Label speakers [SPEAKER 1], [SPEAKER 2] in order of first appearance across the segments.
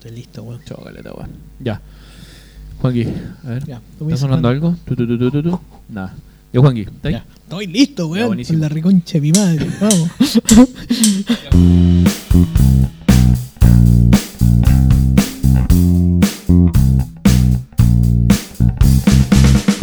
[SPEAKER 1] Dale, listo, weón.
[SPEAKER 2] Chócaleta, weón. Ya. Juanqui, a ver.
[SPEAKER 1] Ya, tú me
[SPEAKER 2] ¿Está
[SPEAKER 1] dices cuándo.
[SPEAKER 2] sonando algo? Tu, tu, tu, tu, tu, tu. Nada. Yo, Juanqui, ¿está ahí?
[SPEAKER 1] Ya. Estoy listo,
[SPEAKER 2] Ya,
[SPEAKER 1] weón.
[SPEAKER 2] buenísimo.
[SPEAKER 1] Con la reconcha de mi madre. Vamos.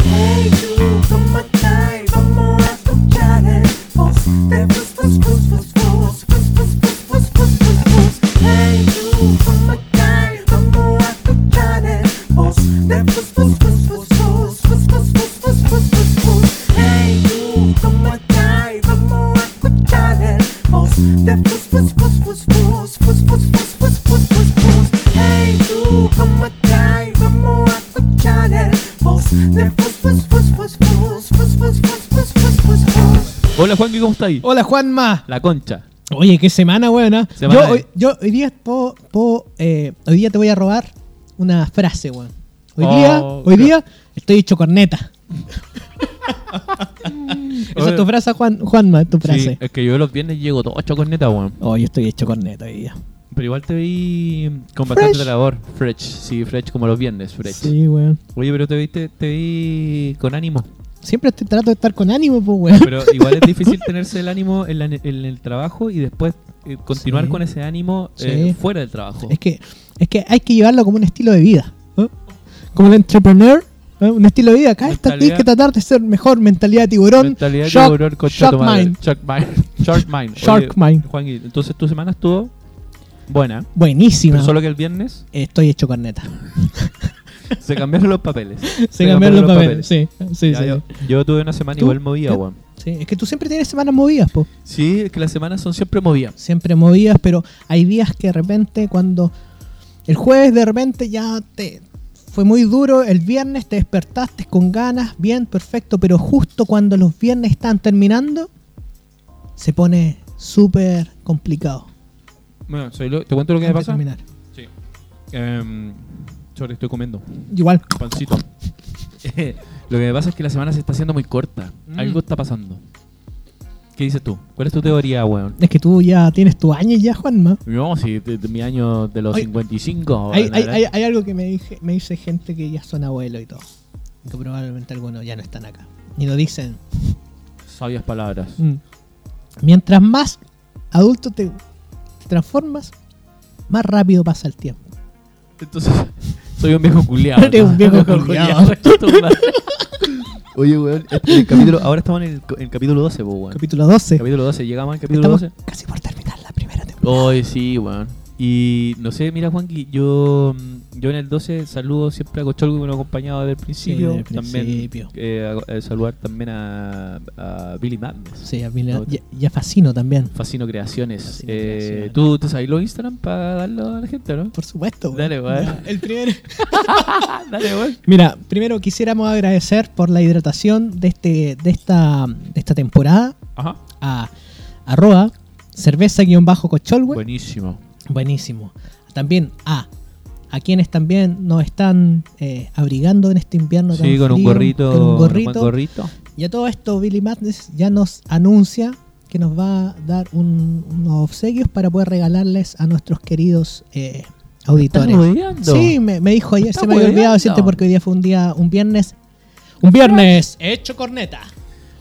[SPEAKER 3] Hey, tú, toma time, vamos a escuchar el voz de voz, voz, voz, voz, voz, voz, voz, voz, voz, voz, voz, voz. Hey, tú, toma time, vamos a escuchar el voz de voz, voz, voz, voz, voz, voz, voz, voz, voz, voz, voz, voz. Hey, tú, toma time, vamos a escuchar el voz de voz, voz, voz, voz, voz, voz, voz, voz, voz, voz, voz, voz. Hey, tú, toma time, vamos a escuchar el voz de voz, voz, voz, voz, voz, voz, voz, voz, voz, voz, voz, voz.
[SPEAKER 2] Hola, Juanqui, ¿cómo está ahí?
[SPEAKER 1] Hola, Juanma.
[SPEAKER 2] La concha.
[SPEAKER 1] Oye, qué semana, weón. ¿ah?
[SPEAKER 2] Semana
[SPEAKER 1] yo,
[SPEAKER 2] de-
[SPEAKER 1] hoy, yo hoy día puedo, puedo, eh, hoy día te voy a robar una frase, weón. Hoy día,
[SPEAKER 2] Oh,
[SPEAKER 1] hoy
[SPEAKER 2] ya.
[SPEAKER 1] día estoy hecho corneta. Esa
[SPEAKER 2] Oye.
[SPEAKER 1] es tu frase, Juan, Juanma, es tu
[SPEAKER 2] Sí, eh.
[SPEAKER 1] frase.
[SPEAKER 2] es que yo los viernes llego todo hecho corneta, weón.
[SPEAKER 1] Oh, yo estoy hecho corneta hoy día.
[SPEAKER 2] Pero igual te vi con bastante
[SPEAKER 1] Fresh.
[SPEAKER 2] labor. Fresh, sí, fresh, como los viernes, fresh.
[SPEAKER 1] Sí, weón.
[SPEAKER 2] Oye, pero te viste, te vi con ánimo.
[SPEAKER 1] Siempre estoy trato de estar con ánimo, pues, weón.
[SPEAKER 2] Pero igual es difícil tenerse el ánimo en, la- en el trabajo y después eh, continuar
[SPEAKER 1] Sí.
[SPEAKER 2] con ese ánimo eh,
[SPEAKER 1] Sí.
[SPEAKER 2] fuera del trabajo.
[SPEAKER 1] Es que, es que hay que llevarlo como un estilo de vida. ¿no? Como el entrepreneur, ¿no? un estilo de vida. Acá está,
[SPEAKER 2] Mentalidad-
[SPEAKER 1] tienes que tratar de ser mejor. Mentalidad de tiburón.
[SPEAKER 2] Mentalidad de
[SPEAKER 1] shark-
[SPEAKER 2] tiburón, concha
[SPEAKER 1] shark
[SPEAKER 2] tu madre.
[SPEAKER 1] mind.
[SPEAKER 2] Shark mind. Shark mind. Oye,
[SPEAKER 1] Shark mind.
[SPEAKER 2] Juan, Gui, entonces tu semana estuvo buena,
[SPEAKER 1] Buenísima.
[SPEAKER 2] pero solo que el viernes
[SPEAKER 1] Estoy hecho corneta.
[SPEAKER 2] se cambiaron los papeles. Se,
[SPEAKER 1] Se cambiaron los papeles. Sí, sí,
[SPEAKER 2] Ya,
[SPEAKER 1] sí,
[SPEAKER 2] yo,
[SPEAKER 1] sí.
[SPEAKER 2] yo tuve una semana
[SPEAKER 1] ¿Tú?
[SPEAKER 2] igual movida,
[SPEAKER 1] ¿Qué?
[SPEAKER 2] weón.
[SPEAKER 1] Sí, Es que tú siempre tienes semanas movidas, po.
[SPEAKER 2] Sí, es que las semanas son siempre movidas.
[SPEAKER 1] Siempre movidas, pero hay días que de repente, cuando el jueves de repente ya te fue muy duro, el viernes te despertaste con ganas, bien, perfecto, pero justo cuando los viernes están terminando, se pone súper complicado.
[SPEAKER 2] Bueno, soy lo- te cuento lo que me
[SPEAKER 1] antes de
[SPEAKER 2] pasa.
[SPEAKER 1] terminar.
[SPEAKER 2] Sí. Em, sorry, estoy comiendo.
[SPEAKER 1] Igual.
[SPEAKER 2] Pancito. lo que me pasa es que la semana se está haciendo muy corta.
[SPEAKER 1] Mm.
[SPEAKER 2] Algo está pasando. ¿Qué dices tú? ¿Cuál es tu teoría, weón?
[SPEAKER 1] Es que tú ya tienes tu año ya, Juanma.
[SPEAKER 2] No, si de, de mi año de los
[SPEAKER 1] Ay,
[SPEAKER 2] 55.
[SPEAKER 1] Hay,
[SPEAKER 2] weón,
[SPEAKER 1] hay-
[SPEAKER 2] ¿verdad?
[SPEAKER 1] hay- hay algo que me, dije- me dice gente que ya son abuelos y todo. Que probablemente algunos ya no están acá. Ni lo dicen.
[SPEAKER 2] Sabias palabras.
[SPEAKER 1] Mm. Mientras más adulto te, te transformas, más rápido pasa el tiempo.
[SPEAKER 2] Entonces, soy un viejo culiado.
[SPEAKER 1] Eres un viejo culiao.
[SPEAKER 2] Oye, weón, este, el capítulo, ahora estamos en el, co- en el capítulo 12, po, weón.
[SPEAKER 1] Capítulo 12.
[SPEAKER 2] Capítulo 12, llegamos al capítulo
[SPEAKER 1] Estamos
[SPEAKER 2] 12.
[SPEAKER 1] casi por terminar la primera temporada.
[SPEAKER 2] Oye, sí, weón. Y no sé, mira, Juanqui, yo, mm, yo en el 12 saludo siempre a Cochol que me lo acompañaba desde el principio.
[SPEAKER 1] desde el principio.
[SPEAKER 2] También eh, a- a saludar también a, a Billy Madness.
[SPEAKER 1] Sí, a mí la-
[SPEAKER 2] No,
[SPEAKER 1] ya, ya fascino también.
[SPEAKER 2] Fascino Creaciones.
[SPEAKER 1] Fascino
[SPEAKER 2] Eh,
[SPEAKER 1] Creaciones.
[SPEAKER 2] ¿Tú te sabes los Instagram para darlo a la gente, no?
[SPEAKER 1] Por supuesto. güey.
[SPEAKER 2] Dale, weón.
[SPEAKER 1] Ya, El primero. Ah,
[SPEAKER 2] Dale, weón.
[SPEAKER 1] Mira, primero quisiéramos agradecer por la hidratación de, este, de, esta, de esta temporada
[SPEAKER 2] Ajá.
[SPEAKER 1] a arroba cerveza-cocholwe.
[SPEAKER 2] Buenísimo.
[SPEAKER 1] Buenísimo. También a a quienes también nos están eh, abrigando en este invierno tan
[SPEAKER 2] Sí, con un
[SPEAKER 1] frío,
[SPEAKER 2] gorrito.
[SPEAKER 1] con un
[SPEAKER 2] un buen
[SPEAKER 1] gorrito.
[SPEAKER 2] gorrito.
[SPEAKER 1] Y a todo esto, Billy Madness ya nos anuncia que nos va a dar un- unos obsequios para poder regalarles a nuestros queridos eh, auditores.
[SPEAKER 2] rodeando.
[SPEAKER 1] Sí, me, me dijo ayer,
[SPEAKER 2] Está
[SPEAKER 1] se me había olvidado
[SPEAKER 2] hueveando.
[SPEAKER 1] decirte porque hoy día fue un día, un viernes. Un viernes hecho corneta.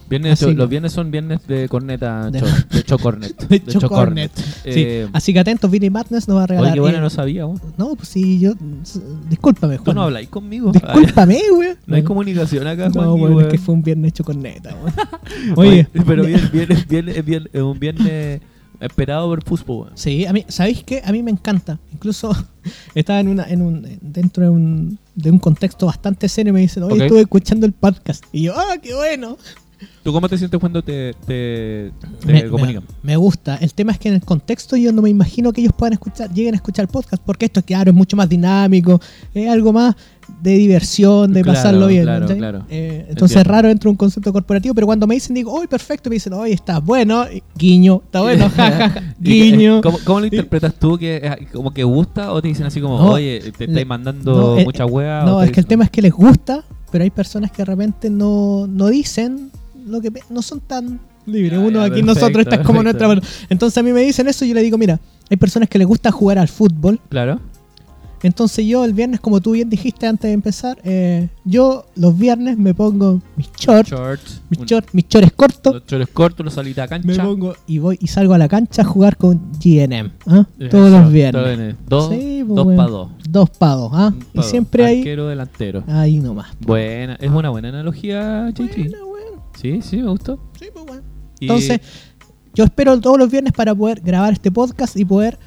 [SPEAKER 2] Viernes
[SPEAKER 1] Así
[SPEAKER 2] cho- los
[SPEAKER 1] que-
[SPEAKER 2] viernes son viernes de corneta.
[SPEAKER 1] De-
[SPEAKER 2] cho- De chocornet.
[SPEAKER 1] De chocornet.
[SPEAKER 2] Eh,
[SPEAKER 1] sí. Así que atentos, Billy Madness nos va a regalar.
[SPEAKER 2] Oye, qué bueno,
[SPEAKER 1] eh,
[SPEAKER 2] no sabía, weón.
[SPEAKER 1] no, pues sí, yo. s- Discúlpame,
[SPEAKER 2] Tú
[SPEAKER 1] Juan.
[SPEAKER 2] no habláis conmigo. Ah,
[SPEAKER 1] Discúlpame, güey.
[SPEAKER 2] No hay
[SPEAKER 1] Bueno.
[SPEAKER 2] comunicación acá, Juan.
[SPEAKER 1] No,
[SPEAKER 2] y,
[SPEAKER 1] bueno, es
[SPEAKER 2] weón.
[SPEAKER 1] que fue un viernes hecho con neta, weón. Oye,
[SPEAKER 2] Pero bien, bien, es bien, es bien, es un viernes esperado por Fuspo, weón.
[SPEAKER 1] sí, a mí, ¿sabéis qué? A mí me encanta. Incluso estaba en una, en un, dentro de un, de un contexto bastante serio y me dicen, oye,
[SPEAKER 2] Ok.
[SPEAKER 1] estuve escuchando el podcast. Y yo, ah, qué bueno.
[SPEAKER 2] ¿Tú cómo te sientes cuando te, te, te
[SPEAKER 1] Me, me,
[SPEAKER 2] comunican?
[SPEAKER 1] me gusta. El tema es que en el contexto yo no me imagino que ellos puedan escuchar, lleguen a escuchar podcast, porque esto, claro, es mucho más dinámico, es algo más de diversión, de
[SPEAKER 2] Claro,
[SPEAKER 1] pasarlo bien.
[SPEAKER 2] claro,
[SPEAKER 1] ¿cachai?
[SPEAKER 2] claro.
[SPEAKER 1] Eh, entonces es
[SPEAKER 2] Entiendo.
[SPEAKER 1] raro dentro de un concepto corporativo, pero cuando me dicen, digo, hoy perfecto, me dicen, hoy está bueno, y guiño, está Ah, bueno, jajaja,
[SPEAKER 2] Y, eh,
[SPEAKER 1] guiño.
[SPEAKER 2] ¿Cómo, cómo lo interpretas tú? ¿Que eh, como que gusta o te dicen así como,
[SPEAKER 1] No,
[SPEAKER 2] oye, te
[SPEAKER 1] la-
[SPEAKER 2] estáis mandando
[SPEAKER 1] no, eh,
[SPEAKER 2] mucha hueá?
[SPEAKER 1] No, es que el tema es que les gusta, pero hay personas que de repente no, no dicen lo que pe- no son tan libres.
[SPEAKER 2] Ya,
[SPEAKER 1] Uno
[SPEAKER 2] ya,
[SPEAKER 1] aquí
[SPEAKER 2] perfecto,
[SPEAKER 1] nosotros esta es como
[SPEAKER 2] perfecto.
[SPEAKER 1] nuestra. Entonces a mí me dicen eso y yo le digo, mira, hay personas que les gusta jugar al fútbol,
[SPEAKER 2] Claro.
[SPEAKER 1] Entonces yo el viernes, como tú bien dijiste antes de empezar, eh, yo los viernes me pongo mis shorts,
[SPEAKER 2] Short.
[SPEAKER 1] mis
[SPEAKER 2] un-
[SPEAKER 1] shorts, mis shorts cortos,
[SPEAKER 2] Los chores cortos, los salita a
[SPEAKER 1] me
[SPEAKER 2] cancha.
[SPEAKER 1] pongo y voy y salgo a la cancha a jugar con GNM, ¿ah?
[SPEAKER 2] Eh,
[SPEAKER 1] todos
[SPEAKER 2] eso,
[SPEAKER 1] los viernes.
[SPEAKER 2] todo en- Dos,
[SPEAKER 1] Sí, pues,
[SPEAKER 2] dos
[SPEAKER 1] weón.
[SPEAKER 2] para dos.
[SPEAKER 1] Dos pavos, ¿ah?
[SPEAKER 2] Un
[SPEAKER 1] y
[SPEAKER 2] pa'
[SPEAKER 1] siempre Ah.
[SPEAKER 2] dos.
[SPEAKER 1] ahí,
[SPEAKER 2] Arquero delantero.
[SPEAKER 1] ahí nomás.
[SPEAKER 2] Buena, es una buena analogía, JT.
[SPEAKER 1] Bueno, bueno,
[SPEAKER 2] Sí, sí, me gustó.
[SPEAKER 1] sí, pues, bueno.
[SPEAKER 2] Y-
[SPEAKER 1] Entonces, yo espero todos los viernes para poder grabar este podcast y poder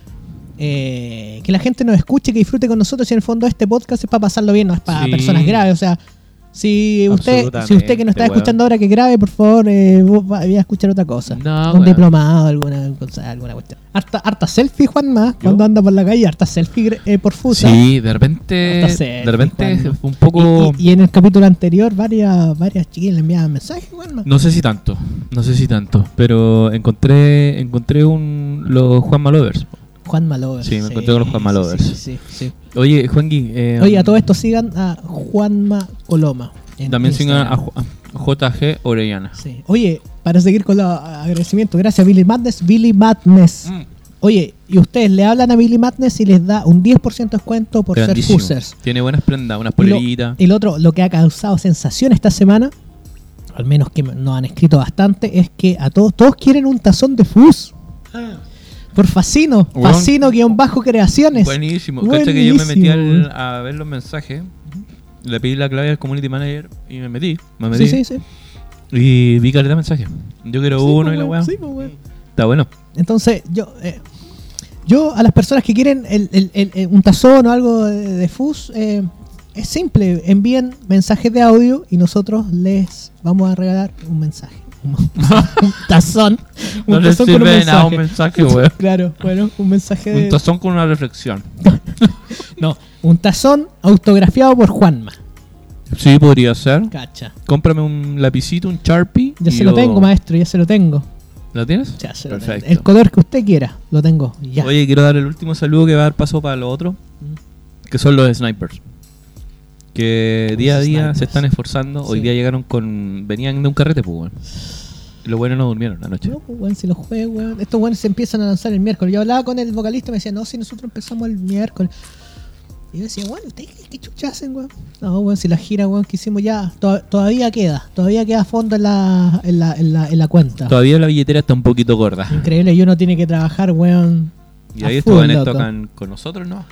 [SPEAKER 1] eh, que la gente nos escuche, que disfrute con nosotros. Y en el fondo, este podcast es para pasarlo bien, no es para
[SPEAKER 2] Sí.
[SPEAKER 1] personas graves. O sea, si usted, si usted que nos está
[SPEAKER 2] Absolutamente,
[SPEAKER 1] escuchando ahora que grabe, por favor, eh, vos va- vaya a escuchar otra cosa.
[SPEAKER 2] No,
[SPEAKER 1] Un
[SPEAKER 2] weón.
[SPEAKER 1] diplomado, alguna, cosa, alguna cuestión. Harta, harta selfie, Juan, más cuando anda por la calle, harta selfie eh, por fusa.
[SPEAKER 2] Sí, de repente.
[SPEAKER 1] Hasta selfie,
[SPEAKER 2] De repente es
[SPEAKER 1] Juan.
[SPEAKER 2] un
[SPEAKER 1] Y,
[SPEAKER 2] poco.
[SPEAKER 1] y- y en el capítulo anterior, varias, varias chiquillas le enviaban mensajes, Juan, más.
[SPEAKER 2] No sé si tanto, no sé si tanto, pero encontré encontré un los Juan Malovers.
[SPEAKER 1] Juan Malovers.
[SPEAKER 2] Sí, me encontré con los Juan
[SPEAKER 1] sí,
[SPEAKER 2] Malovers.
[SPEAKER 1] sí, sí, sí.
[SPEAKER 2] Oye, Juan Gui, eh,
[SPEAKER 1] Oye, a todo esto sigan a Juanma Coloma. en
[SPEAKER 2] También sigan
[SPEAKER 1] Instagram.
[SPEAKER 2] a Ju- a JG Orellana.
[SPEAKER 1] Sí. Oye, para seguir con los agradecimientos, gracias Billy Madness. Billy Madness.
[SPEAKER 2] Mm,
[SPEAKER 1] Oye, y ustedes le hablan a Billy Madness y les da un 10% descuento por ser
[SPEAKER 2] grandísimo.
[SPEAKER 1] users.
[SPEAKER 2] Tiene buenas prendas, unas
[SPEAKER 1] Y lo-
[SPEAKER 2] poleritas.
[SPEAKER 1] el otro, lo que ha causado sensación esta semana, al menos que nos han escrito bastante, es que a todos, todos quieren un tazón de fus. Por Facino,
[SPEAKER 2] Ah. Weón.
[SPEAKER 1] Facino-creaciones.
[SPEAKER 2] Buenísimo. Cacha que yo me metí
[SPEAKER 1] Buenísimo,
[SPEAKER 2] al-
[SPEAKER 1] weón.
[SPEAKER 2] a ver los mensajes, le pedí la clave al community manager y me metí, me metí
[SPEAKER 1] Sí, sí, sí.
[SPEAKER 2] y vi caleta de mensajes. Yo quiero
[SPEAKER 1] Sí,
[SPEAKER 2] uno
[SPEAKER 1] po,
[SPEAKER 2] y la
[SPEAKER 1] weón,
[SPEAKER 2] weá.
[SPEAKER 1] sí, po, weón.
[SPEAKER 2] Está bueno.
[SPEAKER 1] Entonces, yo, eh, yo a las personas que quieren el- el- el- el- un tazón o algo de, de FUS, eh, es simple, envíen mensajes de audio y nosotros les vamos a regalar un mensaje. Un, un tazón. Un
[SPEAKER 2] No le
[SPEAKER 1] tazón con un
[SPEAKER 2] sirve de nada un
[SPEAKER 1] mensaje.
[SPEAKER 2] mensaje, weón.
[SPEAKER 1] Claro, bueno, un mensaje de...
[SPEAKER 2] Un tazón con una reflexión.
[SPEAKER 1] no, un tazón autografiado por Juanma.
[SPEAKER 2] Sí, podría ser.
[SPEAKER 1] Cacha.
[SPEAKER 2] Cómprame un lapicito, un Sharpie.
[SPEAKER 1] Ya
[SPEAKER 2] y
[SPEAKER 1] se lo tengo, maestro, ya se lo tengo.
[SPEAKER 2] ¿Lo tienes?
[SPEAKER 1] Ya se lo tengo.
[SPEAKER 2] Perfecto.
[SPEAKER 1] El color que usted quiera, lo tengo. Ya.
[SPEAKER 2] Oye, quiero dar el último saludo que va a dar paso para lo otro, que son los snipers. Que
[SPEAKER 1] Los
[SPEAKER 2] día a día
[SPEAKER 1] snipers.
[SPEAKER 2] se están esforzando. Hoy
[SPEAKER 1] Sí.
[SPEAKER 2] día llegaron con. Venían de un carrete, pues, weón. Y Los buenos no durmieron anoche.
[SPEAKER 1] No, pues, weón, si los juegos, weón. Estos weones se empiezan a lanzar el miércoles. Yo hablaba con el vocalista y me decía, no, si nosotros empezamos el miércoles. Y yo decía, bueno, ¿ustedes qué, qué chucha hacen, weón? No, weón, si la gira, weón, que hicimos ya, to- todavía queda. Todavía queda fondo en la, en la, en la, en la cuenta.
[SPEAKER 2] Todavía la billetera está un poquito gorda.
[SPEAKER 1] Increíble, y uno tiene que trabajar, weón.
[SPEAKER 2] Y
[SPEAKER 1] A
[SPEAKER 2] ahí
[SPEAKER 1] full,
[SPEAKER 2] estaban
[SPEAKER 1] loco.
[SPEAKER 2] tocan con nosotros, ¿no?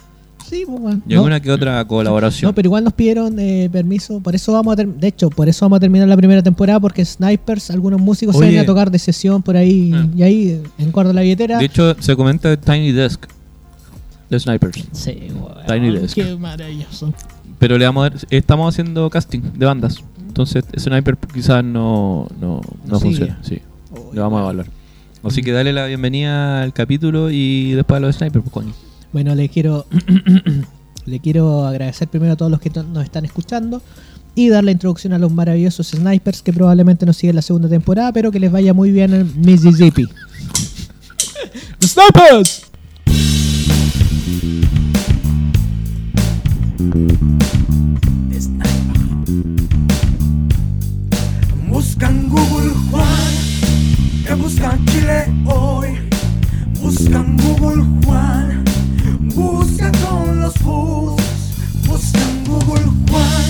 [SPEAKER 1] Sí, pues, weón.
[SPEAKER 2] Y
[SPEAKER 1] No,
[SPEAKER 2] alguna que otra colaboración.
[SPEAKER 1] no, pero igual nos pidieron eh, permiso. Por eso vamos a ter- De hecho, por eso vamos a terminar la primera temporada, porque Snipers, algunos músicos
[SPEAKER 2] Oye.
[SPEAKER 1] salen a tocar de sesión por ahí.
[SPEAKER 2] Ah.
[SPEAKER 1] Y ahí, eh, en cuarto de la billetera.
[SPEAKER 2] De hecho, se comenta Tiny Desk. De snipers.
[SPEAKER 1] Sí, weón.
[SPEAKER 2] Tiny Desk.
[SPEAKER 1] Qué maravilloso.
[SPEAKER 2] Pero le vamos a dar- estamos haciendo casting de bandas. Entonces, Sniper quizás no, no, no
[SPEAKER 1] sigue.
[SPEAKER 2] funciona. Sí, lo vamos a evaluar. Así que dale la bienvenida al capítulo y después a los Sniper, pues, coño.
[SPEAKER 1] Bueno, le quiero, le quiero agradecer primero a todos los que to- nos están escuchando y dar la introducción a los maravillosos snipers que probablemente nos siguen la segunda temporada, pero que les vaya muy bien en Mississippi. ¡Los snipers!
[SPEAKER 3] Buscan Google Juan, que buscan Chile hoy. Buscan Google Juan, busca con los bus. Buscan Google Juan,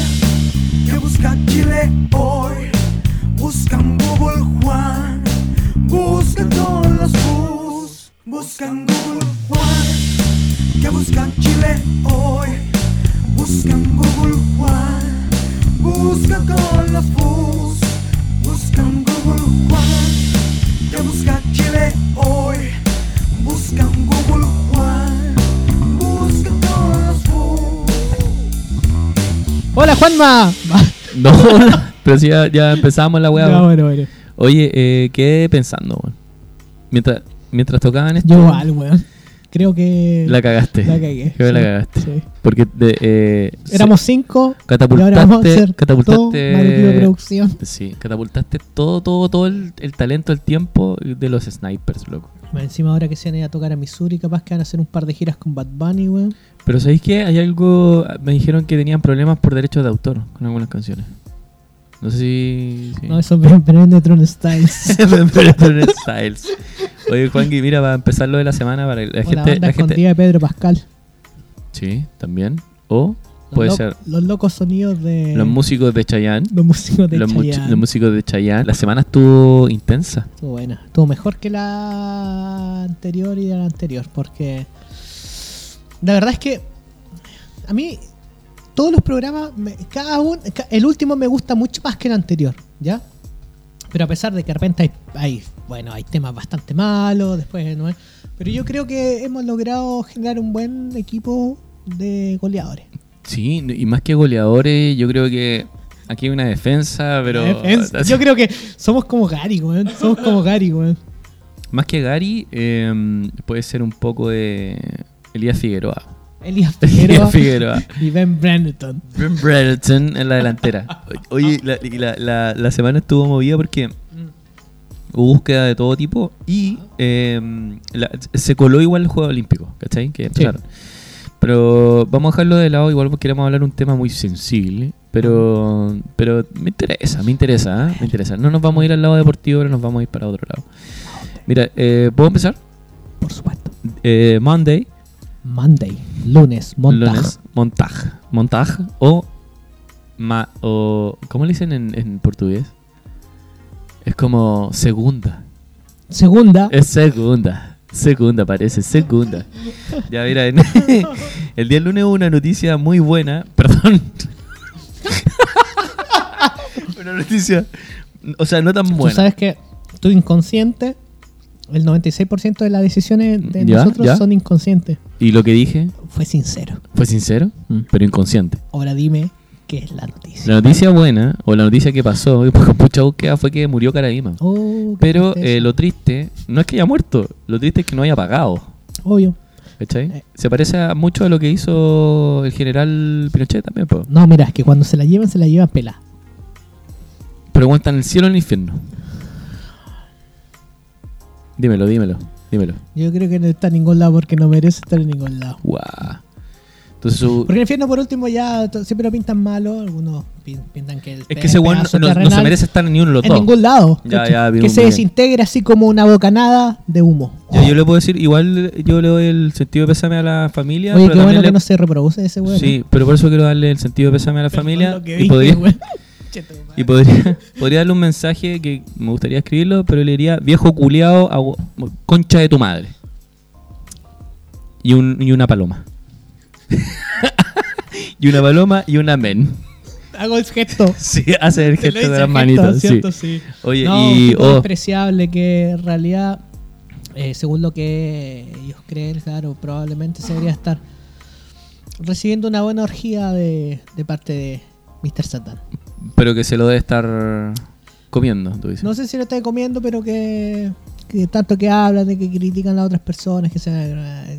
[SPEAKER 3] que busca Chile hoy. Buscan Google Juan, busca con los bus. Buscan Google Juan, que busca Chile hoy. Buscan Google Juan, busca con los bus. Buscan Google Juan. Que busca Chile hoy, buscan Google Juan, busca todos vos.
[SPEAKER 1] ¡Hola, Juanma!
[SPEAKER 2] No, pero sí, ya, ya empezamos la weá.
[SPEAKER 1] Ya,
[SPEAKER 2] weón.
[SPEAKER 1] bueno, bueno.
[SPEAKER 2] Oye, eh, quedé pensando, weón. Mientras, mientras tocaban esto,
[SPEAKER 1] Yo igual, weón. Creo que...
[SPEAKER 2] este la cagaste.
[SPEAKER 1] la cagué,
[SPEAKER 2] Creo que la
[SPEAKER 1] sí,
[SPEAKER 2] cagaste.
[SPEAKER 1] sí.
[SPEAKER 2] Porque de, eh,
[SPEAKER 1] Éramos cinco y ahora vamos a
[SPEAKER 2] catapultaste,
[SPEAKER 1] hacer todo
[SPEAKER 2] catapultaste,
[SPEAKER 1] Mario Producción.
[SPEAKER 2] Pues Sí, catapultaste todo, todo, todo el, el talento, el tiempo de los snipers, loco.
[SPEAKER 1] Bueno, Encima ahora que se van a ir a tocar a Missouri, capaz que van a hacer un par de giras con Bad Bunny, weón.
[SPEAKER 2] Pero ¿sabéis qué? Hay algo... Me dijeron que tenían problemas por derechos de autor con algunas canciones. No sé si... si-
[SPEAKER 1] No, eso es Bren de Tron Styles.
[SPEAKER 2] Pero Styles. Oye, Juanqui, mira, para empezar lo de la semana, para que la
[SPEAKER 1] O la
[SPEAKER 2] gente...
[SPEAKER 1] banda
[SPEAKER 2] La gente
[SPEAKER 1] escondida de Pedro Pascal.
[SPEAKER 2] Sí, también. O
[SPEAKER 1] Los
[SPEAKER 2] puede
[SPEAKER 1] lo-
[SPEAKER 2] ser
[SPEAKER 1] Los locos sonidos de.
[SPEAKER 2] los músicos de Chayanne.
[SPEAKER 1] los músicos de
[SPEAKER 2] Los, mu-
[SPEAKER 1] Chayanne.
[SPEAKER 2] los músicos de Chayanne. La semana estuvo intensa.
[SPEAKER 1] Estuvo buena. Estuvo mejor que la anterior y la anterior. Porque. La verdad es que. A mí. Todos los programas. me- cada uno. ca- El último me gusta mucho más que el anterior. ¿Ya? Pero a pesar de que de repente hay. hay, bueno, hay temas bastante malos. Después no hay- Pero yo creo que hemos logrado generar un buen equipo de goleadores.
[SPEAKER 2] Sí, y más que goleadores, yo creo que aquí hay una defensa, pero.
[SPEAKER 1] Defensa. ¿Eh? Yo creo que somos como Gary, weón. Somos como Gary, weón.
[SPEAKER 2] Más que Gary, eh, puede ser un poco de Elías Figueroa.
[SPEAKER 1] Elías Figueroa
[SPEAKER 2] Elías Figueroa.
[SPEAKER 1] y Ben Brandon.
[SPEAKER 2] Ben Brereton en la delantera. Oye, la, y la- la- la semana estuvo movida porque hubo búsqueda de todo tipo y eh, la- se coló igual el Juego Olímpico, ¿cachai? Que empezaron. Pero vamos a dejarlo de lado, igual porque queremos hablar un tema muy sensible. Pero, pero me interesa, me interesa, ¿eh? me interesa. No nos vamos a ir al lado deportivo, pero nos vamos a ir para otro lado. Mira, eh, ¿puedo empezar?
[SPEAKER 1] Por supuesto.
[SPEAKER 2] Eh, Monday,
[SPEAKER 1] Monday, lunes, montaje.
[SPEAKER 2] lunes, montaje, montaje o, ma, o ¿cómo le dicen en, en portugués? Es como segunda,
[SPEAKER 1] Segunda,
[SPEAKER 2] es segunda, segunda parece, segunda. Ya mira, en- el día lunes hubo una noticia muy buena, perdón. una noticia, o sea, no tan
[SPEAKER 1] tú
[SPEAKER 2] buena.
[SPEAKER 1] sabes que tu inconsciente, el 96% de las decisiones de
[SPEAKER 2] Ya,
[SPEAKER 1] nosotros
[SPEAKER 2] ya.
[SPEAKER 1] son inconscientes.
[SPEAKER 2] Y lo que dije
[SPEAKER 1] Fue sincero.
[SPEAKER 2] fue sincero,
[SPEAKER 1] Mm.
[SPEAKER 2] pero inconsciente.
[SPEAKER 1] Ahora dime qué es la noticia.
[SPEAKER 2] La noticia buena, o la noticia que pasó, y con mucha búsqueda, fue que murió Caraíma.
[SPEAKER 1] Oh, qué
[SPEAKER 2] Pero
[SPEAKER 1] tristeza.
[SPEAKER 2] eh, lo triste, no es que haya muerto, lo triste es que no haya pagado.
[SPEAKER 1] Obvio.
[SPEAKER 2] ¿Cachai?
[SPEAKER 1] Eh.
[SPEAKER 2] Se parece a mucho a lo que hizo el general Pinochet también, po.
[SPEAKER 1] No, mira, es que cuando se la llevan, se la llevan pelada.
[SPEAKER 2] Pero aguantan el cielo en el infierno. Dímelo, dímelo, dímelo.
[SPEAKER 1] Yo creo que no está en ningún lado porque no merece estar en ningún lado.
[SPEAKER 2] Guau. Entonces su-
[SPEAKER 1] Porque el infierno, por último, ya to- siempre lo pintan malo. Algunos pin- pintan que el
[SPEAKER 2] es
[SPEAKER 1] pe-
[SPEAKER 2] que ese weón
[SPEAKER 1] este pedazo
[SPEAKER 2] no, no se
[SPEAKER 1] terrenal-
[SPEAKER 2] merece estar en ninguno de los
[SPEAKER 1] en
[SPEAKER 2] dos.
[SPEAKER 1] ningún lado.
[SPEAKER 2] Ya,
[SPEAKER 1] ¿cachai?
[SPEAKER 2] ya, bien,
[SPEAKER 1] que se
[SPEAKER 2] bien.
[SPEAKER 1] desintegra así como una bocanada de humo.
[SPEAKER 2] Ya, yo le puedo decir, igual yo le doy el sentido de pésame a la familia.
[SPEAKER 1] Oye,
[SPEAKER 2] pero
[SPEAKER 1] qué
[SPEAKER 2] también
[SPEAKER 1] bueno
[SPEAKER 2] le-
[SPEAKER 1] que no se reproduce ese weón.
[SPEAKER 2] Sí, pero por eso quiero darle el sentido de pésame a la
[SPEAKER 1] Perdón
[SPEAKER 2] familia.
[SPEAKER 1] lo que
[SPEAKER 2] Y
[SPEAKER 1] dije,
[SPEAKER 2] podría,
[SPEAKER 1] weón. Che, tu madre.
[SPEAKER 2] Y podría, podría darle un mensaje que me gustaría escribirlo, pero le diría, viejo culiao, agu- concha de tu madre. Y, un, y una paloma. y una paloma y un amén.
[SPEAKER 1] Hago el gesto.
[SPEAKER 2] Sí, hace el
[SPEAKER 1] Te lo
[SPEAKER 2] gesto de
[SPEAKER 1] hice
[SPEAKER 2] las
[SPEAKER 1] el
[SPEAKER 2] manitas.
[SPEAKER 1] gesto,
[SPEAKER 2] sí.
[SPEAKER 1] ¿cierto? Sí.
[SPEAKER 2] Oye,
[SPEAKER 1] No, un
[SPEAKER 2] y...
[SPEAKER 1] tipo
[SPEAKER 2] oh,
[SPEAKER 1] despreciable que en realidad, eh, según lo que ellos creen, claro, probablemente se debería estar recibiendo una buena orgía de, de parte de Mr. Satan.
[SPEAKER 2] pero que se lo debe estar comiendo, tú dices.
[SPEAKER 1] No sé si lo está comiendo, pero que, que tanto que hablan, de que critican a otras personas, que se,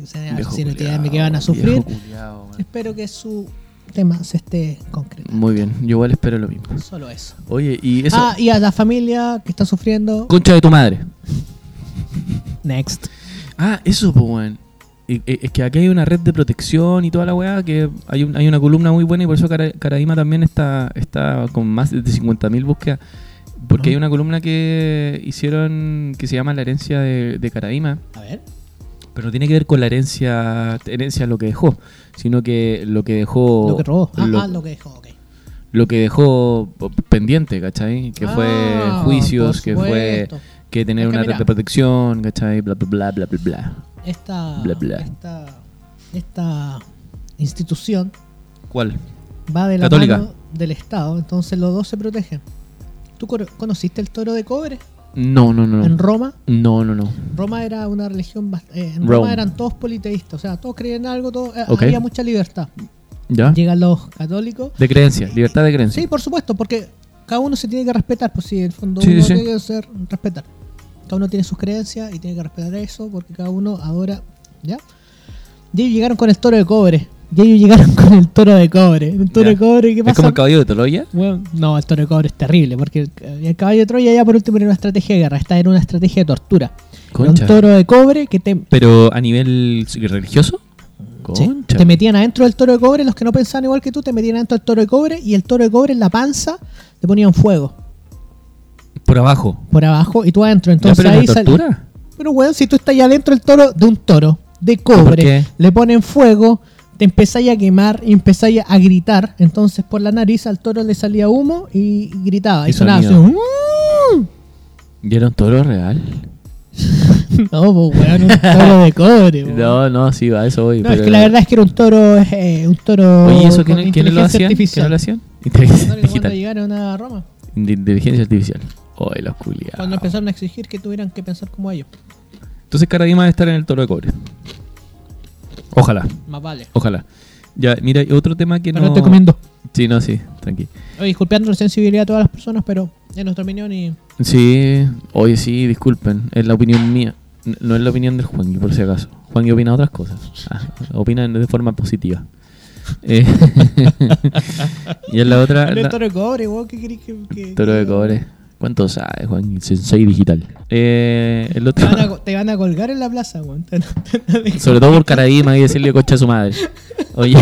[SPEAKER 1] se
[SPEAKER 2] Viejo
[SPEAKER 1] si no
[SPEAKER 2] culiao,
[SPEAKER 1] tienen que van a
[SPEAKER 2] viejo
[SPEAKER 1] sufrir.
[SPEAKER 2] culiao, man.
[SPEAKER 1] Espero que su tema se esté concretando.
[SPEAKER 2] Muy bien, yo igual espero lo mismo.
[SPEAKER 1] Solo eso.
[SPEAKER 2] Oye, y eso...
[SPEAKER 1] Ah, y a la familia que está sufriendo.
[SPEAKER 2] Concha de tu madre.
[SPEAKER 1] Next.
[SPEAKER 2] Ah, eso, pues, weón. Y- y- Es que aquí hay una red de protección y toda la weá, que hay, un- hay una columna muy buena y por eso Cara- Caraíma también está, está con más de 50.000 búsquedas. Porque
[SPEAKER 1] Ajá.
[SPEAKER 2] hay una columna que hicieron que se llama La herencia de, de Caraíma,
[SPEAKER 1] A ver.
[SPEAKER 2] pero no tiene que ver con la herencia, herencia lo que dejó, sino que lo que dejó.
[SPEAKER 1] lo que robó. Ah,
[SPEAKER 2] Oh, Lo,
[SPEAKER 1] ah, lo que dejó, ok.
[SPEAKER 2] lo que dejó pendiente, ¿cachai? Que fue
[SPEAKER 1] Ah,
[SPEAKER 2] juicios,
[SPEAKER 1] por
[SPEAKER 2] que fue
[SPEAKER 1] supuesto.
[SPEAKER 2] que tener
[SPEAKER 1] Es que
[SPEAKER 2] una red
[SPEAKER 1] mira.
[SPEAKER 2] de protección, ¿cachai? Bla, bla, bla, bla, bla, bla.
[SPEAKER 1] Esta,
[SPEAKER 2] Bla, bla.
[SPEAKER 1] esta. Esta institución
[SPEAKER 2] ¿Cuál?
[SPEAKER 1] va de la
[SPEAKER 2] Católica.
[SPEAKER 1] mano del Estado, entonces los dos se protegen. ¿Tú cor- conociste el toro de cobre
[SPEAKER 2] No, no, no. no.
[SPEAKER 1] en Roma?
[SPEAKER 2] No, no, no.
[SPEAKER 1] Roma era una religión. bast- eh, en
[SPEAKER 2] Rome.
[SPEAKER 1] Roma eran todos politeístas, o sea, todos creían en algo, todo, eh,
[SPEAKER 2] Ok. Ah.
[SPEAKER 1] había mucha libertad.
[SPEAKER 2] ¿Ya?
[SPEAKER 1] Llegan los católicos
[SPEAKER 2] De creencia, libertad de creencia.
[SPEAKER 1] Sí, por supuesto, porque cada uno se tiene que respetar, pues sí, en el fondo
[SPEAKER 2] Sí,
[SPEAKER 1] uno
[SPEAKER 2] sí.
[SPEAKER 1] tiene que ser respetar. Cada uno tiene sus creencias y tiene que respetar eso, porque cada uno adora, ¿ya? Y ellos llegaron con el toro de cobre. Y ellos llegaron con el toro de cobre. El toro
[SPEAKER 2] Ya.
[SPEAKER 1] de cobre, ¿qué
[SPEAKER 2] es como
[SPEAKER 1] pasa?
[SPEAKER 2] el caballo de Troya.
[SPEAKER 1] Bueno, no, el toro de cobre es terrible, porque el, el caballo de Troya ya por último era una estrategia de guerra, esta era una estrategia de tortura. Era
[SPEAKER 2] Concha.
[SPEAKER 1] un toro de cobre que te,
[SPEAKER 2] Pero a nivel religioso.
[SPEAKER 1] Sí,
[SPEAKER 2] Concha.
[SPEAKER 1] Te metían adentro del toro de cobre, los que no pensaban igual que tú, te metían adentro del toro de cobre y el toro de cobre en la panza te ponían fuego
[SPEAKER 2] Por abajo.
[SPEAKER 1] por abajo y tú adentro. Entonces
[SPEAKER 2] ¿Ya, pero
[SPEAKER 1] ahí
[SPEAKER 2] es una
[SPEAKER 1] sal-
[SPEAKER 2] tortura?
[SPEAKER 1] Pero weón, si tú estás ahí adentro del toro, de un toro, de
[SPEAKER 2] ¿Por
[SPEAKER 1] cobre,
[SPEAKER 2] qué?
[SPEAKER 1] le ponen fuego, te empezáis a quemar y empezáis a gritar. Entonces por la nariz al toro le salía humo y gritaba. Y,
[SPEAKER 2] Y
[SPEAKER 1] sonaba así.
[SPEAKER 2] sonido.
[SPEAKER 1] "Mm".
[SPEAKER 2] ¿Y era un toro real?
[SPEAKER 1] No, pues weón, un toro de cobre. po. No,
[SPEAKER 2] No, no, sí, va, eso voy. pero-
[SPEAKER 1] es que la verdad es que era un toro, eh, un toro
[SPEAKER 2] Oye,
[SPEAKER 1] con
[SPEAKER 2] ¿eso quién, quién lo
[SPEAKER 1] inteligencia
[SPEAKER 2] hacían?
[SPEAKER 1] artificial.
[SPEAKER 2] ¿Quién lo hacían? Inteligencia
[SPEAKER 1] Claro, cuando
[SPEAKER 2] digital.
[SPEAKER 1] llegaron a Roma,
[SPEAKER 2] Indi- Inteligencia artificial. Oye, los
[SPEAKER 1] cuando
[SPEAKER 2] culiados.
[SPEAKER 1] empezaron a exigir que tuvieran que pensar como ellos.
[SPEAKER 2] Entonces Caradima debe estar en el toro de cobre. Ojalá,
[SPEAKER 1] Más vale.
[SPEAKER 2] ojalá. Ya, mira, y otro tema que
[SPEAKER 1] No,
[SPEAKER 2] no...
[SPEAKER 1] te comiendo.
[SPEAKER 2] Sí, no, sí, tranqui.
[SPEAKER 1] Oye, disculpeando la sensibilidad de todas las personas, pero en nuestra opinión y...
[SPEAKER 2] Sí, oye, sí, disculpen, es la opinión mía. N- No es la opinión del Juan, por si acaso. Juan opina otras cosas. Ah, opina de forma positiva. Eh, y en la otra...
[SPEAKER 1] Pero el
[SPEAKER 2] na-
[SPEAKER 1] toro de cobre, weón, ¿qué querés que...? que-
[SPEAKER 2] Toro de
[SPEAKER 1] que-
[SPEAKER 2] cobre. ¿Cuánto sabe, Juan? Sensei digital. Eh, el
[SPEAKER 1] Te
[SPEAKER 2] otro.
[SPEAKER 1] van, a, co- te van a colgar en la plaza, weón. Te van a- te van a dejar-
[SPEAKER 2] Sobre todo por Caradima y decirle coche a su madre. Oye.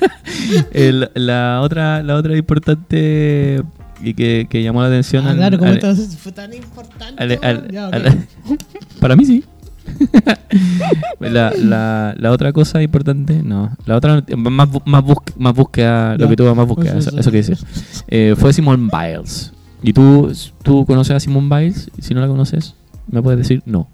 [SPEAKER 2] el- la otra la otra importante y que, que llamó la atención.
[SPEAKER 1] Ah,
[SPEAKER 2] al-
[SPEAKER 1] claro, como
[SPEAKER 2] al-
[SPEAKER 1] esto fue tan importante.
[SPEAKER 2] al- al-
[SPEAKER 1] weón. Ya, ok.
[SPEAKER 2] al- para mí sí. la, la, la otra cosa importante, no. La otra, not- más, bu- más, busque- más búsqueda, lo
[SPEAKER 1] Ya.
[SPEAKER 2] que tuvo más búsqueda,
[SPEAKER 1] Eso,
[SPEAKER 2] eso,
[SPEAKER 1] eso.
[SPEAKER 2] eso que dice. Eh, fue Simone Biles. ¿Y tú, tú conoces a Simone Biles? Si no la conoces, ¿me puedes decir? No.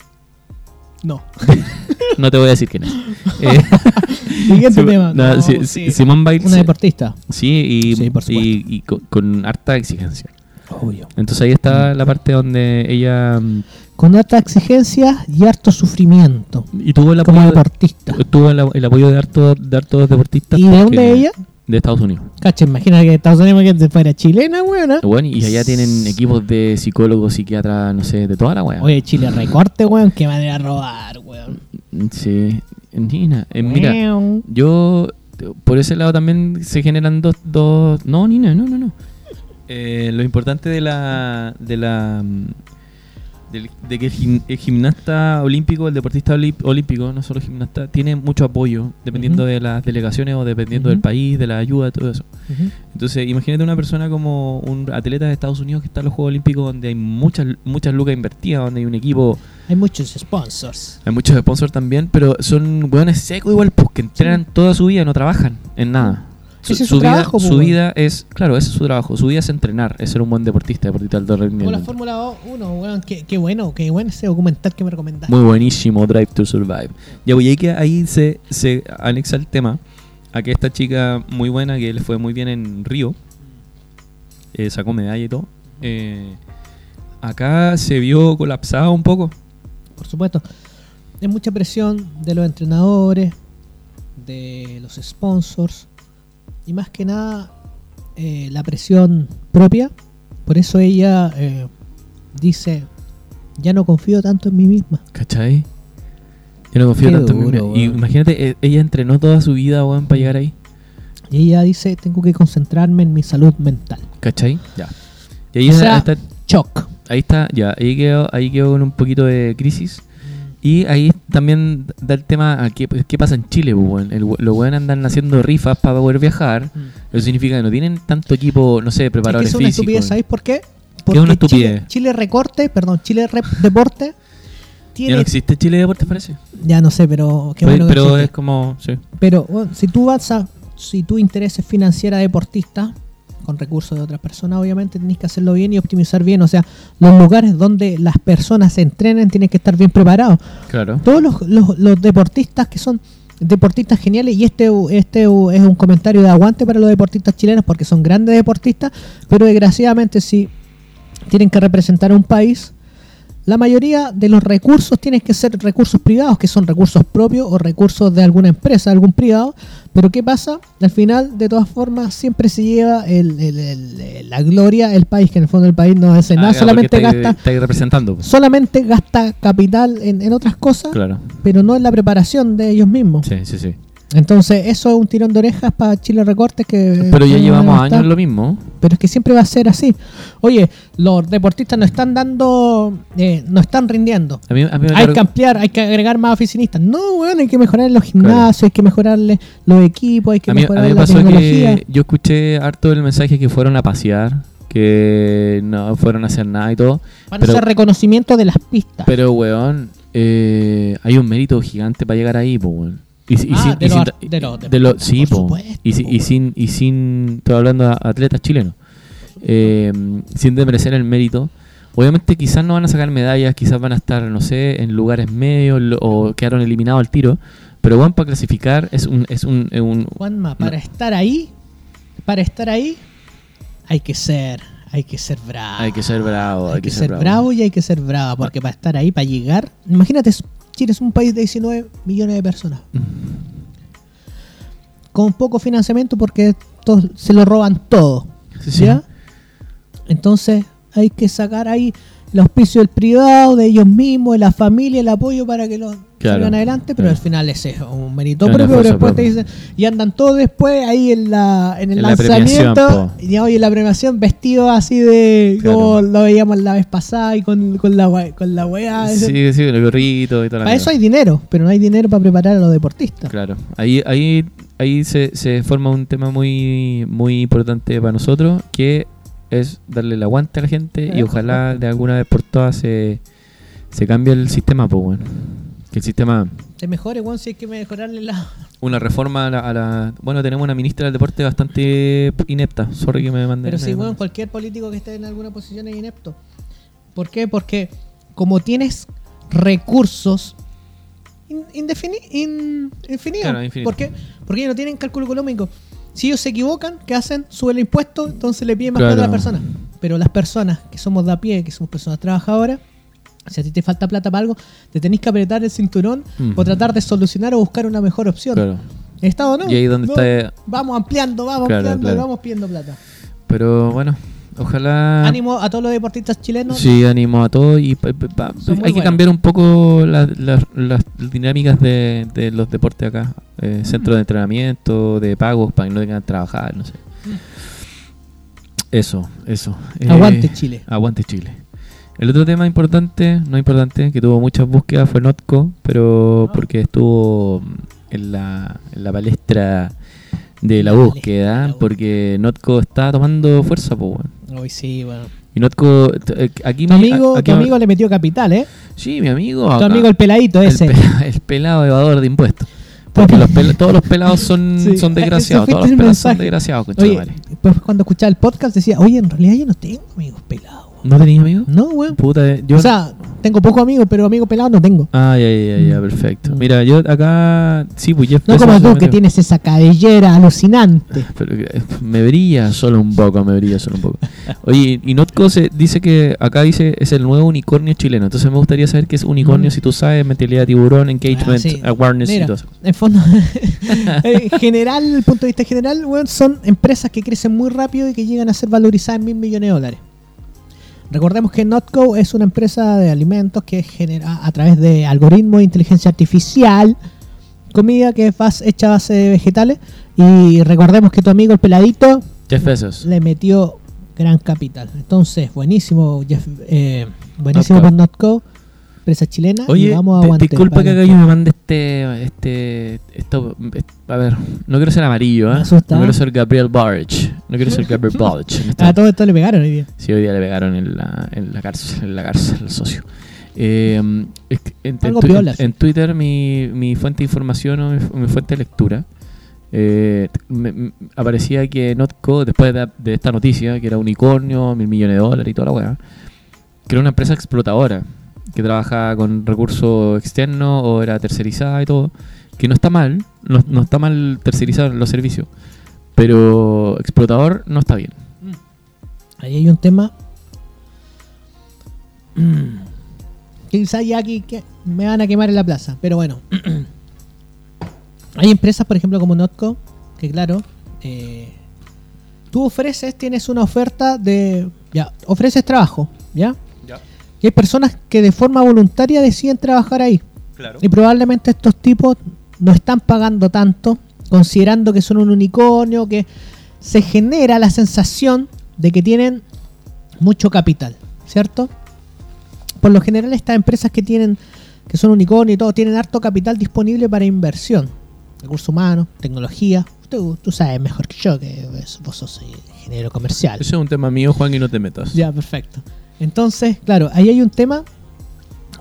[SPEAKER 1] No.
[SPEAKER 2] No te voy a decir quién es. Eh,
[SPEAKER 1] Ah, Siguiente
[SPEAKER 2] Sim-
[SPEAKER 1] tema.
[SPEAKER 2] no,
[SPEAKER 1] No,
[SPEAKER 2] sí,
[SPEAKER 1] pues
[SPEAKER 2] sí,
[SPEAKER 1] sí.
[SPEAKER 2] Simone Biles.
[SPEAKER 1] Una deportista.
[SPEAKER 2] Sí, y,
[SPEAKER 1] Sí, por supuesto.
[SPEAKER 2] y- y con, con harta exigencia.
[SPEAKER 1] Obvio.
[SPEAKER 2] Entonces ahí
[SPEAKER 1] Mm.
[SPEAKER 2] está la parte donde ella. mm,
[SPEAKER 1] Con alta exigencia y harto sufrimiento.
[SPEAKER 2] Y tuvo el
[SPEAKER 1] como
[SPEAKER 2] apoyo, de-
[SPEAKER 1] deportista.
[SPEAKER 2] tuvo el, el apoyo de hartos de hartos deportistas.
[SPEAKER 1] ¿Y de dónde
[SPEAKER 2] porque-
[SPEAKER 1] ella?
[SPEAKER 2] De Estados Unidos.
[SPEAKER 1] Cacha, imagina que Estados Unidos que fuera chilena, weón. ¿eh?
[SPEAKER 2] Bueno, y allá tienen equipos de psicólogos, psiquiatras, no sé, de toda la wea.
[SPEAKER 1] Oye, Chile, recorte, weón. Qué manera de robar, weón.
[SPEAKER 2] Sí, Nina. eh, mira,
[SPEAKER 1] Weón.
[SPEAKER 2] yo por ese lado también se generan dos, dos... No, Nina, no, no, no. Eh, lo importante de la... De la mm, del- de que el, gim- el gimnasta olímpico, el deportista olí- olímpico, no solo gimnasta, tiene mucho apoyo, dependiendo
[SPEAKER 1] Ujú.
[SPEAKER 2] de las delegaciones o dependiendo
[SPEAKER 1] Ujú.
[SPEAKER 2] del país, de la ayuda, todo eso.
[SPEAKER 1] Ujú.
[SPEAKER 2] Entonces, imagínate una persona como un atleta de Estados Unidos que está en los Juegos Olímpicos, donde hay muchas, muchas lucas invertidas, donde hay un equipo,
[SPEAKER 1] Hay muchos sponsors.
[SPEAKER 2] hay muchos sponsors también, pero son hueones secos igual, pues que entrenan toda su vida, no trabajan en nada.
[SPEAKER 1] Ese es su
[SPEAKER 2] vida,
[SPEAKER 1] trabajo, pues,
[SPEAKER 2] su
[SPEAKER 1] weón.
[SPEAKER 2] vida es, claro, ese es su trabajo. Su vida es entrenar, es ser un buen deportista, deportista de alto
[SPEAKER 1] Como la
[SPEAKER 2] rendimiento.
[SPEAKER 1] Fórmula 1, weón. Qué, qué bueno, qué bueno ese documental que me recomendaste.
[SPEAKER 2] Muy buenísimo, Drive to Survive. Ya, voy ahí, que ahí se, se anexa el tema a que esta chica muy buena, que le fue muy bien en Río, eh, sacó medalla y todo, eh, acá se vio colapsada un poco.
[SPEAKER 1] por supuesto. Es mucha presión de los entrenadores, de los sponsors y más que nada eh, la presión propia. Por eso ella eh, dice, ya no confío tanto en mí misma.
[SPEAKER 2] ¿Cachai? Yo no confío
[SPEAKER 1] Qué
[SPEAKER 2] tanto en mí
[SPEAKER 1] duro,
[SPEAKER 2] mismo. Y
[SPEAKER 1] weón.
[SPEAKER 2] imagínate, eh, ella entrenó toda su vida, weón, para llegar ahí.
[SPEAKER 1] Y ella dice, tengo que concentrarme en mi salud mental.
[SPEAKER 2] ¿Cachai? Ya. Y ahí
[SPEAKER 1] O
[SPEAKER 2] está-
[SPEAKER 1] sea,
[SPEAKER 2] está,
[SPEAKER 1] Shock.
[SPEAKER 2] ahí está, ya, ahí quedó, ahí quedó con un poquito de crisis. Y ahí también da el tema a qué, qué pasa en Chile, pues, weón. El we- los weones andan haciendo rifas para poder viajar. Eso significa que no tienen tanto equipo, no sé,
[SPEAKER 1] Es que
[SPEAKER 2] preparadores
[SPEAKER 1] es una estupidez,
[SPEAKER 2] físicos.
[SPEAKER 1] ¿sabéis por qué?
[SPEAKER 2] es
[SPEAKER 1] Porque
[SPEAKER 2] una estupidez?
[SPEAKER 1] Chile, Chile Recorte, perdón, Chile Rep Deporte tiene...
[SPEAKER 2] Ya no existe Chile Deportes, parece.
[SPEAKER 1] Ya no sé, pero qué
[SPEAKER 2] Pues,
[SPEAKER 1] bueno que
[SPEAKER 2] pero
[SPEAKER 1] existe.
[SPEAKER 2] es como, sí.
[SPEAKER 1] Pero bueno, si tú vas a. Si tu interés es financiera deportista, con recursos de otras personas, obviamente tenés que hacerlo bien y optimizar bien. O sea, los lugares donde las personas se entrenen tienen que estar bien preparados.
[SPEAKER 2] Claro.
[SPEAKER 1] Todos los, los- los deportistas que son deportistas geniales, y este, este es un comentario de aguante para los deportistas chilenos porque son grandes deportistas, pero desgraciadamente si tienen que representar a un país, la mayoría de los recursos tienen que ser recursos privados, que son recursos propios o recursos de alguna empresa, algún privado. Pero ¿qué pasa? Al final, de todas formas, siempre se lleva el- el- el- el- la gloria el país, que en el fondo el país no hace nada,
[SPEAKER 2] Ah, claro, porque
[SPEAKER 1] solamente
[SPEAKER 2] estáis-
[SPEAKER 1] gasta,
[SPEAKER 2] estáis representando, pues.
[SPEAKER 1] solamente gasta capital en, en otras cosas,
[SPEAKER 2] Claro.
[SPEAKER 1] pero no en la preparación de ellos mismos.
[SPEAKER 2] Sí, sí, sí.
[SPEAKER 1] Eh, Entonces, eso es un tirón de orejas para Chile Recortes que...
[SPEAKER 2] Pero ya
[SPEAKER 1] que
[SPEAKER 2] llevamos
[SPEAKER 1] va a estar.
[SPEAKER 2] años lo mismo.
[SPEAKER 1] Pero es que siempre va a ser así. Oye, los deportistas no están dando, eh, no están rindiendo.
[SPEAKER 2] A mí, a mí me
[SPEAKER 1] Hay
[SPEAKER 2] cargo-
[SPEAKER 1] que ampliar, hay que agregar más oficinistas. No, weón, hay que mejorar los gimnasios, hay que mejorarle los equipos, hay que
[SPEAKER 2] a mí, a
[SPEAKER 1] mejorar
[SPEAKER 2] mí me
[SPEAKER 1] la
[SPEAKER 2] pasó
[SPEAKER 1] tecnología.
[SPEAKER 2] que yo escuché harto el mensaje que fueron a pasear, que no fueron a hacer nada y todo.
[SPEAKER 1] Van
[SPEAKER 2] pero-
[SPEAKER 1] a hacer reconocimiento de las pistas.
[SPEAKER 2] Pero, weón, eh, hay un mérito gigante para llegar ahí, pues, weón. Y, si- y
[SPEAKER 1] Ah, de
[SPEAKER 2] sin, y
[SPEAKER 1] los
[SPEAKER 2] sin
[SPEAKER 1] ar-
[SPEAKER 2] ta-
[SPEAKER 1] de los- de-
[SPEAKER 2] de los- sí,
[SPEAKER 1] por
[SPEAKER 2] po.
[SPEAKER 1] supuesto,
[SPEAKER 2] y, si-
[SPEAKER 1] po.
[SPEAKER 2] y sin, y sin, estoy hablando de atletas chilenos, Eh, sin demerecer el mérito, obviamente quizás no van a sacar medallas, quizás van a estar, no sé, en lugares medios lo- o quedaron eliminados al tiro, pero bueno, para clasificar es un... Es un, es un-
[SPEAKER 1] Juanma, para
[SPEAKER 2] no.
[SPEAKER 1] estar ahí, para estar ahí, hay que ser, hay que ser bravo.
[SPEAKER 2] Hay que ser bravo,
[SPEAKER 1] Hay que ser bravo. Ah. y hay que ser brava, porque para estar ahí, para llegar, imagínate, es- Chile es un país de 19 millones de personas. Con poco financiamiento porque todos se lo roban todo.
[SPEAKER 2] Sí, sí.
[SPEAKER 1] ¿ya? Entonces hay que sacar ahí el auspicio del privado, de ellos mismos, de la familia, el apoyo para que lo
[SPEAKER 2] Claro,
[SPEAKER 1] salgan adelante, pero
[SPEAKER 2] claro.
[SPEAKER 1] al final ese es un mérito
[SPEAKER 2] Es una
[SPEAKER 1] propio, pero
[SPEAKER 2] fuerza
[SPEAKER 1] después te
[SPEAKER 2] propia.
[SPEAKER 1] dicen, y andan todos después ahí en la en el
[SPEAKER 2] En la
[SPEAKER 1] lanzamiento,
[SPEAKER 2] premiación, po.
[SPEAKER 1] y hoy en la premiación vestidos así de
[SPEAKER 2] Claro.
[SPEAKER 1] como lo veíamos la vez pasada y con, con la we- con la weá. ese-
[SPEAKER 2] Sí, sí, los gorritos y toda la
[SPEAKER 1] para
[SPEAKER 2] mierda.
[SPEAKER 1] eso hay dinero, pero no hay dinero para preparar a los deportistas.
[SPEAKER 2] Claro, ahí, ahí, ahí se, se forma un tema muy, muy importante para nosotros, que es darle el aguante a la gente y
[SPEAKER 1] Eh,
[SPEAKER 2] ojalá de alguna vez por todas se, se cambie el sistema, pues bueno. Que el sistema,
[SPEAKER 1] Te mejores, weón, si hay que mejorarle la.
[SPEAKER 2] una reforma a la, a la- bueno, tenemos una ministra del deporte bastante inepta, sorry que me mandé.
[SPEAKER 1] Pero
[SPEAKER 2] me
[SPEAKER 1] sí,
[SPEAKER 2] mandé.
[SPEAKER 1] weón, cualquier político que esté en alguna posición es inepto. ¿Por qué? Porque como tienes recursos in- indefini- in- infinidos.
[SPEAKER 2] Claro, infinito.
[SPEAKER 1] ¿Por qué? Porque ellos no tienen cálculo económico. Si ellos se equivocan, ¿qué hacen? Sube el impuesto, entonces le piden más plata a la
[SPEAKER 2] Claro.
[SPEAKER 1] persona. Pero las personas que somos de a pie, que somos personas trabajadoras, si a ti te falta plata para algo, te tenés que apretar el cinturón
[SPEAKER 2] Mm.
[SPEAKER 1] o tratar de solucionar o buscar una mejor opción.
[SPEAKER 2] Claro.
[SPEAKER 1] El Estado no.
[SPEAKER 2] Y ahí donde
[SPEAKER 1] No,
[SPEAKER 2] está- eh,
[SPEAKER 1] Vamos ampliando, vamos
[SPEAKER 2] Claro,
[SPEAKER 1] ampliando,
[SPEAKER 2] claro.
[SPEAKER 1] y vamos pidiendo plata.
[SPEAKER 2] Pero bueno, ojalá...
[SPEAKER 1] Ánimo a todos los deportistas chilenos.
[SPEAKER 2] Ah. Sí, animo a todos y pa- pa- pa-
[SPEAKER 1] Son muy
[SPEAKER 2] hay que
[SPEAKER 1] buenos.
[SPEAKER 2] cambiar un poco la- la- las dinámicas de, de los deportes acá. Eh, centros de entrenamiento, de pagos para que no tengan que trabajar, no sé. Eso, eso. Eh,
[SPEAKER 1] Aguante Chile.
[SPEAKER 2] Aguante Chile. El otro tema importante, no importante, que tuvo muchas búsquedas fue Notco, pero
[SPEAKER 1] Ah.
[SPEAKER 2] porque estuvo en la, en la palestra
[SPEAKER 1] La palestra de
[SPEAKER 2] de la
[SPEAKER 1] la
[SPEAKER 2] búsqueda,
[SPEAKER 1] búsqueda.
[SPEAKER 2] porque Notco está tomando fuerza, pues, bueno.
[SPEAKER 1] Hoy sí, bueno.
[SPEAKER 2] Y Notco, t- eh, aquí
[SPEAKER 1] Tu
[SPEAKER 2] me-
[SPEAKER 1] amigo,
[SPEAKER 2] a-
[SPEAKER 1] tu
[SPEAKER 2] aquí me-
[SPEAKER 1] amigo le metió capital, ¿eh?
[SPEAKER 2] Sí, mi amigo.
[SPEAKER 1] tu
[SPEAKER 2] acá.
[SPEAKER 1] amigo el peladito
[SPEAKER 2] el,
[SPEAKER 1] ese.
[SPEAKER 2] pela- el pelado evador de impuestos. Porque los pel- todos los pelados son,
[SPEAKER 1] Sí.
[SPEAKER 2] son desgraciados.
[SPEAKER 1] Eso
[SPEAKER 2] Todos
[SPEAKER 1] fuiste
[SPEAKER 2] los
[SPEAKER 1] un
[SPEAKER 2] pelados son
[SPEAKER 1] mensaje.
[SPEAKER 2] desgraciados, concha de
[SPEAKER 1] Oye,
[SPEAKER 2] madre.
[SPEAKER 1] pues cuando escuchaba el podcast decía, oye, en realidad yo no tengo amigos pelados. weón".
[SPEAKER 2] ¿No tenías amigos?
[SPEAKER 1] No, weón.
[SPEAKER 2] Puta, eh, yo.
[SPEAKER 1] O sea, tengo pocos amigos, pero amigos pelados no tengo.
[SPEAKER 2] Ay, ay, ay, ya, perfecto. Mira, yo acá. Sí, pues Jeff
[SPEAKER 1] No
[SPEAKER 2] Bezos
[SPEAKER 1] como
[SPEAKER 2] se
[SPEAKER 1] tú, que
[SPEAKER 2] metió.
[SPEAKER 1] tienes esa cabellera alucinante.
[SPEAKER 2] Pero, eh, me brilla solo un poco, me brilla solo un poco. Oye, y Notco se dice que acá dice es el nuevo unicornio chileno. Entonces me gustaría saber qué es unicornio,
[SPEAKER 1] Mm.
[SPEAKER 2] si tú sabes, mentalidad de tiburón, engagement,
[SPEAKER 1] Ah, sí.
[SPEAKER 2] awareness y
[SPEAKER 1] Mira,
[SPEAKER 2] todo eso.
[SPEAKER 1] En fondo, en general, el punto de vista general, weón, son empresas que crecen muy rápido y que llegan a ser valorizadas en mil millones de dólares. Recordemos que Notco es una empresa de alimentos que genera a través de algoritmos de inteligencia artificial comida que es bas- hecha a base de vegetales. Y recordemos que tu amigo el peladito
[SPEAKER 2] Jeff Bezos.
[SPEAKER 1] le metió gran capital. Entonces, buenísimo, Jeff, eh, buenísimo
[SPEAKER 2] Notco.
[SPEAKER 1] por Notco, empresa chilena. y
[SPEAKER 2] Oye,
[SPEAKER 1] vamos a
[SPEAKER 2] di-
[SPEAKER 1] aguante,
[SPEAKER 2] disculpa que
[SPEAKER 1] vale.
[SPEAKER 2] acá yo me mande este, este, esto, est- a ver, no quiero ser amarillo, ¿eh?
[SPEAKER 1] Me asusta. Ah,
[SPEAKER 2] No quiero ser Gabriel Barge, no quiero ser Gabriel Barge. en esta-
[SPEAKER 1] A todo esto le pegaron hoy día.
[SPEAKER 2] Sí, hoy día le pegaron en la, en la cárcel, en la cárcel, el socio. Eh, es que en, en
[SPEAKER 1] Algo
[SPEAKER 2] tu-
[SPEAKER 1] piola, sí.
[SPEAKER 2] en Twitter mi, mi fuente de información o mi, fu- mi fuente de lectura eh, t- me- me- aparecía que Notco, después de, de esta noticia, que era unicornio, mil millones de dólares y toda la weá, que era una empresa explotadora, que trabajaba con recursos externos o era tercerizada y todo, que no está mal, no, no está mal tercerizar los servicios, pero explotador no está bien.
[SPEAKER 1] Ahí hay un tema. Mm. Quizás ya aquí que me van a quemar en la plaza, pero bueno. hay empresas, por ejemplo, como Notco, que claro, eh, tú ofreces, tienes una oferta de. Ya, ofreces trabajo, ¿ya? Y hay personas que de forma voluntaria deciden trabajar ahí. Y probablemente estos tipos no están pagando tanto, considerando que son un unicornio, que se genera la sensación de que tienen mucho capital, ¿cierto? Por lo general estas empresas que tienen, que son unicornio y todo, tienen harto capital disponible para inversión. Recursos humanos, tecnología. Tú, tú sabes mejor que yo que vos sos eh, ingeniero comercial.
[SPEAKER 2] Ese es un tema mío, Juan, y no te metas.
[SPEAKER 1] Ya, perfecto. Entonces, claro, ahí hay un tema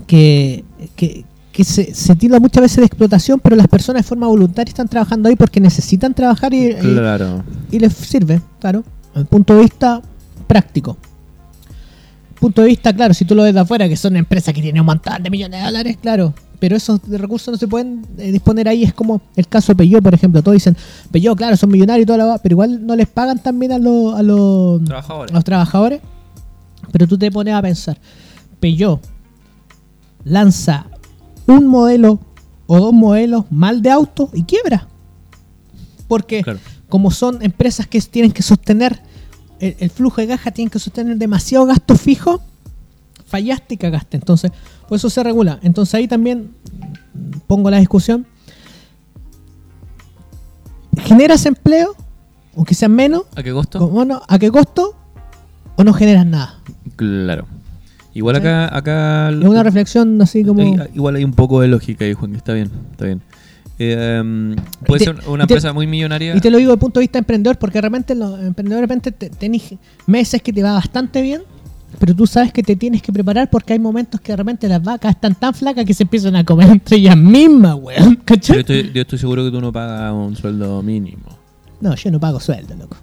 [SPEAKER 1] que, que, que se, se tilda muchas veces de explotación, pero las personas de forma voluntaria están trabajando ahí porque necesitan trabajar y, y-
[SPEAKER 2] Claro.
[SPEAKER 1] y les sirve, claro. Desde el punto de vista práctico. Punto de vista, claro, si tú lo ves de afuera, que son empresas que tienen un montón de millones de dólares, claro. Pero esos de recursos no se pueden eh, disponer ahí. Es como el caso de Peugeot, por ejemplo. Todos dicen, Peugeot, claro, son millonarios y toda la... va- Pero igual no les pagan también a, los a los
[SPEAKER 2] Trabajadores.
[SPEAKER 1] a los trabajadores. Pero tú te pones a pensar, Peugeot lanza un modelo o dos modelos mal de auto y quiebra. Porque
[SPEAKER 2] Claro.
[SPEAKER 1] como son empresas que tienen que sostener el, el flujo de caja, tienen que sostener demasiado gasto fijo, fallaste y cagaste. Entonces, por eso se regula. Entonces ahí también mm, pongo la discusión. ¿Generas empleo? O quizás menos,
[SPEAKER 2] ¿A qué costo?
[SPEAKER 1] ¿Cómo no? ¿A qué costo? ¿O no generas nada?
[SPEAKER 2] Claro. Igual acá, acá
[SPEAKER 1] Es una reflexión así como...
[SPEAKER 2] Hay- hay- igual hay un poco de lógica ahí, Juan, que está bien, está bien. Eh, em, puede
[SPEAKER 1] Y te-
[SPEAKER 2] ser una
[SPEAKER 1] y te-
[SPEAKER 2] empresa muy millonaria.
[SPEAKER 1] Y te lo digo desde el punto de vista emprendedor, porque realmente los emprendedores de repente te- tenés meses que te va bastante bien, pero tú sabes que te tienes que preparar porque hay momentos que de repente las vacas están tan flacas que se empiezan a comer entre ellas mismas, weón. ¿Cachai?
[SPEAKER 2] Yo estoy, yo estoy seguro que tú no pagas un sueldo mínimo.
[SPEAKER 1] No, yo no pago sueldo, loco.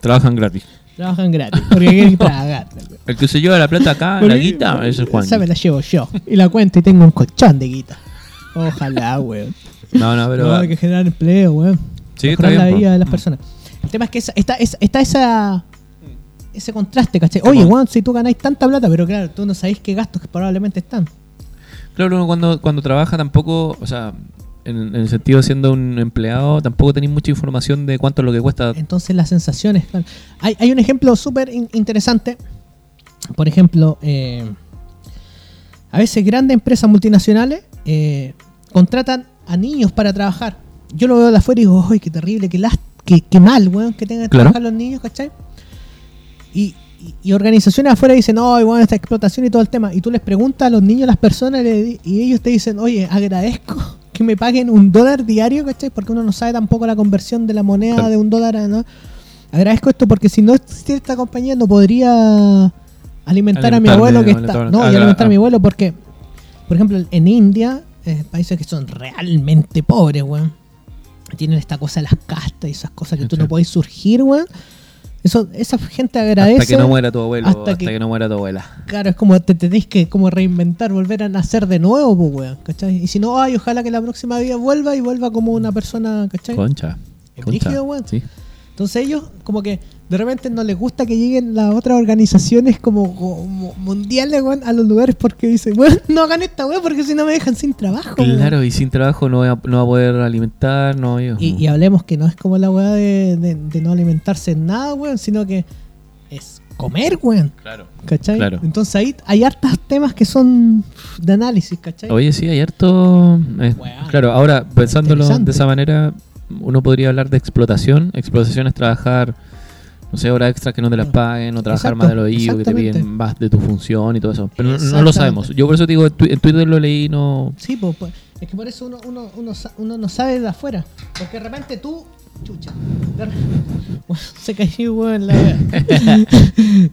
[SPEAKER 2] Trabajan gratis.
[SPEAKER 1] Trabajan gratis, porque quieren pagar. loco.
[SPEAKER 2] El que se lleva la plata acá, Ah, la
[SPEAKER 1] Porque-
[SPEAKER 2] guita, es el Juan.
[SPEAKER 1] Esa me la llevo yo. Y la cuento y tengo un colchón de guita. Ojalá, weón.
[SPEAKER 2] No, no, pero.
[SPEAKER 1] no, hay que generar empleo, weón.
[SPEAKER 2] Sí, está
[SPEAKER 1] Mejorar
[SPEAKER 2] bien,
[SPEAKER 1] la
[SPEAKER 2] po.
[SPEAKER 1] vida de las personas. El tema es que esa- está, esa- está esa, ese contraste, ¿cachai?
[SPEAKER 2] Sí,
[SPEAKER 1] Oye,
[SPEAKER 2] po.
[SPEAKER 1] weón, si tú ganáis tanta plata, pero claro, tú no sabéis qué gastos que probablemente están.
[SPEAKER 2] Claro, uno cuando, cuando trabaja tampoco, o sea, en, en el sentido siendo un empleado, tampoco tenéis mucha información de cuánto es lo que cuesta.
[SPEAKER 1] Entonces las sensaciones, claro. Hay, hay un ejemplo súper in- interesante. Por ejemplo, eh, a veces grandes empresas multinacionales eh, contratan a niños para trabajar. Yo lo veo de afuera y digo, ¡ay, qué terrible, qué, last- qué, qué mal, weón, que tengan que
[SPEAKER 2] Claro.
[SPEAKER 1] trabajar los niños, ¿cachai? Y, y- y organizaciones afuera dicen, no, bueno, esta explotación y todo el tema. Y tú les preguntas a los niños, las personas, le di- y ellos te dicen, oye, agradezco que me paguen un dólar diario, ¿cachai? Porque uno no sabe tampoco la conversión de la moneda
[SPEAKER 2] Claro.
[SPEAKER 1] de un dólar, a- ¿no? Agradezco esto porque si no existiera esta compañía no podría alimentar a mi
[SPEAKER 2] Alimentarme,
[SPEAKER 1] abuelo que
[SPEAKER 2] alimentar-
[SPEAKER 1] está... No,
[SPEAKER 2] ah,
[SPEAKER 1] y alimentar a mi
[SPEAKER 2] ah.
[SPEAKER 1] abuelo porque, por ejemplo, en India, eh, países que son realmente pobres, weón. Tienen esta cosa de las castas y esas cosas que tú
[SPEAKER 2] Claro.
[SPEAKER 1] no podés surgir, weón. Eso, esa gente agradece.
[SPEAKER 2] Hasta que no muera tu abuelo,
[SPEAKER 1] hasta
[SPEAKER 2] hasta,
[SPEAKER 1] que-
[SPEAKER 2] que... no muera tu abuela.
[SPEAKER 1] Claro, es como te tenés que como reinventar, volver a nacer de nuevo, pues, weón, ¿cachai? Y si no, ay, ojalá que la próxima vida vuelva y vuelva como una persona, ¿cachai?
[SPEAKER 2] Concha.
[SPEAKER 1] Es
[SPEAKER 2] Concha.
[SPEAKER 1] brígido, weón.
[SPEAKER 2] Sí.
[SPEAKER 1] Entonces ellos como que de repente no les gusta que lleguen las otras organizaciones como, como mundiales, weón, a los lugares porque dicen, weón, no hagan esta weón porque si no me dejan sin trabajo. weón".
[SPEAKER 2] Claro, y sin trabajo no va, a- no va a poder alimentar, no yo.
[SPEAKER 1] Y, y hablemos que no es como la weá de, de- de no alimentarse en nada, weón, sino que es comer, weón.
[SPEAKER 2] Claro.
[SPEAKER 1] ¿Cachai?
[SPEAKER 2] Claro.
[SPEAKER 1] Entonces ahí hay hartas temas que son de análisis, ¿cachai?
[SPEAKER 2] Oye, sí, hay harto. eh,
[SPEAKER 1] Weá.
[SPEAKER 2] claro, ahora pensándolo
[SPEAKER 1] Interesante.
[SPEAKER 2] de esa manera, uno podría hablar de explotación. Explotación es trabajar, no sé, horas extras que no te las paguen, o trabajar
[SPEAKER 1] Exacto,
[SPEAKER 2] más de lo oído, que te
[SPEAKER 1] Mm. exactamente.
[SPEAKER 2] piden más de tu función y todo eso. Pero no- no lo
[SPEAKER 1] Exactamente.
[SPEAKER 2] sabemos. Yo por eso te digo, tu- en Twitter lo leí, no.
[SPEAKER 1] Sí, po, po- es que por eso uno, uno, uno, sa- uno no sabe de afuera. Porque de repente tú. Chucha. de re- Weón, se cayó, weón, la wea.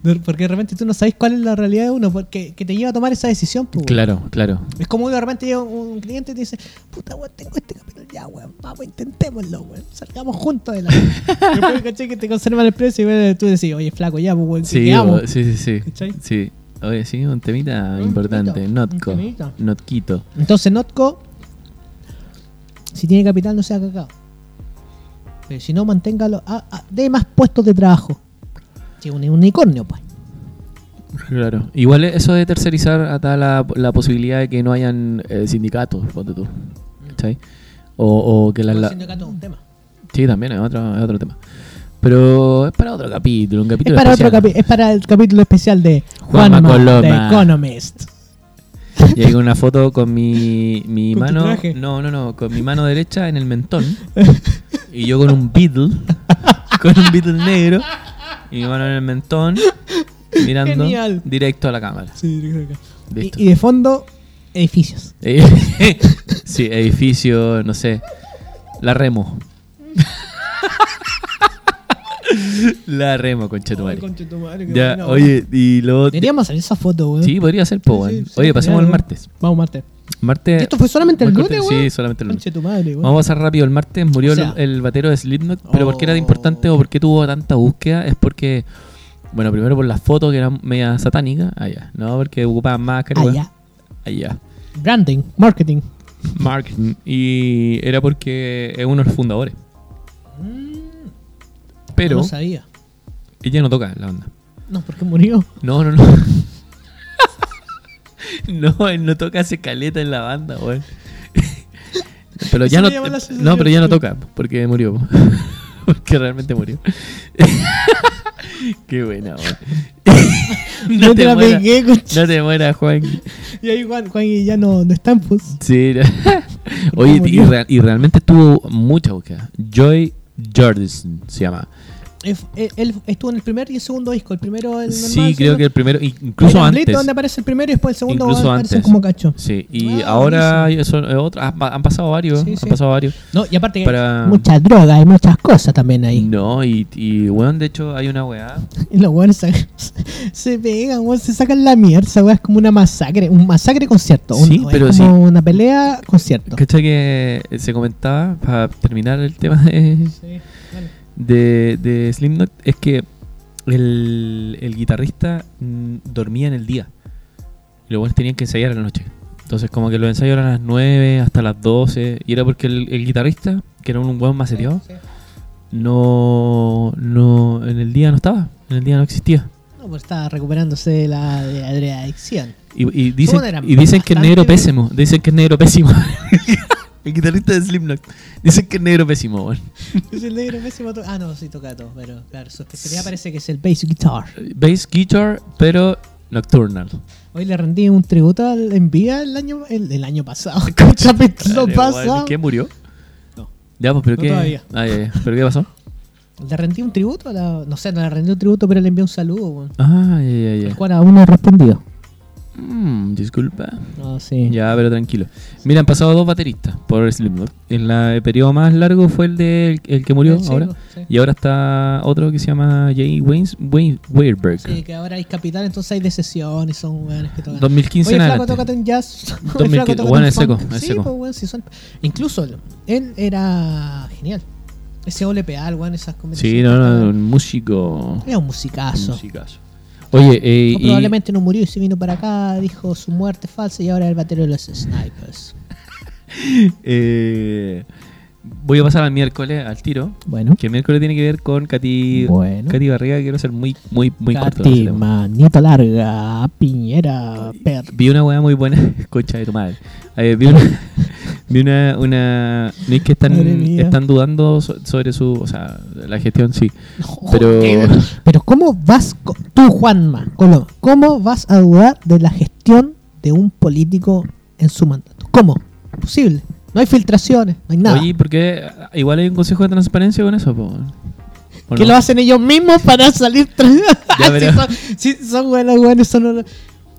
[SPEAKER 1] De- Porque de repente tú no sabes cuál es la realidad de uno. Porque que te lleva a tomar esa decisión, po, weón.
[SPEAKER 2] Claro, claro.
[SPEAKER 1] Es como de repente llega un un cliente y te dice: Puta, weón, tengo este capítulo ya, weón. Vamos, intentémoslo, weón. Salgamos juntos de la. wea". Después, caché que te conservan el precio y bueno, tú decís: Oye, flaco, ya, pues, weón. que
[SPEAKER 2] Sí,
[SPEAKER 1] quedamos".
[SPEAKER 2] o- sí, sí, sí.
[SPEAKER 1] ¿Cachai?
[SPEAKER 2] Sí. Oye, sí, un temita
[SPEAKER 1] Un
[SPEAKER 2] importante.
[SPEAKER 1] temita,
[SPEAKER 2] Notco.
[SPEAKER 1] un temita.
[SPEAKER 2] Notquito.
[SPEAKER 1] Entonces, Notco, si tiene capital, no sea cacao. Pero si no, manténgalo. a- a- dé más puestos de trabajo. Si un unicornio, pues.
[SPEAKER 2] Claro. Igual eso de tercerizar ata la, la posibilidad de que no hayan eh, sindicatos, ponte tú. ¿Cachai? O, o que las... la-
[SPEAKER 1] un tema.
[SPEAKER 2] Sí, también es otro, es otro tema. Pero es para otro capítulo, un
[SPEAKER 1] Es
[SPEAKER 2] capítulo
[SPEAKER 1] para, otro
[SPEAKER 2] especial.
[SPEAKER 1] capi- es para el capítulo especial de
[SPEAKER 2] Juanma
[SPEAKER 1] Juanma,
[SPEAKER 2] Coloma.
[SPEAKER 1] The Economist.
[SPEAKER 2] Y hay una foto con mi, mi
[SPEAKER 1] ¿Con tu
[SPEAKER 2] mano...
[SPEAKER 1] traje?
[SPEAKER 2] No, no, no, con mi mano derecha en el mentón. y yo con un beetle, con un beetle negro. Y mi mano en el mentón, mirando
[SPEAKER 1] Genial.
[SPEAKER 2] directo a la cámara.
[SPEAKER 1] Y,
[SPEAKER 2] Listo.
[SPEAKER 1] y de fondo, edificios.
[SPEAKER 2] Eh, sí, edificio, no sé. La remo. La remo,
[SPEAKER 1] Ay,
[SPEAKER 2] conchetumare.
[SPEAKER 1] conchetumare, qué
[SPEAKER 2] Ya,
[SPEAKER 1] buena, weón.
[SPEAKER 2] oye, y lo otro.
[SPEAKER 1] Deberíamos hacer esa foto, weón.
[SPEAKER 2] Sí, podría ser, po,
[SPEAKER 1] Sí,
[SPEAKER 2] weón.
[SPEAKER 1] sí,
[SPEAKER 2] Oye,
[SPEAKER 1] sí,
[SPEAKER 2] pasemos
[SPEAKER 1] ya,
[SPEAKER 2] al
[SPEAKER 1] weón.
[SPEAKER 2] martes.
[SPEAKER 1] Vamos, martes.
[SPEAKER 2] Martes.
[SPEAKER 1] ¿Esto fue solamente el
[SPEAKER 2] muy
[SPEAKER 1] lunes,
[SPEAKER 2] corto-
[SPEAKER 1] weón?
[SPEAKER 2] Sí, solamente el lunes.
[SPEAKER 1] Conche tu madre, weón.
[SPEAKER 2] Vamos a pasar rápido el martes. Murió
[SPEAKER 1] O sea-
[SPEAKER 2] el, el batero de Slipknot. Pero ¿por qué era
[SPEAKER 1] Oh.
[SPEAKER 2] importante o por qué tuvo tanta búsqueda? Es porque, bueno, primero por las fotos que eran media satánicas. Allá, ¿no? Porque ocupaban máscara.
[SPEAKER 1] Ah,
[SPEAKER 2] weón.
[SPEAKER 1] ya.
[SPEAKER 2] Allá.
[SPEAKER 1] Branding, marketing.
[SPEAKER 2] Marketing. Y era porque es uno de los fundadores.
[SPEAKER 1] Mm.
[SPEAKER 2] Pero
[SPEAKER 1] No lo sabía.
[SPEAKER 2] ella no toca en la banda.
[SPEAKER 1] No, porque murió.
[SPEAKER 2] No, no, no. no, él no toca hace caleta en la banda, weón. pero
[SPEAKER 1] Eso
[SPEAKER 2] ya
[SPEAKER 1] me
[SPEAKER 2] no,
[SPEAKER 1] llama la sensación.
[SPEAKER 2] no, pero ya no toca, porque murió. po. porque realmente murió. Qué buena, weón.
[SPEAKER 1] No, te, la
[SPEAKER 2] mueras,
[SPEAKER 1] pegué, conche.
[SPEAKER 2] No te mueras, Juan.
[SPEAKER 1] Y ahí Juan, Juan y ya no, no están, pues.
[SPEAKER 2] Sí. no. Oye, y,
[SPEAKER 1] murió.
[SPEAKER 2] real- y realmente tuvo mucha búsqueda. Joy Jordison se llama.
[SPEAKER 1] Es- Él, él estuvo en el primer y el segundo disco. El primero, el normal,
[SPEAKER 2] Sí,
[SPEAKER 1] el
[SPEAKER 2] creo
[SPEAKER 1] segundo-
[SPEAKER 2] que el primero, incluso
[SPEAKER 1] Incluso
[SPEAKER 2] antes.
[SPEAKER 1] donde aparece el primero y después el segundo
[SPEAKER 2] Incluso
[SPEAKER 1] aparecen
[SPEAKER 2] antes.
[SPEAKER 1] como cacho.
[SPEAKER 2] Sí, y
[SPEAKER 1] Ah,
[SPEAKER 2] ahora eso, eh, otro- han, pa- han pasado varios,
[SPEAKER 1] Sí,
[SPEAKER 2] han
[SPEAKER 1] sí.
[SPEAKER 2] pasado varios.
[SPEAKER 1] No, y aparte que
[SPEAKER 2] Para-
[SPEAKER 1] mucha droga y muchas cosas también ahí.
[SPEAKER 2] No, y, y weón, de hecho hay una weá.
[SPEAKER 1] Y los weones se, se pegan, weón, se sacan la mierda. Esa weá es como una masacre, un masacre concierto. un-
[SPEAKER 2] Sí, pero
[SPEAKER 1] es
[SPEAKER 2] sí.
[SPEAKER 1] como una pelea concierto.
[SPEAKER 2] ¿Cachai que eh, se comentaba, para terminar el tema de,
[SPEAKER 1] Sí,
[SPEAKER 2] de, de Slipknot, es que el, el guitarrista mm, dormía en el día. Y los weones tenían que ensayar a la noche. Entonces como que los ensayos eran a las 9 hasta las 12. Y era porque el, el guitarrista, que era un weón maceteado, no, no, en el día no estaba, en el día no existía.
[SPEAKER 1] No, pues estaba recuperándose de la, de la- de la adicción.
[SPEAKER 2] Y, y dicen,
[SPEAKER 1] Todos eran
[SPEAKER 2] y dicen que es
[SPEAKER 1] bastante-
[SPEAKER 2] negro pésimo. Dicen que es negro pésimo. el guitarrista de Slipknot. Dicen que es negro pésimo, weón.
[SPEAKER 1] es el negro pésimo. to- Ah, no, sí toca todo, pero claro, su especialidad parece que es el bass guitar.
[SPEAKER 2] Bass guitar, pero nocturnal.
[SPEAKER 1] Hoy le rendí un tributo al Envía el año, el, el año pasado. Escúchame, lo
[SPEAKER 2] Dale,
[SPEAKER 1] pasado.
[SPEAKER 2] weón, ¿Qué murió?
[SPEAKER 1] No.
[SPEAKER 2] Ya, pues, pero
[SPEAKER 1] No
[SPEAKER 2] qué.
[SPEAKER 1] todavía.
[SPEAKER 2] Ah, ya, ya. ¿Pero qué pasó?
[SPEAKER 1] Le rendí un tributo, a la- no sé, no le rendí un tributo, pero le envié un saludo, weón.
[SPEAKER 2] Ah, ya, ya,
[SPEAKER 1] El
[SPEAKER 2] ya.
[SPEAKER 1] cual aún no ha respondido.
[SPEAKER 2] Mm, disculpa.
[SPEAKER 1] No, sí.
[SPEAKER 2] Ya, pero tranquilo. Mira, han pasado dos bateristas por Slipknot. En la, el periodo más largo fue el de el, el que murió
[SPEAKER 1] El chico,
[SPEAKER 2] ahora.
[SPEAKER 1] Ah, sí.
[SPEAKER 2] Y ahora está otro que se llama Jay Waynes, Wayne, Weirberg.
[SPEAKER 1] Sí, que ahora hay capital, entonces hay de sesiones, son weones que tocan.
[SPEAKER 2] 2015
[SPEAKER 1] Oye,
[SPEAKER 2] en
[SPEAKER 1] flaco,
[SPEAKER 2] adelante.
[SPEAKER 1] tócate un jazz. Oye,
[SPEAKER 2] 2015,
[SPEAKER 1] flaco, tócate
[SPEAKER 2] bueno,
[SPEAKER 1] un
[SPEAKER 2] es seco,
[SPEAKER 1] funk.
[SPEAKER 2] es
[SPEAKER 1] Sí,
[SPEAKER 2] seco.
[SPEAKER 1] pues, weón, sí son. Incluso él era genial. Ese OLPA, el weón, esas
[SPEAKER 2] Sí,
[SPEAKER 1] conversaciones
[SPEAKER 2] no,
[SPEAKER 1] que
[SPEAKER 2] no,
[SPEAKER 1] estaban-
[SPEAKER 2] un músico.
[SPEAKER 1] Era un musicazo.
[SPEAKER 2] un musicazo. Oye, eh,
[SPEAKER 1] O
[SPEAKER 2] y-
[SPEAKER 1] probablemente no murió y se vino para acá, dijo su muerte falsa y ahora es el batero de los snipers.
[SPEAKER 2] eh, voy a pasar al miércoles, al tiro.
[SPEAKER 1] Bueno,
[SPEAKER 2] Que el miércoles tiene que ver con Katy,
[SPEAKER 1] Bueno.
[SPEAKER 2] Katy Barriga. Quiero ser muy, muy, muy corto. en ese
[SPEAKER 1] Katy,
[SPEAKER 2] tema.
[SPEAKER 1] manito larga, piñera, perro.
[SPEAKER 2] Vi una weá muy buena, concha de tu madre. Eh, vi una, vi una, una- no es que están,
[SPEAKER 1] Madre mía.
[SPEAKER 2] están dudando so- sobre su, o sea, la gestión sí. Pero-
[SPEAKER 1] Joder, eh, pero ¿cómo vas, co- tú Juanma, Colón, cómo vas a dudar de la gestión de un político en su mandato? ¿Cómo? Posible. No hay filtraciones, no hay nada.
[SPEAKER 2] Oye, porque igual hay un consejo de transparencia con eso, po. ¿O
[SPEAKER 1] que
[SPEAKER 2] no?
[SPEAKER 1] lo hacen ellos mismos para salir. tra-
[SPEAKER 2] Ya,
[SPEAKER 1] si
[SPEAKER 2] pero-
[SPEAKER 1] son, si son buenos, buenos, son unos,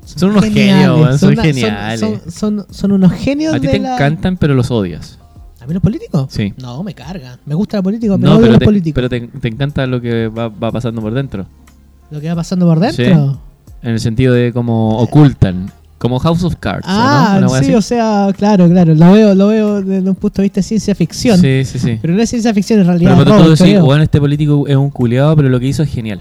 [SPEAKER 2] Son unos genios, weón, son, geniales.
[SPEAKER 1] Son, son- son unos genios
[SPEAKER 2] a ti
[SPEAKER 1] de
[SPEAKER 2] te
[SPEAKER 1] la-
[SPEAKER 2] encantan, pero los odias.
[SPEAKER 1] ¿A mí los políticos?
[SPEAKER 2] Sí.
[SPEAKER 1] No, me cargan. Me gusta la política, pero
[SPEAKER 2] No,
[SPEAKER 1] odio
[SPEAKER 2] pero,
[SPEAKER 1] los
[SPEAKER 2] te,
[SPEAKER 1] políticos.
[SPEAKER 2] pero te, te encanta lo que va, va pasando por dentro.
[SPEAKER 1] Lo que va pasando por dentro.
[SPEAKER 2] Sí. En el sentido de como ocultan. Como House of Cards. ¿o
[SPEAKER 1] Ah,
[SPEAKER 2] ¿no? Una wea
[SPEAKER 1] sí,
[SPEAKER 2] así.
[SPEAKER 1] o sea, claro, claro. Lo veo, lo veo desde un punto de vista de ciencia ficción.
[SPEAKER 2] Sí, sí, sí.
[SPEAKER 1] Pero no es ciencia ficción en realidad.
[SPEAKER 2] Pero
[SPEAKER 1] es
[SPEAKER 2] cuando
[SPEAKER 1] robo,
[SPEAKER 2] tú decís,
[SPEAKER 1] creo.
[SPEAKER 2] bueno, este político es un culiado, pero lo que hizo es genial.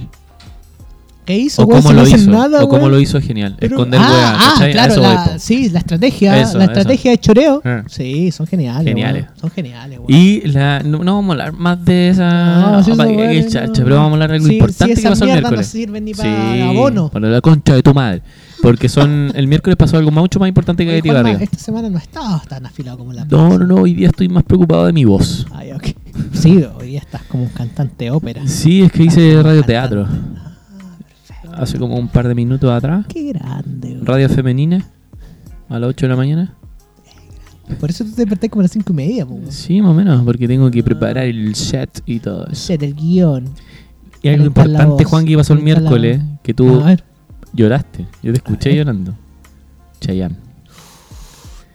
[SPEAKER 1] ¿Qué hizo?
[SPEAKER 2] O
[SPEAKER 1] weón?
[SPEAKER 2] cómo
[SPEAKER 1] Si no
[SPEAKER 2] lo
[SPEAKER 1] hacen
[SPEAKER 2] hizo.
[SPEAKER 1] nada,
[SPEAKER 2] O cómo
[SPEAKER 1] weón.
[SPEAKER 2] lo hizo es genial.
[SPEAKER 1] Pero-
[SPEAKER 2] Esconder
[SPEAKER 1] ah,
[SPEAKER 2] weá,
[SPEAKER 1] ah,
[SPEAKER 2] ¿cachai? A
[SPEAKER 1] claro,
[SPEAKER 2] eso voy,
[SPEAKER 1] la,
[SPEAKER 2] po.
[SPEAKER 1] sí, la estrategia,
[SPEAKER 2] Eso,
[SPEAKER 1] la
[SPEAKER 2] eso.
[SPEAKER 1] estrategia de choreo.
[SPEAKER 2] Ah.
[SPEAKER 1] Sí, son geniales.
[SPEAKER 2] Geniales.
[SPEAKER 1] weón. Son geniales, weón.
[SPEAKER 2] Y la, no, no vamos a hablar más de esa.
[SPEAKER 1] No, sí,
[SPEAKER 2] apa-
[SPEAKER 1] eso,
[SPEAKER 2] eh,
[SPEAKER 1] bueno,
[SPEAKER 2] chacha,
[SPEAKER 1] no.
[SPEAKER 2] pero vamos a hablar de algo
[SPEAKER 1] Sí,
[SPEAKER 2] importante
[SPEAKER 1] sí,
[SPEAKER 2] que
[SPEAKER 1] esas
[SPEAKER 2] pasó el
[SPEAKER 1] mierdas
[SPEAKER 2] miércoles.
[SPEAKER 1] no sirven ni para abono.
[SPEAKER 2] Para la concha de tu madre. Porque son. el miércoles pasó algo mucho más importante que
[SPEAKER 1] Oye,
[SPEAKER 2] Katy
[SPEAKER 1] Juanma,
[SPEAKER 2] Barriga.
[SPEAKER 1] esta semana no estaba tan afilado como la
[SPEAKER 2] No, no, no, hoy día estoy más preocupado de mi voz.
[SPEAKER 1] Ay, ok. Sí, hoy día estás como un cantante de ópera.
[SPEAKER 2] Sí, es que hice radioteatro.
[SPEAKER 1] Ah, perfecto.
[SPEAKER 2] Hace como un par de minutos atrás.
[SPEAKER 1] Qué grande, weón.
[SPEAKER 2] Radio femenina. A las 8 de la mañana.
[SPEAKER 1] Por eso tú te despertás como a las cinco y media, po, weón.
[SPEAKER 2] Sí, más o menos, porque tengo que preparar el set y todo eso.
[SPEAKER 1] Set, el guión.
[SPEAKER 2] Y
[SPEAKER 1] Calentar
[SPEAKER 2] algo
[SPEAKER 1] la
[SPEAKER 2] importante,
[SPEAKER 1] voz,
[SPEAKER 2] Juan, que pasó el
[SPEAKER 1] calentar la-
[SPEAKER 2] miércoles, que tú
[SPEAKER 1] A ver.
[SPEAKER 2] lloraste. Yo te
[SPEAKER 1] A
[SPEAKER 2] escuché
[SPEAKER 1] ver.
[SPEAKER 2] llorando. Chayanne.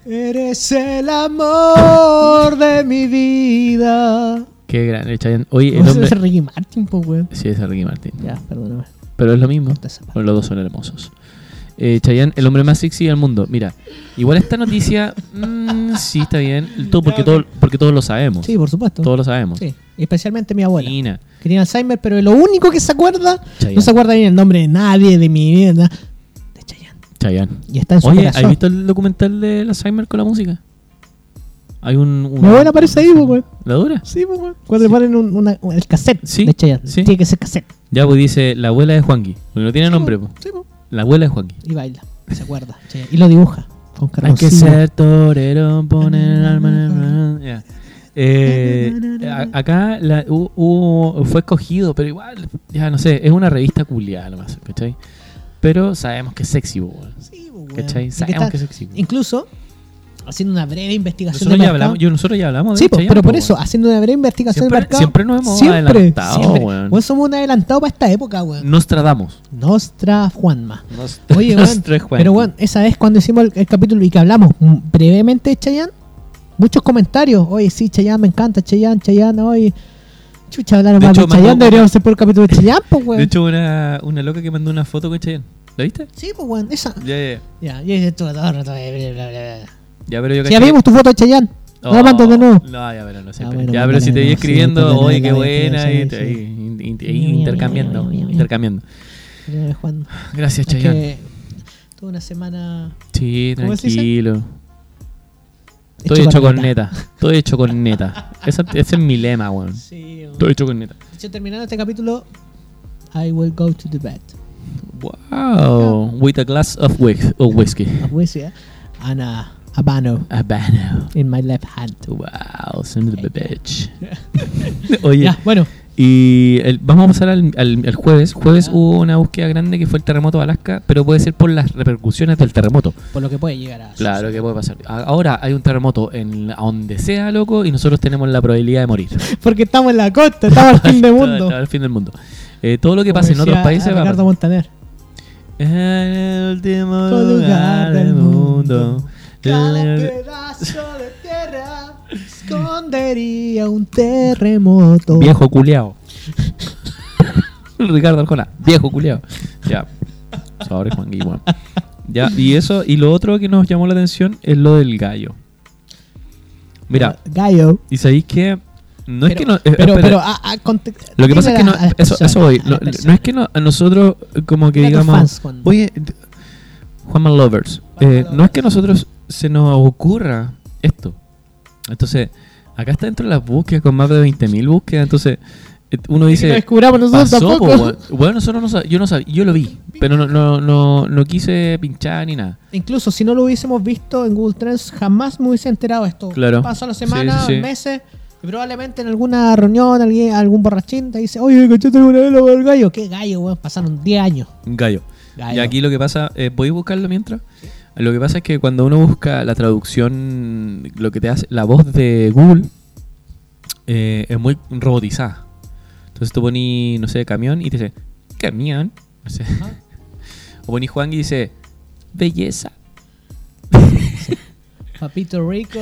[SPEAKER 1] Eres el amor de mi vida.
[SPEAKER 2] Qué gran el Chayanne. Oye, el
[SPEAKER 1] ¿Cómo se
[SPEAKER 2] hombre.
[SPEAKER 1] dice Ricky Martin, pues, weón?
[SPEAKER 2] Sí, es Ricky Martin.
[SPEAKER 1] Ya, perdóname.
[SPEAKER 2] Pero es lo mismo.
[SPEAKER 1] Corta esa parte.
[SPEAKER 2] Bueno, los dos son hermosos. Eh, Chayanne, el hombre más sexy del mundo. Mira, igual esta noticia. mm, sí, está bien. Todo porque, todo, porque todos lo sabemos.
[SPEAKER 1] Sí, por supuesto.
[SPEAKER 2] Todos lo sabemos.
[SPEAKER 1] Sí, especialmente mi abuela.
[SPEAKER 2] Nina,
[SPEAKER 1] Que tiene Alzheimer, pero lo único que se acuerda,
[SPEAKER 2] Chayanne.
[SPEAKER 1] no se acuerda bien el nombre de nadie, de mi vida, nada, de Chayanne.
[SPEAKER 2] Chayanne.
[SPEAKER 1] Y está en su
[SPEAKER 2] Oye, ¿has
[SPEAKER 1] corazón.
[SPEAKER 2] visto el documental del Alzheimer con la música? Hay un. un-
[SPEAKER 1] Mi abuela aparece ahí, pues, weón.
[SPEAKER 2] ¿La dura?
[SPEAKER 1] Sí, pues, weón. Cuando le ponen un, una- un- el cassette
[SPEAKER 2] Sí,
[SPEAKER 1] de Chayanne.
[SPEAKER 2] sí.
[SPEAKER 1] Tiene que ser cassette.
[SPEAKER 2] Ya, pues dice la abuela de Juanqui. Porque no tiene nombre, pues.
[SPEAKER 1] Sí, pues.
[SPEAKER 2] La abuela de Juanqui.
[SPEAKER 1] Y baila, se acuerda. Chayanne. Y lo dibuja con
[SPEAKER 2] Hay que
[SPEAKER 1] carboncillo.
[SPEAKER 2] ser torero, poner el alma en el mar. Ya. Eh, a- acá la- hu- hubo- fue escogido, pero igual, ya no sé, es una revista culiada nomás, ¿cachai? Pero sabemos que es sexy, bo, weón,
[SPEAKER 1] Sí, pues, weón.
[SPEAKER 2] ¿cachai?
[SPEAKER 1] Y que
[SPEAKER 2] Sabemos
[SPEAKER 1] está-
[SPEAKER 2] que es sexy. bo.
[SPEAKER 1] Incluso, haciendo una breve investigación de
[SPEAKER 2] Nosotros ya,
[SPEAKER 1] mercado-
[SPEAKER 2] hablamos, yo- nosotros ya hablamos de
[SPEAKER 1] Sí, po,
[SPEAKER 2] Chayanne,
[SPEAKER 1] pero
[SPEAKER 2] bo,
[SPEAKER 1] por eso,
[SPEAKER 2] weón.
[SPEAKER 1] haciendo una breve investigación
[SPEAKER 2] Siempre-
[SPEAKER 1] de mercado.
[SPEAKER 2] siempre nos hemos
[SPEAKER 1] siempre,
[SPEAKER 2] adelantado,
[SPEAKER 1] siempre.
[SPEAKER 2] weón.
[SPEAKER 1] Weón, somos un adelantado para esta época, weón.
[SPEAKER 2] Nos tradamos.
[SPEAKER 1] Nostra Juanma.
[SPEAKER 2] ah, Nos-
[SPEAKER 1] Oye,
[SPEAKER 2] nos
[SPEAKER 1] weón,
[SPEAKER 2] tres Juanqui.
[SPEAKER 1] pero weón, esa vez cuando hicimos el, el capítulo y que hablamos mm, brevemente de Chayanne, muchos comentarios. Oye, sí, Chayanne, me encanta, Chayanne, Chayanne, oye. Chucha, hablaron
[SPEAKER 2] De
[SPEAKER 1] más
[SPEAKER 2] hecho,
[SPEAKER 1] de Chayanne,
[SPEAKER 2] mandó-
[SPEAKER 1] deberíamos hacer por el capítulo de Chayanne, pues, weón.
[SPEAKER 2] De hecho, una, una loca que mandó una foto con Chayanne. ¿La viste?
[SPEAKER 1] sí, pues, weón, esa.
[SPEAKER 2] Ya, ya, ya.
[SPEAKER 1] Ya, yo hice todo, todo, todo, bla, bla, bla, bla.
[SPEAKER 2] Ya, pero yo Oh.
[SPEAKER 1] Si
[SPEAKER 2] caché-
[SPEAKER 1] ya vimos tu foto de Chayanne, no la mandas de nuevo.
[SPEAKER 2] No, ya, pero no sé.
[SPEAKER 1] Ah,
[SPEAKER 2] pero-
[SPEAKER 1] bueno,
[SPEAKER 2] ya,
[SPEAKER 1] bueno,
[SPEAKER 2] pero si te
[SPEAKER 1] bueno,
[SPEAKER 2] vi
[SPEAKER 1] sí,
[SPEAKER 2] escribiendo,
[SPEAKER 1] total,
[SPEAKER 2] oye,
[SPEAKER 1] la
[SPEAKER 2] qué
[SPEAKER 1] la
[SPEAKER 2] buena, y
[SPEAKER 1] diferencia,
[SPEAKER 2] te-
[SPEAKER 1] sí.
[SPEAKER 2] ahí, in- in- ahí
[SPEAKER 1] Ño, Ño,
[SPEAKER 2] intercambiando,
[SPEAKER 1] Ño, Ño, Ño.
[SPEAKER 2] intercambiando.
[SPEAKER 1] Juan. Es
[SPEAKER 2] Gracias, Chayanne.
[SPEAKER 1] que tuve una semana
[SPEAKER 2] Sí,
[SPEAKER 1] ¿Cómo se dice?
[SPEAKER 2] tranquilo. Estoy hecho con neta. Estoy hecho con neta. Esa- Ese es mi lema, weón.
[SPEAKER 1] Sí, weón.
[SPEAKER 2] Estoy hecho con neta.
[SPEAKER 1] De hecho, terminando este capítulo, I will go to the bed.
[SPEAKER 2] Wow. With a glass of whis- of whiskey.
[SPEAKER 1] A whiskey eh? and a habano
[SPEAKER 2] Habano.
[SPEAKER 1] in my left hand.
[SPEAKER 2] Wow, son of a bitch. Oye.
[SPEAKER 1] Ya, bueno,
[SPEAKER 2] Y el- vamos a pasar al, al- al jueves. Jueves
[SPEAKER 1] Ya.
[SPEAKER 2] hubo una búsqueda grande que fue el terremoto de Alaska, pero puede ser por las repercusiones del terremoto.
[SPEAKER 1] por lo que puede llegar a.
[SPEAKER 2] Claro que puede pasar. A- Ahora hay un terremoto en a donde sea, loco, y nosotros tenemos la probabilidad de morir.
[SPEAKER 1] Porque estamos en la costa, estamos al fin del mundo.
[SPEAKER 2] Al fin del mundo. Eh, todo lo que
[SPEAKER 1] Como
[SPEAKER 2] pasa en
[SPEAKER 1] decía
[SPEAKER 2] otros países va pues. a
[SPEAKER 1] Ricardo
[SPEAKER 2] pasar.
[SPEAKER 1] Montaner.
[SPEAKER 2] En el último
[SPEAKER 1] Todo
[SPEAKER 2] lugar del mundo. Eh,
[SPEAKER 1] Cada pedazo de tierra escondería un terremoto.
[SPEAKER 2] Viejo culeado. Ricardo Arjona, viejo culeado. Ya. Sorry, Juan Guillermo. Ya, y eso, y lo otro que nos llamó la atención es lo del gallo. Mira,
[SPEAKER 1] Gallo.
[SPEAKER 2] y sabéis que. No es que no. eh,
[SPEAKER 1] Pero,
[SPEAKER 2] espera,
[SPEAKER 1] pero, a- a conte-
[SPEAKER 2] lo que pasa es que no.
[SPEAKER 1] dímela a las
[SPEAKER 2] Eso,
[SPEAKER 1] personas,
[SPEAKER 2] eso voy.
[SPEAKER 1] a
[SPEAKER 2] No,
[SPEAKER 1] las
[SPEAKER 2] no
[SPEAKER 1] personas.
[SPEAKER 2] es que no- a nosotros, eh, como que
[SPEAKER 1] Dile a tus
[SPEAKER 2] digamos.
[SPEAKER 1] fans, Juan.
[SPEAKER 2] Oye, d- Juanma Lovers,
[SPEAKER 1] Juanma
[SPEAKER 2] eh, no es
[SPEAKER 1] Lovers.
[SPEAKER 2] que a nosotros se nos ocurra esto. Entonces, acá está dentro de las búsquedas con más de 20.000 búsquedas. Entonces, eh, uno
[SPEAKER 1] Y lo
[SPEAKER 2] dice.
[SPEAKER 1] descubramos nosotros
[SPEAKER 2] Pasó, po,
[SPEAKER 1] tampoco.
[SPEAKER 2] weón. Bueno, nosotros no sab- yo no sabía, yo lo vi, pero no, no, no, no quise pinchar ni nada.
[SPEAKER 1] Incluso si no lo hubiésemos visto en Google Trends, jamás me hubiese enterado de esto.
[SPEAKER 2] Claro.
[SPEAKER 1] Pasó la semana,
[SPEAKER 2] Sí, sí, sí.
[SPEAKER 1] meses, y probablemente en alguna reunión alguien, algún borrachín te dice, oye, cachete alguna vez lo del gallo. ¿Qué gallo, weón? Pasaron 10 años.
[SPEAKER 2] Un gallo.
[SPEAKER 1] Gallo.
[SPEAKER 2] Y aquí lo que pasa, eh, ¿podéis buscarlo mientras? Lo que pasa es que cuando uno busca la traducción, lo que te hace, la voz de Google eh, es muy robotizada. Entonces tú pones, no sé, camión y te dice, camión. No sé. O pones Juan y dice, belleza.
[SPEAKER 1] Papito rico.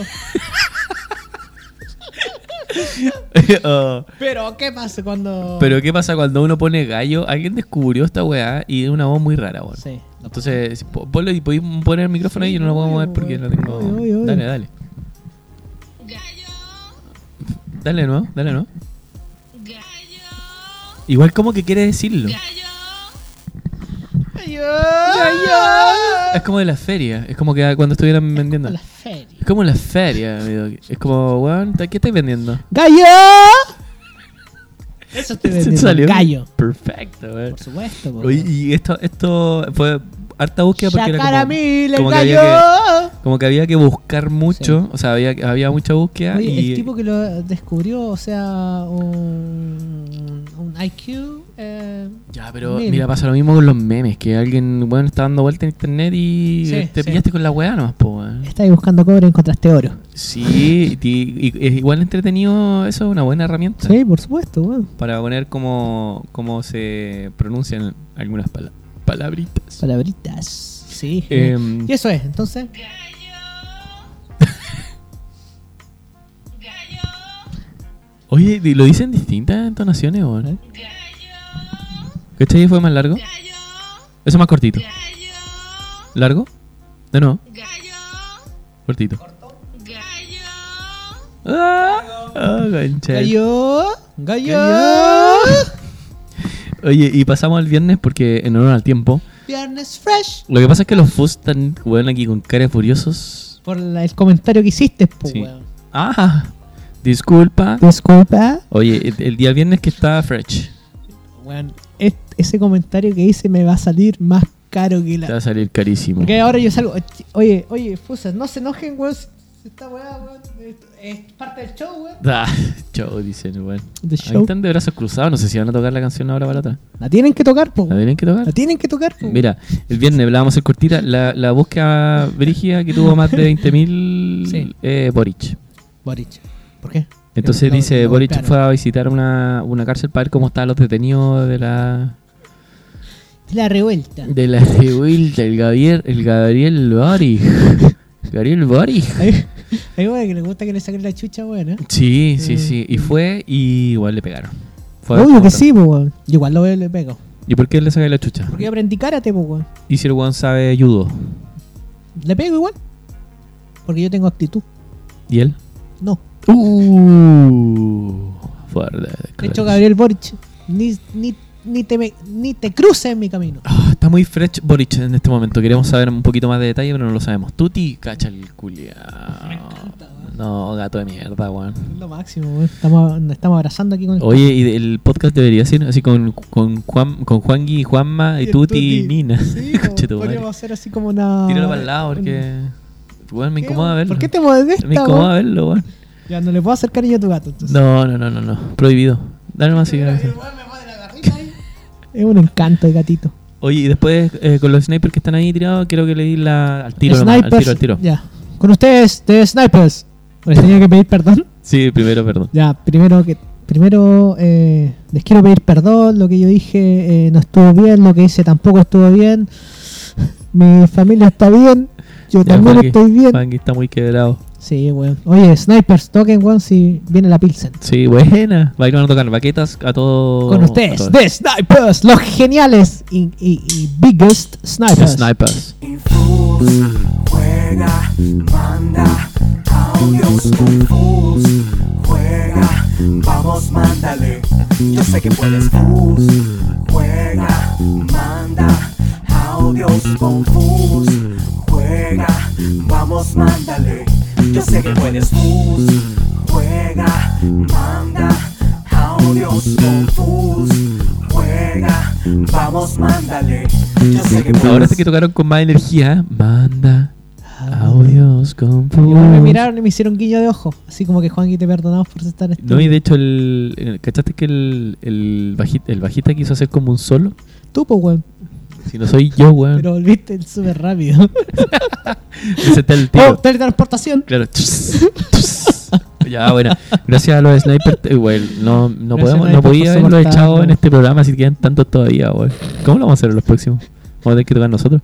[SPEAKER 2] Oh.
[SPEAKER 1] Pero, ¿qué pasa cuando...?
[SPEAKER 2] Pero ¿qué pasa cuando uno pone gallo? Alguien descubrió esta weá y es una voz muy rara, weón.
[SPEAKER 1] Sí. no pasa.
[SPEAKER 2] Entonces, po- ponlo y podéis poner el micrófono ahí, yo no lo puedo
[SPEAKER 1] obvio,
[SPEAKER 2] mover porque no
[SPEAKER 1] weón.
[SPEAKER 2] tengo.
[SPEAKER 1] Obvio, obvio, obvio.
[SPEAKER 2] Dale, dale. Dale de nuevo, dale de nuevo. Igual como que quiere decirlo. Es como de la feria, es como que cuando estuvieran vendiendo.
[SPEAKER 1] La feria.
[SPEAKER 2] Es como la feria, amigo. Es como, weón, ¿qué estáis vendiendo?
[SPEAKER 1] ¡Gallo! Eso estoy vendiendo.
[SPEAKER 2] Salió.
[SPEAKER 1] Gallo.
[SPEAKER 2] Perfecto, weón.
[SPEAKER 1] Por supuesto. po,
[SPEAKER 2] Oye,
[SPEAKER 1] weón.
[SPEAKER 2] y esto, esto fue harta búsqueda porque era como,
[SPEAKER 1] Yacaramil, el
[SPEAKER 2] como que
[SPEAKER 1] gallo.
[SPEAKER 2] había que, como que había que buscar mucho, o sea, había, había mucha búsqueda
[SPEAKER 1] Oye,
[SPEAKER 2] y
[SPEAKER 1] el tipo que lo descubrió, o sea, un, un IQ. eh,
[SPEAKER 2] ya, pero
[SPEAKER 1] mil.
[SPEAKER 2] mira, pasa lo mismo con los memes, que alguien, bueno, está dando vuelta en internet y
[SPEAKER 1] Sí,
[SPEAKER 2] te
[SPEAKER 1] sí. Eh,
[SPEAKER 2] pillaste con la weá nomás, po, weón.
[SPEAKER 1] Estáis buscando cobre y encontraste oro.
[SPEAKER 2] Sí, y, y es igual entretenido, eso es una buena herramienta
[SPEAKER 1] Sí, por supuesto, weón.
[SPEAKER 2] para poner cómo, cómo se pronuncian algunas pala- palabritas.
[SPEAKER 1] Palabritas. Sí.
[SPEAKER 2] Em,
[SPEAKER 1] y eso es, entonces.
[SPEAKER 2] Oye, di- ¿lo dicen distintas entonaciones,
[SPEAKER 1] ¿Eh?
[SPEAKER 2] weón? ¿Cachai? ¿Fue más largo? Eso más cortito. ¿Largo? No, no. Cortito. Ah, ah, concha.
[SPEAKER 1] Gallo, gallo,
[SPEAKER 2] Oye, y pasamos al viernes porque en honor al tiempo.
[SPEAKER 1] viernes fresh.
[SPEAKER 2] Lo que pasa es que los Fus están weón aquí con caras furiosos.
[SPEAKER 1] Por la- el comentario que hiciste, pues,
[SPEAKER 2] Sí. Ah, disculpa.
[SPEAKER 1] Disculpa.
[SPEAKER 2] Oye, el, el día viernes que está Fresh.
[SPEAKER 1] Weón, es- ese comentario que hice me va a salir más caro que
[SPEAKER 2] Te va
[SPEAKER 1] la.
[SPEAKER 2] a salir carísimo.
[SPEAKER 1] Porque ahora yo salgo. eh, Oye, oye, fusas, no se enojen, weón. si- si Esta weá, weón, es- es parte del show, weón.
[SPEAKER 2] Ah, show, dicen, weón.
[SPEAKER 1] The
[SPEAKER 2] Ahí
[SPEAKER 1] show.
[SPEAKER 2] están de brazos cruzados. No sé si van a tocar la canción ahora para atrás.
[SPEAKER 1] La tienen que tocar, po.
[SPEAKER 2] ¿La
[SPEAKER 1] weón.
[SPEAKER 2] tienen que
[SPEAKER 1] La
[SPEAKER 2] tocar?
[SPEAKER 1] tienen que tocar, po.
[SPEAKER 2] Mira, el viernes la vamos a hacer cortita. La, la búsqueda brígida que tuvo más de 20.000
[SPEAKER 1] Sí.
[SPEAKER 2] eh, Boric.
[SPEAKER 1] Boric. ¿Por qué?
[SPEAKER 2] Entonces
[SPEAKER 1] Lo-
[SPEAKER 2] dice,
[SPEAKER 1] lo
[SPEAKER 2] Boric
[SPEAKER 1] golpearon.
[SPEAKER 2] fue a visitar una, una cárcel para ver cómo estaban los detenidos de la
[SPEAKER 1] La revuelta.
[SPEAKER 2] de la revuelta, el Gabriel, el Gabriel Boric. Gabriel Boric.
[SPEAKER 1] Hay, hay weón que le gusta que le saquen la chucha, weón. ¿eh?
[SPEAKER 2] Sí, sí, sí. Y fue y igual le pegaron. Fue a ver
[SPEAKER 1] Obvio
[SPEAKER 2] cómo
[SPEAKER 1] que
[SPEAKER 2] están.
[SPEAKER 1] sí, po, weón. Yo igual lo veo y le pego.
[SPEAKER 2] ¿Y por qué le saqué la chucha?
[SPEAKER 1] Porque yo aprendí karate, po, weón.
[SPEAKER 2] Y si el weón sabe judo.
[SPEAKER 1] Le pego igual. Porque yo tengo actitud.
[SPEAKER 2] ¿Y él?
[SPEAKER 1] No.
[SPEAKER 2] Uh,
[SPEAKER 1] De hecho, Gabriel Boric, ni, ni, ni, te, me- ni te cruces en mi camino.
[SPEAKER 2] Ah, está muy fresh Boric en este momento. Queremos saber un poquito más de detalle, pero no lo sabemos. Tuti, cacha el culiao. No, gato de mierda, weón.
[SPEAKER 1] Es lo máximo, weón. Estamos, nos estamos abrazando aquí con
[SPEAKER 2] Oye, y el podcast debería ser así con, con Juan con Juangui, Juanma y, Tuti y Nina.
[SPEAKER 1] Sí, po,
[SPEAKER 2] Conche tu madre.
[SPEAKER 1] podríamos hacer así como una.
[SPEAKER 2] Tíralo para el lado porque. Weón, me
[SPEAKER 1] ¿Qué,
[SPEAKER 2] incomoda
[SPEAKER 1] weón?
[SPEAKER 2] verlo.
[SPEAKER 1] ¿Por qué te molesta?
[SPEAKER 2] Me incomoda
[SPEAKER 1] weón?
[SPEAKER 2] verlo, weón.
[SPEAKER 1] Ya no le puedo acercar yo a tu gato. Entonces.
[SPEAKER 2] No, no, no, no, no. Prohibido. Dale más cigarros.
[SPEAKER 1] Es un encanto de gatito.
[SPEAKER 2] Oye, y después eh, con los snipers que están ahí tirados, quiero que le di la, al tiro, nomás, al
[SPEAKER 1] Snipers.
[SPEAKER 2] tiro, al tiro.
[SPEAKER 1] Ya. Con ustedes, de Snipers. Les tenía que pedir perdón.
[SPEAKER 2] Sí, primero, perdón.
[SPEAKER 1] Ya, primero que primero eh, les quiero pedir perdón, lo que yo dije eh, no estuvo bien, lo que hice tampoco estuvo bien. Mi familia está bien, yo
[SPEAKER 2] Ya,
[SPEAKER 1] también
[SPEAKER 2] Juangui-
[SPEAKER 1] estoy bien.
[SPEAKER 2] Juangui está muy quebrado.
[SPEAKER 1] Sí, weón. Oye, snipers, toquen, weón, si viene la Pilsen.
[SPEAKER 2] Sí, buena. Va a ir van a tocar baquetas a todo.
[SPEAKER 1] Con
[SPEAKER 2] a
[SPEAKER 1] ustedes,
[SPEAKER 2] todo.
[SPEAKER 1] de Snipers, los geniales y, y- y biggest
[SPEAKER 2] The
[SPEAKER 1] snipers.
[SPEAKER 2] Snipers.
[SPEAKER 3] Fools juega, manda audios con Fools juega, vamos mándale. Yo sé que puedes. Fools juega, manda audios con Fools juega, vamos mándale. Yo sé que puedes. Fools juega, manda audios con Fools juega, vamos mándale. Yo sé que puedes.
[SPEAKER 2] Ahora sí que tocaron con más energía. Manda audios con
[SPEAKER 1] Ah, Y luego me
[SPEAKER 2] Fools.
[SPEAKER 1] miraron y me hicieron guiño de ojo. Así como que Juan, te perdonamos por estar
[SPEAKER 2] No, y de hecho, el, el- ¿cachaste que el, el, bajita, el bajista quiso hacer como un solo?
[SPEAKER 1] tú, po, weón.
[SPEAKER 2] Si no soy yo, weón.
[SPEAKER 1] Pero volviste súper rápido.
[SPEAKER 2] Ese está el tiro.
[SPEAKER 1] oh, teletransportación.
[SPEAKER 2] Claro. Tss, tss. ya, bueno. Gracias a los snipers. eh, güey, no, no,
[SPEAKER 1] Gracias,
[SPEAKER 2] podemos, no
[SPEAKER 1] Sniper,
[SPEAKER 2] podía
[SPEAKER 1] por
[SPEAKER 2] haberlo
[SPEAKER 1] soportarnos.
[SPEAKER 2] echado en este programa si quedan tantos todavía, güey. ¿Cómo lo vamos a hacer en los próximos? Vamos a tener que tocar nosotros.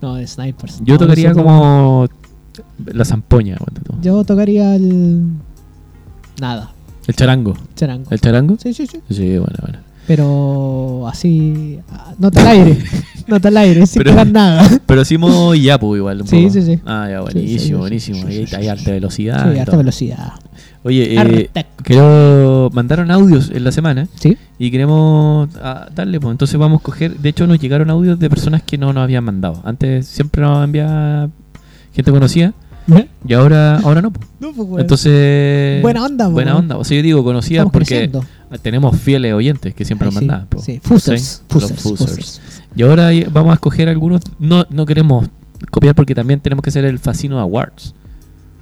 [SPEAKER 1] No, de snipers.
[SPEAKER 2] Yo
[SPEAKER 1] No,
[SPEAKER 2] tocaría
[SPEAKER 1] nosotros-
[SPEAKER 2] como la zampoña, ponte tú.
[SPEAKER 1] Yo tocaría el. Nada,
[SPEAKER 2] El charango.
[SPEAKER 1] charango.
[SPEAKER 2] ¿El charango?
[SPEAKER 1] Sí, sí, sí.
[SPEAKER 2] Sí, bueno, bueno.
[SPEAKER 1] Pero así. ah, No te al aire. no te al aire, sin
[SPEAKER 2] Pero- Ah,
[SPEAKER 1] tocar nada.
[SPEAKER 2] Pero hicimos Yapu pues, igual. Un
[SPEAKER 1] Sí,
[SPEAKER 2] poco.
[SPEAKER 1] sí, sí.
[SPEAKER 2] Ah, ya,
[SPEAKER 1] Sí, sí,
[SPEAKER 2] buenísimo,
[SPEAKER 1] sí, sí.
[SPEAKER 2] buenísimo.
[SPEAKER 1] Sí,
[SPEAKER 2] Ahí
[SPEAKER 1] sí,
[SPEAKER 2] hay alta velocidad. y
[SPEAKER 1] sí, harta
[SPEAKER 2] todo.
[SPEAKER 1] velocidad.
[SPEAKER 2] Oye, eh,
[SPEAKER 1] Arrete.
[SPEAKER 2] quiero. Mandaron audios en la semana.
[SPEAKER 1] ¿Sí?
[SPEAKER 2] Y queremos ah, darle, pues. Entonces vamos a coger. De hecho, nos llegaron audios de personas que no nos habían mandado. Antes siempre nos enviaba gente conocida. Y ahora, ahora no, pues.
[SPEAKER 1] No, pues, weón.
[SPEAKER 2] Entonces.
[SPEAKER 1] Buena onda, pues,
[SPEAKER 2] Buena
[SPEAKER 1] weón.
[SPEAKER 2] onda. O sea, yo digo conocida
[SPEAKER 1] Estamos
[SPEAKER 2] porque
[SPEAKER 1] creciendo.
[SPEAKER 2] tenemos fieles oyentes que siempre
[SPEAKER 1] Ay,
[SPEAKER 2] nos
[SPEAKER 1] sí,
[SPEAKER 2] mandaban. pues.
[SPEAKER 1] sí. Fusers,
[SPEAKER 2] ¿Cachai?
[SPEAKER 1] fusers,
[SPEAKER 2] Los
[SPEAKER 1] fusers.
[SPEAKER 2] fusers. Y ahora eh, vamos a escoger algunos. No, no queremos copiar porque también tenemos que hacer el Fascino Awards.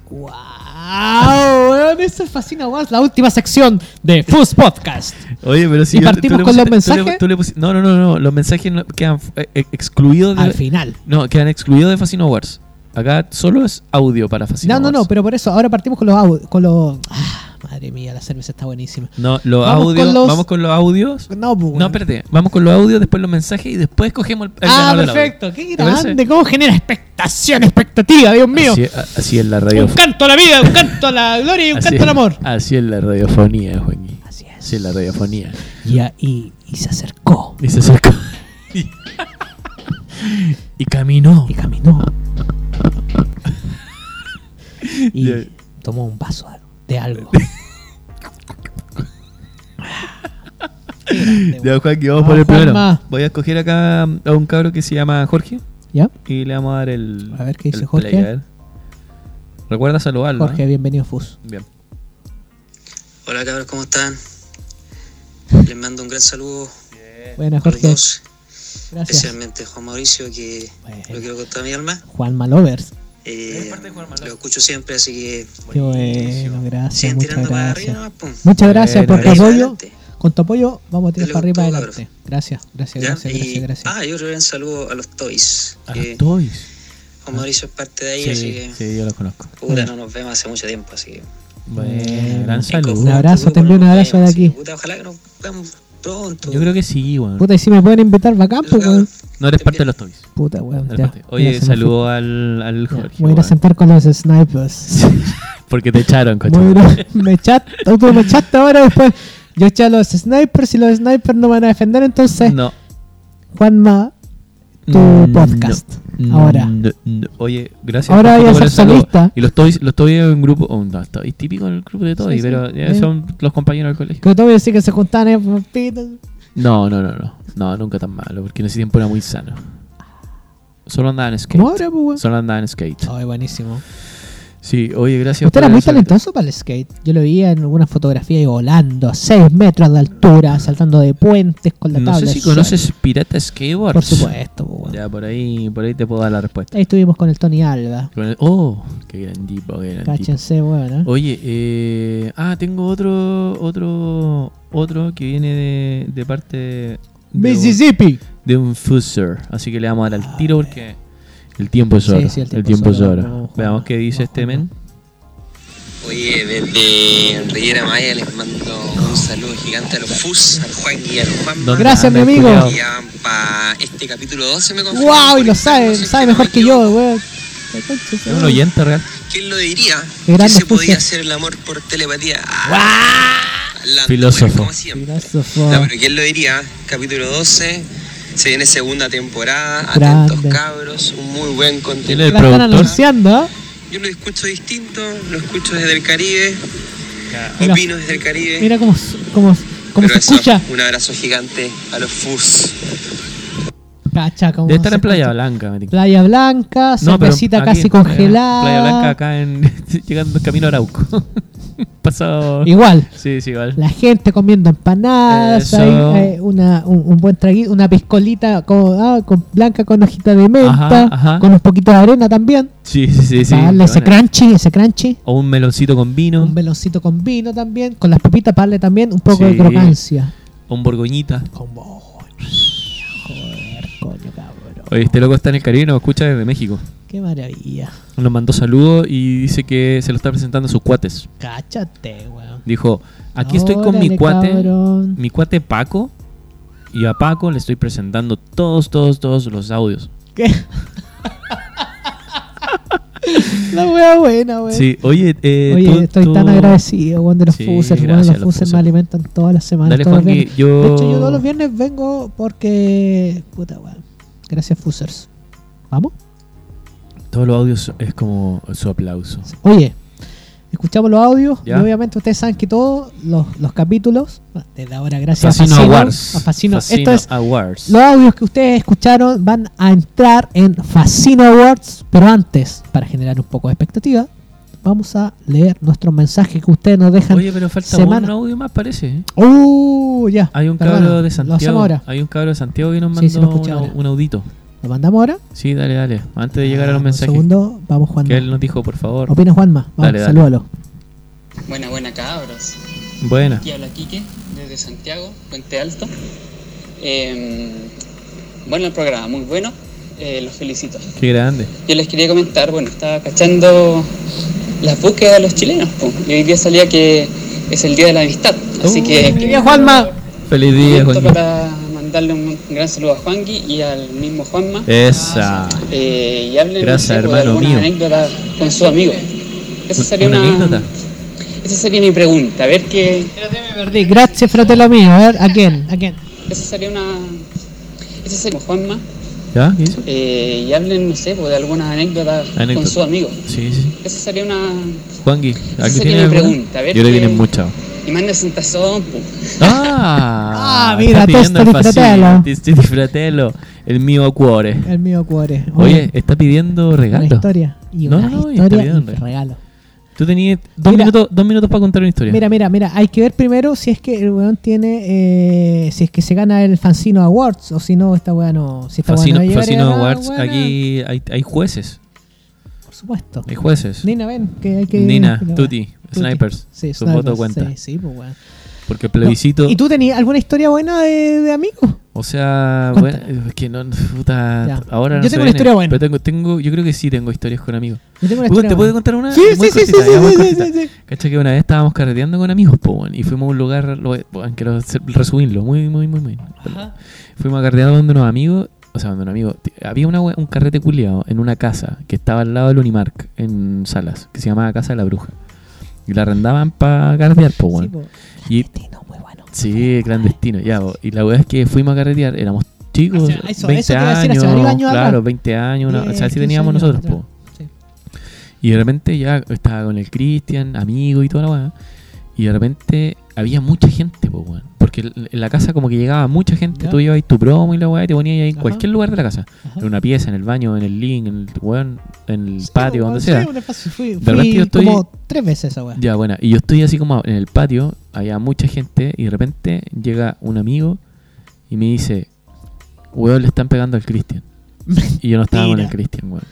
[SPEAKER 1] ¡Guau! weón, eso es Fascina Awards, la última sección de Fus Podcast.
[SPEAKER 2] Oye, pero
[SPEAKER 1] si ¿Y yo- partimos tú le con los pusiste- tú le- mensajes? tú
[SPEAKER 2] no, no, no, no. Los mensajes quedan eh, excluidos
[SPEAKER 1] Al final.
[SPEAKER 2] No, quedan excluidos de Fascino Awards. Acá solo es audio para Fascino
[SPEAKER 1] No, no, no,
[SPEAKER 2] Awards.
[SPEAKER 1] pero por eso ahora partimos con los. au- Con los ah, madre mía, la cerveza está buenísima.
[SPEAKER 2] No, los
[SPEAKER 1] Vamos con
[SPEAKER 2] audios.
[SPEAKER 1] los-
[SPEAKER 2] Vamos con los audios.
[SPEAKER 1] No, pues,
[SPEAKER 2] No,
[SPEAKER 1] weón.
[SPEAKER 2] espérate. Vamos con los audios, después los mensajes y después cogemos el, el
[SPEAKER 1] Ah,
[SPEAKER 2] ganador del audio.
[SPEAKER 1] perfecto. Qué
[SPEAKER 2] ¿Te parece?
[SPEAKER 1] grande. ¿Cómo genera expectación, expectativa, Dios mío?
[SPEAKER 2] Así, a- así es la radio.
[SPEAKER 1] Un canto a la vida, un canto a la gloria y un
[SPEAKER 2] así,
[SPEAKER 1] canto al amor.
[SPEAKER 2] Así es la radiofonía, Joaquín.
[SPEAKER 1] Así es.
[SPEAKER 2] Así es la radiofonía.
[SPEAKER 1] Y ahí y se acercó
[SPEAKER 2] Y se acercó. Y, y caminó.
[SPEAKER 1] y caminó. Y
[SPEAKER 2] Ya.
[SPEAKER 1] tomó un vaso de algo. Qué grande,
[SPEAKER 2] Ya,
[SPEAKER 1] weón.
[SPEAKER 2] Joaquín, vamos
[SPEAKER 1] Vamos,
[SPEAKER 2] por el primero.
[SPEAKER 1] Juanma.
[SPEAKER 2] Voy a escoger acá a un cabro que se llama Jorge
[SPEAKER 1] ¿Ya?
[SPEAKER 2] y le vamos a dar el.
[SPEAKER 1] A ver, ¿qué dice
[SPEAKER 2] el
[SPEAKER 1] Jorge?
[SPEAKER 2] play, a ver. Recuerda saludarlo.
[SPEAKER 1] Jorge,
[SPEAKER 2] ¿eh?
[SPEAKER 1] bienvenido a FUS.
[SPEAKER 2] Bien.
[SPEAKER 4] Hola cabros, ¿cómo están? Les mando un gran saludo
[SPEAKER 1] Buenas,
[SPEAKER 4] a
[SPEAKER 1] Jorge.
[SPEAKER 4] los dos,
[SPEAKER 1] Gracias.
[SPEAKER 4] especialmente a Juan Mauricio, que
[SPEAKER 1] Bueno.
[SPEAKER 4] lo quiero con toda mi alma.
[SPEAKER 1] Juan Malovers.
[SPEAKER 4] Eh,
[SPEAKER 2] parte de Juan Manuel.
[SPEAKER 4] lo escucho siempre, así que
[SPEAKER 1] Qué bueno, gracias,
[SPEAKER 4] sigan
[SPEAKER 1] muchas
[SPEAKER 4] tirando para arriba
[SPEAKER 1] gracias.
[SPEAKER 4] nomás, pum.
[SPEAKER 1] Muchas gracias por tu
[SPEAKER 2] Bueno,
[SPEAKER 1] apoyo.
[SPEAKER 4] adelante.
[SPEAKER 1] Con tu apoyo vamos a tirar
[SPEAKER 4] Dale
[SPEAKER 1] para
[SPEAKER 4] con
[SPEAKER 1] arriba
[SPEAKER 4] todo,
[SPEAKER 1] adelante. Gracias, gracias,
[SPEAKER 4] ¿Ya?
[SPEAKER 1] gracias,
[SPEAKER 4] Y-
[SPEAKER 1] gracias, gracias.
[SPEAKER 4] Ah, yo le un saludo a los Toys.
[SPEAKER 2] A
[SPEAKER 4] que
[SPEAKER 2] los Toys.
[SPEAKER 4] Juan Mauricio es parte de ahí, así
[SPEAKER 2] Sí,
[SPEAKER 4] que
[SPEAKER 2] sí, yo los conozco.
[SPEAKER 4] puta, no nos vemos hace mucho tiempo, así que.
[SPEAKER 2] Bueno,
[SPEAKER 1] Un
[SPEAKER 2] gran
[SPEAKER 1] Un
[SPEAKER 2] saludo.
[SPEAKER 1] abrazo, te envío un abrazo de aquí.
[SPEAKER 4] Puta, ojalá que nos veamos pronto.
[SPEAKER 2] Yo creo que sí, weón.
[SPEAKER 1] Puta, y si me pueden invitar para acá,
[SPEAKER 4] Eso,
[SPEAKER 1] pues, weón.
[SPEAKER 4] cabrón.
[SPEAKER 2] No eres parte de los Toys.
[SPEAKER 1] Puta, weón.
[SPEAKER 2] No eres
[SPEAKER 1] ya.
[SPEAKER 2] parte. Oye,
[SPEAKER 1] Ya se me
[SPEAKER 2] saludo al, al
[SPEAKER 1] fue. Ya,
[SPEAKER 2] Jorge.
[SPEAKER 1] Voy a ir a
[SPEAKER 2] weón.
[SPEAKER 1] sentar con los snipers.
[SPEAKER 2] Porque te echaron, coche.
[SPEAKER 1] Voy a ir a- me chat, tú me chat ahora después. Yo eché a los snipers y los snipers no me van a defender, entonces,
[SPEAKER 2] No.
[SPEAKER 1] Juanma, tu
[SPEAKER 2] Mm,
[SPEAKER 1] podcast.
[SPEAKER 2] no,
[SPEAKER 1] Ahora.
[SPEAKER 2] no, no. Oye, gracias.
[SPEAKER 1] Ahora
[SPEAKER 2] Jorge,
[SPEAKER 1] hay
[SPEAKER 2] por el saludo.
[SPEAKER 1] saxofonista.
[SPEAKER 2] Y los toys, los toys en un grupo. oh, no, toys típico en el grupo de toys,
[SPEAKER 1] Sí, sí,
[SPEAKER 2] pero eh,
[SPEAKER 1] bien.
[SPEAKER 2] son los compañeros del colegio.
[SPEAKER 1] Que te voy a decir que se juntan eh, en pito.
[SPEAKER 2] No, no, no, no. No, nunca tan malo, porque en ese tiempo era muy sano. Solo andaban en skate.
[SPEAKER 1] ¿Cómo ahora, pues, weón?
[SPEAKER 2] Solo andaban en skate.
[SPEAKER 1] Ay, buenísimo.
[SPEAKER 2] Sí, oye, gracias.
[SPEAKER 1] Usted
[SPEAKER 2] por
[SPEAKER 1] era
[SPEAKER 2] el
[SPEAKER 1] muy
[SPEAKER 2] saludo.
[SPEAKER 1] talentoso para el skate. Yo lo veía en alguna fotografía y volando a 6 metros de altura, saltando de puentes con la
[SPEAKER 2] No
[SPEAKER 1] tabla.
[SPEAKER 2] sé si
[SPEAKER 1] del suelo.
[SPEAKER 2] conoces Pirata Skateboards.
[SPEAKER 1] Por supuesto, po, weón.
[SPEAKER 2] Ya, por ahí, por ahí te puedo dar la respuesta.
[SPEAKER 1] Ahí estuvimos con el Tony Alba.
[SPEAKER 2] Con el- oh, qué gran tipo, qué gran tipo.
[SPEAKER 1] Cáchense, weón. ¿eh?
[SPEAKER 2] Oye, eh, ah, tengo otro, otro, otro que viene de, de parte de un,
[SPEAKER 1] Mississippi.
[SPEAKER 2] de un fuser, así que le vamos a dar al tiro porque el tiempo es
[SPEAKER 1] Ah, Sí,
[SPEAKER 2] oro.
[SPEAKER 1] sí,
[SPEAKER 2] el tiempo, es oro.
[SPEAKER 1] Vamos,
[SPEAKER 2] Veamos qué dice
[SPEAKER 1] vamos,
[SPEAKER 2] este men.
[SPEAKER 4] Oye, desde Riviera Maya les mando un saludo gigante a los FUS, al Juan y al Juan.
[SPEAKER 2] ¿Dónde
[SPEAKER 1] Gracias,
[SPEAKER 2] anda
[SPEAKER 1] mi
[SPEAKER 2] el
[SPEAKER 1] amigo.
[SPEAKER 2] culiao?
[SPEAKER 4] Y ya para este capítulo 12 me confirman
[SPEAKER 1] ¡Wow! Y
[SPEAKER 4] por
[SPEAKER 1] lo
[SPEAKER 4] el
[SPEAKER 1] sabe,
[SPEAKER 4] Instagram,
[SPEAKER 1] sabe
[SPEAKER 4] no sé
[SPEAKER 1] mejor
[SPEAKER 4] qué
[SPEAKER 1] que
[SPEAKER 4] me
[SPEAKER 1] yo,
[SPEAKER 4] equivoco.
[SPEAKER 1] weón. La concha de su
[SPEAKER 2] Es un
[SPEAKER 1] madre.
[SPEAKER 2] oyente real.
[SPEAKER 4] ¿Quién lo diría?
[SPEAKER 1] Qué
[SPEAKER 4] Que
[SPEAKER 1] grande
[SPEAKER 4] se podía
[SPEAKER 1] FUS.
[SPEAKER 4] hacer el amor por telepatía. Hablando,
[SPEAKER 2] Filósofo.
[SPEAKER 4] bueno, como siempre.
[SPEAKER 1] Filósofo.
[SPEAKER 4] No, pero ¿quién lo diría? Capítulo 12. Se viene segunda temporada.
[SPEAKER 1] Grande.
[SPEAKER 4] Atentos cabros. Un muy buen
[SPEAKER 2] Él es
[SPEAKER 4] contenido.
[SPEAKER 2] el
[SPEAKER 1] La están
[SPEAKER 2] productor.
[SPEAKER 1] anunciando. ¿eh?
[SPEAKER 4] Yo lo escucho distinto. Lo escucho desde el Caribe.
[SPEAKER 1] Mira.
[SPEAKER 4] Opino desde el Caribe.
[SPEAKER 1] Mira cómo, cómo, cómo
[SPEAKER 4] Pero
[SPEAKER 1] se
[SPEAKER 4] eso,
[SPEAKER 1] escucha.
[SPEAKER 4] Un abrazo gigante a los FUS.
[SPEAKER 1] Cacha, cómo
[SPEAKER 2] Debe estar
[SPEAKER 1] se
[SPEAKER 2] en Playa
[SPEAKER 1] escucha.
[SPEAKER 2] Blanca. me tinca.
[SPEAKER 1] Playa Blanca,
[SPEAKER 2] No, pero
[SPEAKER 1] cervecita
[SPEAKER 2] aquí
[SPEAKER 1] casi
[SPEAKER 2] en Playa-
[SPEAKER 1] congelada.
[SPEAKER 2] Playa Blanca acá en, llegando camino a Arauco. Pasado.
[SPEAKER 1] Igual.
[SPEAKER 2] Sí, sí, igual.
[SPEAKER 1] La gente comiendo empanadas,
[SPEAKER 2] Eso.
[SPEAKER 1] ahí, eh, una, un, un buen traguito, una piscolita como, ah, con, blanca con hojita de menta,
[SPEAKER 2] Ajá, ajá.
[SPEAKER 1] con un poquito de arena también.
[SPEAKER 2] Sí, sí, sí. sí
[SPEAKER 1] para darle ese
[SPEAKER 2] Bueno.
[SPEAKER 1] crunchy, ese crunchy.
[SPEAKER 2] O un meloncito con vino.
[SPEAKER 1] Un veloncito con vino también, con las papitas para darle también un poco de
[SPEAKER 2] Sí.
[SPEAKER 1] crocancia.
[SPEAKER 2] un borgoñita.
[SPEAKER 1] Con vos. Joder, coño, cabrón.
[SPEAKER 2] Oye, este loco está en el Caribe y nos escucha desde México.
[SPEAKER 1] Qué maravilla.
[SPEAKER 2] Nos mandó saludos y dice que se lo está presentando a sus cuates.
[SPEAKER 1] Cáchate, weón.
[SPEAKER 2] Dijo, aquí estoy con mi
[SPEAKER 1] Órale,
[SPEAKER 2] cuate,
[SPEAKER 1] cabrón.
[SPEAKER 2] mi cuate Paco, y a Paco le estoy presentando todos, todos, todos los audios.
[SPEAKER 1] ¿Qué? La wea buena, weón.
[SPEAKER 2] Sí, oye, eh,
[SPEAKER 1] Pues, Oye,
[SPEAKER 2] tú-
[SPEAKER 1] estoy
[SPEAKER 2] tú-
[SPEAKER 1] tan agradecido, weón, de los
[SPEAKER 2] Sí,
[SPEAKER 1] Fusers, weón,
[SPEAKER 2] gracias,
[SPEAKER 1] los
[SPEAKER 2] los
[SPEAKER 1] Fusers
[SPEAKER 2] Fusers.
[SPEAKER 1] me alimentan todas las semanas.
[SPEAKER 2] Dale,
[SPEAKER 1] todos los
[SPEAKER 2] Juanqui,
[SPEAKER 1] viernes.
[SPEAKER 2] yo...
[SPEAKER 1] De hecho, yo todos los viernes vengo porque... Puta, weón. Gracias, Fusers. ¿Vamos?
[SPEAKER 2] todos los audios es como su aplauso.
[SPEAKER 1] Oye, escuchamos los audios
[SPEAKER 2] Ya.
[SPEAKER 1] y obviamente ustedes saben que todos los, los capítulos, desde ahora gracias
[SPEAKER 2] Fascino
[SPEAKER 1] a Fascino,
[SPEAKER 2] Awards.
[SPEAKER 1] a Fascino.
[SPEAKER 2] Fascino
[SPEAKER 1] Esto es,
[SPEAKER 2] Awards.
[SPEAKER 1] los audios que ustedes escucharon van a entrar en Fascino Awards, pero antes, para generar un poco de expectativa, vamos a leer nuestros mensajes que ustedes nos dejan.
[SPEAKER 2] Oye, pero falta
[SPEAKER 1] semana-
[SPEAKER 2] un audio más, parece. ¿eh?
[SPEAKER 1] ¡Uh! Ya.
[SPEAKER 2] Hay un
[SPEAKER 1] Perdona,
[SPEAKER 2] cabro de
[SPEAKER 1] Lo hacemos
[SPEAKER 2] Santiago.
[SPEAKER 1] ahora.
[SPEAKER 2] Hay un cabro de Santiago que nos mandó
[SPEAKER 1] Sí, sí, lo escuché
[SPEAKER 2] un-
[SPEAKER 1] ahora.
[SPEAKER 2] un audito.
[SPEAKER 1] ¿Lo mandamos ahora?
[SPEAKER 2] Sí, dale, dale. Antes de llegar a los
[SPEAKER 1] Un
[SPEAKER 2] mensajes.
[SPEAKER 1] Ah, segundo, vamos Juanma.
[SPEAKER 2] Que él nos dijo, por favor.
[SPEAKER 1] Opina Juanma. Vamos,
[SPEAKER 2] Dale, dale.
[SPEAKER 1] salúdalo.
[SPEAKER 5] Buena, buena cabros.
[SPEAKER 2] Buena.
[SPEAKER 5] Aquí habla Quique, desde Santiago, Puente Alto. Eh, bueno el programa, muy bueno. Eh, los felicito.
[SPEAKER 2] Qué grande.
[SPEAKER 5] Yo les quería comentar, bueno, estaba cachando las búsquedas de los chilenos. po, y hoy día salía que es el Día de la Amistad. Así
[SPEAKER 2] Uh,
[SPEAKER 5] que...
[SPEAKER 1] ¡Feliz día, Juanma!
[SPEAKER 2] Feliz día,
[SPEAKER 5] Aprovecho
[SPEAKER 2] Juan.
[SPEAKER 5] para mandarle un gran saludo a Juanqui y al mismo Juanma.
[SPEAKER 2] Esa.
[SPEAKER 5] Eh, y hablen
[SPEAKER 2] Gracias,
[SPEAKER 5] no sé, pues,
[SPEAKER 2] hermano
[SPEAKER 5] alguna
[SPEAKER 2] mío.
[SPEAKER 5] anécdota con sus amigos. Esa sería
[SPEAKER 2] ¿Una
[SPEAKER 5] una,
[SPEAKER 2] anécdota?
[SPEAKER 5] Esa sería mi pregunta. A ver qué.
[SPEAKER 1] Espérate, me perdí. Gracias, fratelo mío. A ver, ¿a quién? ¿A quién?
[SPEAKER 5] Esa sería una. Esa sería Juanma.
[SPEAKER 2] ¿Ya? ¿Qué hizo?
[SPEAKER 5] Eh, y hablen, no sé, pues, de alguna anécdota, con
[SPEAKER 2] Anécdota.
[SPEAKER 5] sus amigos.
[SPEAKER 2] Sí, sí.
[SPEAKER 5] Esa sería una.
[SPEAKER 2] Juangui,
[SPEAKER 5] Esa
[SPEAKER 2] ¿aquí
[SPEAKER 5] sería
[SPEAKER 2] tiene
[SPEAKER 5] mi
[SPEAKER 2] alguna?
[SPEAKER 5] pregunta, a ver
[SPEAKER 2] Yo le
[SPEAKER 5] qué-
[SPEAKER 2] tienen muchas.
[SPEAKER 5] Y mándense un tazón, pues.
[SPEAKER 2] Ah,
[SPEAKER 1] Ah, mira,
[SPEAKER 2] está
[SPEAKER 1] Testi
[SPEAKER 2] pidiendo el
[SPEAKER 1] di
[SPEAKER 2] facil,
[SPEAKER 1] Fratello.
[SPEAKER 2] Testi di Fratello, el mío cuore.
[SPEAKER 1] El mío cuore.
[SPEAKER 2] Oye, está pidiendo
[SPEAKER 1] una
[SPEAKER 2] regalo.
[SPEAKER 1] historia. Y
[SPEAKER 2] No,
[SPEAKER 1] una
[SPEAKER 2] no, no, y
[SPEAKER 1] historia
[SPEAKER 2] está bien,
[SPEAKER 1] y
[SPEAKER 2] re-
[SPEAKER 1] regalo.
[SPEAKER 2] Tú tenías dos
[SPEAKER 1] Mira.
[SPEAKER 2] minutos, dos minutos para contar una historia.
[SPEAKER 1] Mira, mira, mira. Hay que ver primero si es que el weón tiene. eh, si es que se gana el Fancino Awards o si no, esta weá no. Si esta weá no
[SPEAKER 2] Facino,
[SPEAKER 1] va a llegar
[SPEAKER 2] Facino
[SPEAKER 1] a nada,
[SPEAKER 2] Awards,
[SPEAKER 1] weona.
[SPEAKER 2] aquí hay, hay jueces.
[SPEAKER 1] Por supuesto.
[SPEAKER 2] Hay jueces.
[SPEAKER 1] Nina, ven, que hay que.
[SPEAKER 2] Nina,
[SPEAKER 1] que la weá.
[SPEAKER 2] Tuti, Snipers.
[SPEAKER 1] Sí,
[SPEAKER 2] Su
[SPEAKER 1] snipers,
[SPEAKER 2] voto cuenta.
[SPEAKER 1] Sí, sí, pues weón.
[SPEAKER 2] Porque el plebiscito.
[SPEAKER 1] No, ¿Y tú tenías alguna historia buena de, de amigos?
[SPEAKER 2] O sea,
[SPEAKER 1] Cuenta.
[SPEAKER 2] bueno, es que no. Puta,
[SPEAKER 1] Ya.
[SPEAKER 2] ahora no
[SPEAKER 1] Yo
[SPEAKER 2] se
[SPEAKER 1] tengo una
[SPEAKER 2] viene,
[SPEAKER 1] historia buena.
[SPEAKER 2] Pero tengo, tengo, yo creo que sí tengo historias con amigos.
[SPEAKER 1] Yo tengo una
[SPEAKER 2] Puta,
[SPEAKER 1] historia
[SPEAKER 2] ¿Te puedo
[SPEAKER 1] buena.
[SPEAKER 2] contar una?
[SPEAKER 1] Sí,
[SPEAKER 2] Muy
[SPEAKER 1] sí, sí, sí,
[SPEAKER 2] cortita, ya, muy
[SPEAKER 1] sí, sí,
[SPEAKER 2] cortita.
[SPEAKER 1] sí, sí.
[SPEAKER 2] Cacha que una vez estábamos carreteando con amigos, po, weón, y fuimos a un lugar, lo voy- bueno, quiero hacer- resumirlo, muy, muy, muy, muy. Fuimos a carretear donde unos amigos, o sea, donde un amigo, t- había una we- un carrete culiado en una casa que estaba al lado del Unimark, en Salas, que se llamaba Casa de la Bruja. Y la arrendaban para carretear, po,
[SPEAKER 1] Sí,
[SPEAKER 2] pues, weón.
[SPEAKER 1] po.
[SPEAKER 2] Y-
[SPEAKER 1] Clandestino, muy bueno.
[SPEAKER 2] Sí, clandestino, ya, po. Y la weá es que fuimos a carretear, éramos chicos,
[SPEAKER 1] Hace- eso- eso
[SPEAKER 2] 20
[SPEAKER 1] te iba a decir, hace
[SPEAKER 2] años,
[SPEAKER 1] varios años atrás.
[SPEAKER 2] claro, 20 años, una- o sea,
[SPEAKER 1] Diez,
[SPEAKER 2] así
[SPEAKER 1] 15
[SPEAKER 2] teníamos
[SPEAKER 1] años
[SPEAKER 2] nosotros,
[SPEAKER 1] atrás.
[SPEAKER 2] po.
[SPEAKER 1] Sí.
[SPEAKER 2] Y de repente ya estaba con el Cristian, amigo y toda la weá. Y de repente había mucha gente, po, weón. Porque l- en la casa como que llegaba mucha gente.
[SPEAKER 1] Ya.
[SPEAKER 2] Tú llevabas tu promo y la weá y te ponías ahí en
[SPEAKER 1] Ajá.
[SPEAKER 2] cualquier lugar de la casa.
[SPEAKER 1] Ajá.
[SPEAKER 2] En una pieza, en el baño, en el link, en el, weón, en el
[SPEAKER 1] Sí,
[SPEAKER 2] patio,
[SPEAKER 1] weón,
[SPEAKER 2] donde
[SPEAKER 1] sí,
[SPEAKER 2] sea.
[SPEAKER 1] un espacio. Fui,
[SPEAKER 2] De repente
[SPEAKER 1] fui
[SPEAKER 2] yo estoy-
[SPEAKER 1] como tres veces esa weá.
[SPEAKER 2] Ya, buena. Y yo estoy así como en el patio, había mucha gente y de repente llega un amigo y me dice, weón, le están pegando al Cristian. Y yo no estaba con el
[SPEAKER 1] Mentira.
[SPEAKER 2] Cristian, weón.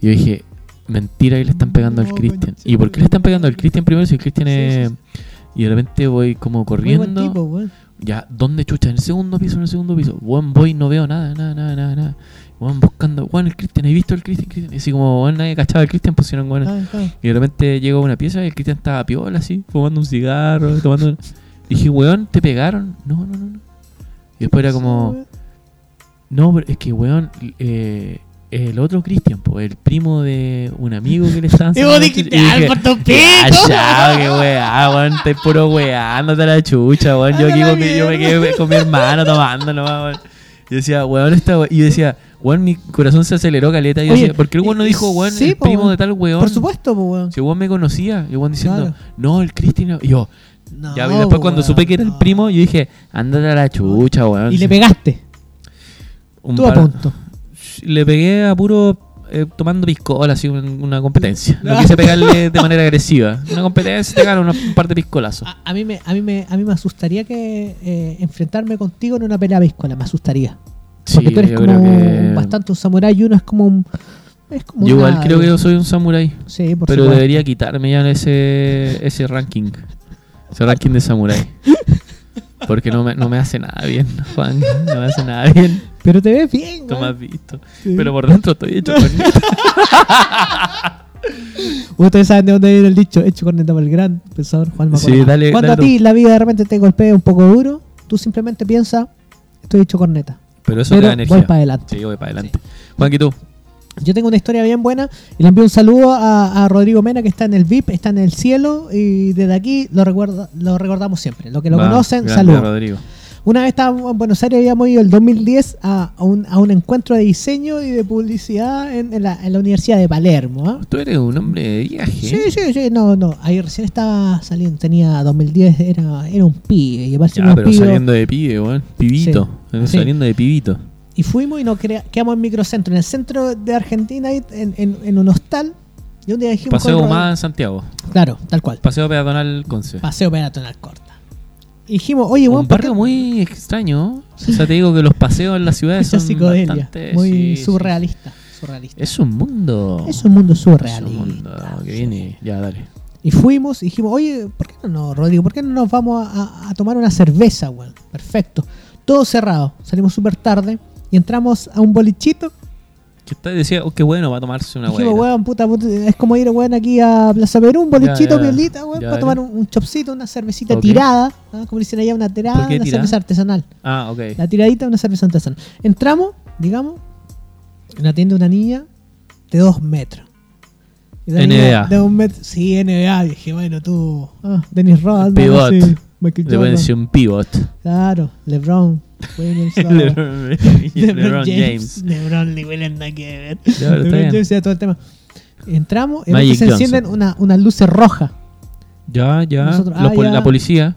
[SPEAKER 2] Y yo dije, mentira que le están pegando al
[SPEAKER 1] No,
[SPEAKER 2] Cristian.
[SPEAKER 1] conche
[SPEAKER 2] ¿Y por qué le están pegando al
[SPEAKER 1] madre.
[SPEAKER 2] Cristian primero si el Cristian
[SPEAKER 1] Sí,
[SPEAKER 2] es...
[SPEAKER 1] sí,
[SPEAKER 2] Y de repente voy como
[SPEAKER 1] Muy buen
[SPEAKER 2] corriendo.
[SPEAKER 1] tipo, weón.
[SPEAKER 2] Ya, ¿dónde chucha? En el segundo piso, en el segundo piso. Weón, voy, no veo nada, nada, nada, nada, nada. Weón, buscando, weón, el Cristian, ¿has visto el Cristian? Cristian? Y así como, weón, nadie cachaba al pues Cristian, pusieron, weón,
[SPEAKER 1] Ah, ah.
[SPEAKER 2] y de repente llego a una pieza y el Cristian estaba piola así, fumando un cigarro, tomando... un- Dije, weón, ¿te pegaron? No, no, no, no. Y después era como, no, pero es que weón, eh, el otro Cristian, pues, el primo de un amigo que le estaban...
[SPEAKER 1] Y vos
[SPEAKER 2] sacando-
[SPEAKER 1] dijiste,
[SPEAKER 2] y
[SPEAKER 1] "Ah,
[SPEAKER 2] dije,
[SPEAKER 1] por tu pico".
[SPEAKER 2] "Ya, chao, qué weá, weón, te puro weándote la chucha, weón. Yo aquí
[SPEAKER 1] Anda Ah, la
[SPEAKER 2] con mi, yo me quedé con mi hermano tomando nomás, weón. Y decía, weón, esta we-". Y yo decía, weón, mi corazón se aceleró, caleta. Y yo
[SPEAKER 1] Oye,
[SPEAKER 2] decía, ¿por qué el weón no
[SPEAKER 1] y-
[SPEAKER 2] dijo, weón,
[SPEAKER 1] sí,
[SPEAKER 2] el
[SPEAKER 1] po,
[SPEAKER 2] primo
[SPEAKER 1] weón.
[SPEAKER 2] de tal weón?
[SPEAKER 1] Por supuesto, pues, weón.
[SPEAKER 2] Si el weón me conocía, el weón diciendo,
[SPEAKER 1] Claro.
[SPEAKER 2] no, el Cristian. Y yo,
[SPEAKER 1] No,
[SPEAKER 2] ya, y después cuando
[SPEAKER 1] weón,
[SPEAKER 2] supe que era el
[SPEAKER 1] no.
[SPEAKER 2] primo, yo dije, ándate a la chucha, weón.
[SPEAKER 1] Y le
[SPEAKER 2] Sí.
[SPEAKER 1] pegaste.
[SPEAKER 2] Un
[SPEAKER 1] Tú a
[SPEAKER 2] par-
[SPEAKER 1] punto.
[SPEAKER 2] Le pegué a puro eh, tomando piscola, así, un- una competencia. No quise pegarle de manera agresiva. Una competencia, te gano una- un par de piscolazos.
[SPEAKER 1] A, a mí me, a, mí me, a mí me asustaría que eh, enfrentarme contigo en una pelea bíscola. Me asustaría. Porque tú eres
[SPEAKER 2] yo
[SPEAKER 1] como
[SPEAKER 2] creo que-
[SPEAKER 1] un- bastante un samurái y uno es como un. Es como
[SPEAKER 2] Yo
[SPEAKER 1] una-
[SPEAKER 2] igual creo que yo soy un samurái.
[SPEAKER 1] Sí, por
[SPEAKER 2] Pero
[SPEAKER 1] supuesto.
[SPEAKER 2] debería quitarme ya ese, ese ranking. Ese ranking de samurái. Porque no me, no me hace nada bien, Juan. No me hace nada bien.
[SPEAKER 1] Pero te ves bien,
[SPEAKER 2] Tú me
[SPEAKER 1] weón.
[SPEAKER 2] has visto.
[SPEAKER 1] Sí.
[SPEAKER 2] Pero por dentro estoy hecho corneta.
[SPEAKER 1] Ustedes saben de dónde viene el dicho, hecho corneta por el gran pensador Juan
[SPEAKER 2] Sí,
[SPEAKER 1] Macorena.
[SPEAKER 2] dale,
[SPEAKER 1] Cuando
[SPEAKER 2] dale
[SPEAKER 1] a ti la vida de repente te golpea un poco duro, tú simplemente piensas, estoy hecho corneta.
[SPEAKER 2] Pero eso te
[SPEAKER 1] Pero
[SPEAKER 2] da energía.
[SPEAKER 1] voy para adelante.
[SPEAKER 2] Sí, voy para adelante. Juanqui, tú.
[SPEAKER 1] Yo tengo una historia bien buena y le envío un saludo a, a Rodrigo Mena que está en el VIP, está en el cielo y desde aquí lo, recuerda, lo recordamos siempre. Lo que lo
[SPEAKER 2] Va,
[SPEAKER 1] conocen,
[SPEAKER 2] grande
[SPEAKER 1] saludos.
[SPEAKER 2] Rodrigo.
[SPEAKER 1] Una vez estábamos en Buenos Aires, habíamos ido el 2010 a, a un, a un encuentro de diseño y de publicidad en, en la, en la Universidad de Palermo. ¿ah?
[SPEAKER 2] Tú eres un hombre de viaje.
[SPEAKER 1] Sí, sí, sí, no, no. Ahí recién estaba saliendo, tenía 2010, era, era un pibe. Y, aparte
[SPEAKER 2] Ya,
[SPEAKER 1] era un
[SPEAKER 2] pero
[SPEAKER 1] pibe.
[SPEAKER 2] saliendo de pibe, weón. Pibito. Eh,
[SPEAKER 1] Sí.
[SPEAKER 2] Saliendo de pibito.
[SPEAKER 1] y fuimos y nos crea- quedamos en microcentro, en el centro de Argentina, ahí en, en- en un hostal. Y un día dijimos.
[SPEAKER 2] Paseo
[SPEAKER 1] con Rod-
[SPEAKER 2] Humada en Santiago.
[SPEAKER 1] Claro, tal cual.
[SPEAKER 2] Paseo peatonal Conce.
[SPEAKER 1] Paseo peatonal corta. Y dijimos, oye,
[SPEAKER 2] un
[SPEAKER 1] Ah, weón, ¿por qué-
[SPEAKER 2] barrio muy extraño. ¿no? O sea, te digo que los paseos en las ciudades
[SPEAKER 1] mucha
[SPEAKER 2] son
[SPEAKER 1] psicodelia?
[SPEAKER 2] bastante...
[SPEAKER 1] Muy
[SPEAKER 2] sí, sí.
[SPEAKER 1] surrealista. surrealista.
[SPEAKER 2] Es un mundo.
[SPEAKER 1] Es un mundo
[SPEAKER 2] Es
[SPEAKER 1] surrealista.
[SPEAKER 2] un mundo que viene. Ya, dale.
[SPEAKER 1] Y fuimos y dijimos, oye, ¿por qué no, no, Rodrigo? ¿Por qué no nos vamos a, a- a tomar una cerveza, weón? Perfecto. Todo cerrado. Salimos súper tarde y entramos a un bolichito
[SPEAKER 2] que está- decía, oh, qué bueno, va a tomarse una
[SPEAKER 1] Dijimos,
[SPEAKER 2] hueá.
[SPEAKER 1] weón, puta, puta, es como ir, weón, aquí a Plaza Perú, un bolichito,
[SPEAKER 2] ya, ya.
[SPEAKER 1] piolita, weón,
[SPEAKER 2] Ya,
[SPEAKER 1] para
[SPEAKER 2] ya.
[SPEAKER 1] tomar un, un chopsito, una cervecita
[SPEAKER 2] Ok.
[SPEAKER 1] tirada, ¿ah? como dicen allá, una tirada,
[SPEAKER 2] ¿Por qué
[SPEAKER 1] una
[SPEAKER 2] tirada?
[SPEAKER 1] cerveza artesanal.
[SPEAKER 2] Ah, ok.
[SPEAKER 1] La tiradita, una cerveza artesanal. Entramos, digamos, en la tienda de una niña de dos metros. Y la niña
[SPEAKER 2] NBA.
[SPEAKER 1] De un metro. Sí, NBA, dije, bueno, tú, ah, Dennis Rodman,
[SPEAKER 2] Pivot.
[SPEAKER 1] sí, Michael
[SPEAKER 2] Le
[SPEAKER 1] Jordan.
[SPEAKER 2] voy a decir un pivot.
[SPEAKER 1] Claro, LeBron, Williams, ah,
[SPEAKER 2] LeBron LeBron James.
[SPEAKER 1] LeBron ni Williams nada que ver.
[SPEAKER 2] está
[SPEAKER 1] LeBron
[SPEAKER 2] bien.
[SPEAKER 1] James, ya todo el tema. Entramos, y
[SPEAKER 2] Magic
[SPEAKER 1] se
[SPEAKER 2] Johnson.
[SPEAKER 1] encienden una- unas luces rojas.
[SPEAKER 2] Ya, ya.
[SPEAKER 1] Nosotros-
[SPEAKER 2] Los
[SPEAKER 1] ah,
[SPEAKER 2] pol-
[SPEAKER 1] ya.
[SPEAKER 2] La policía,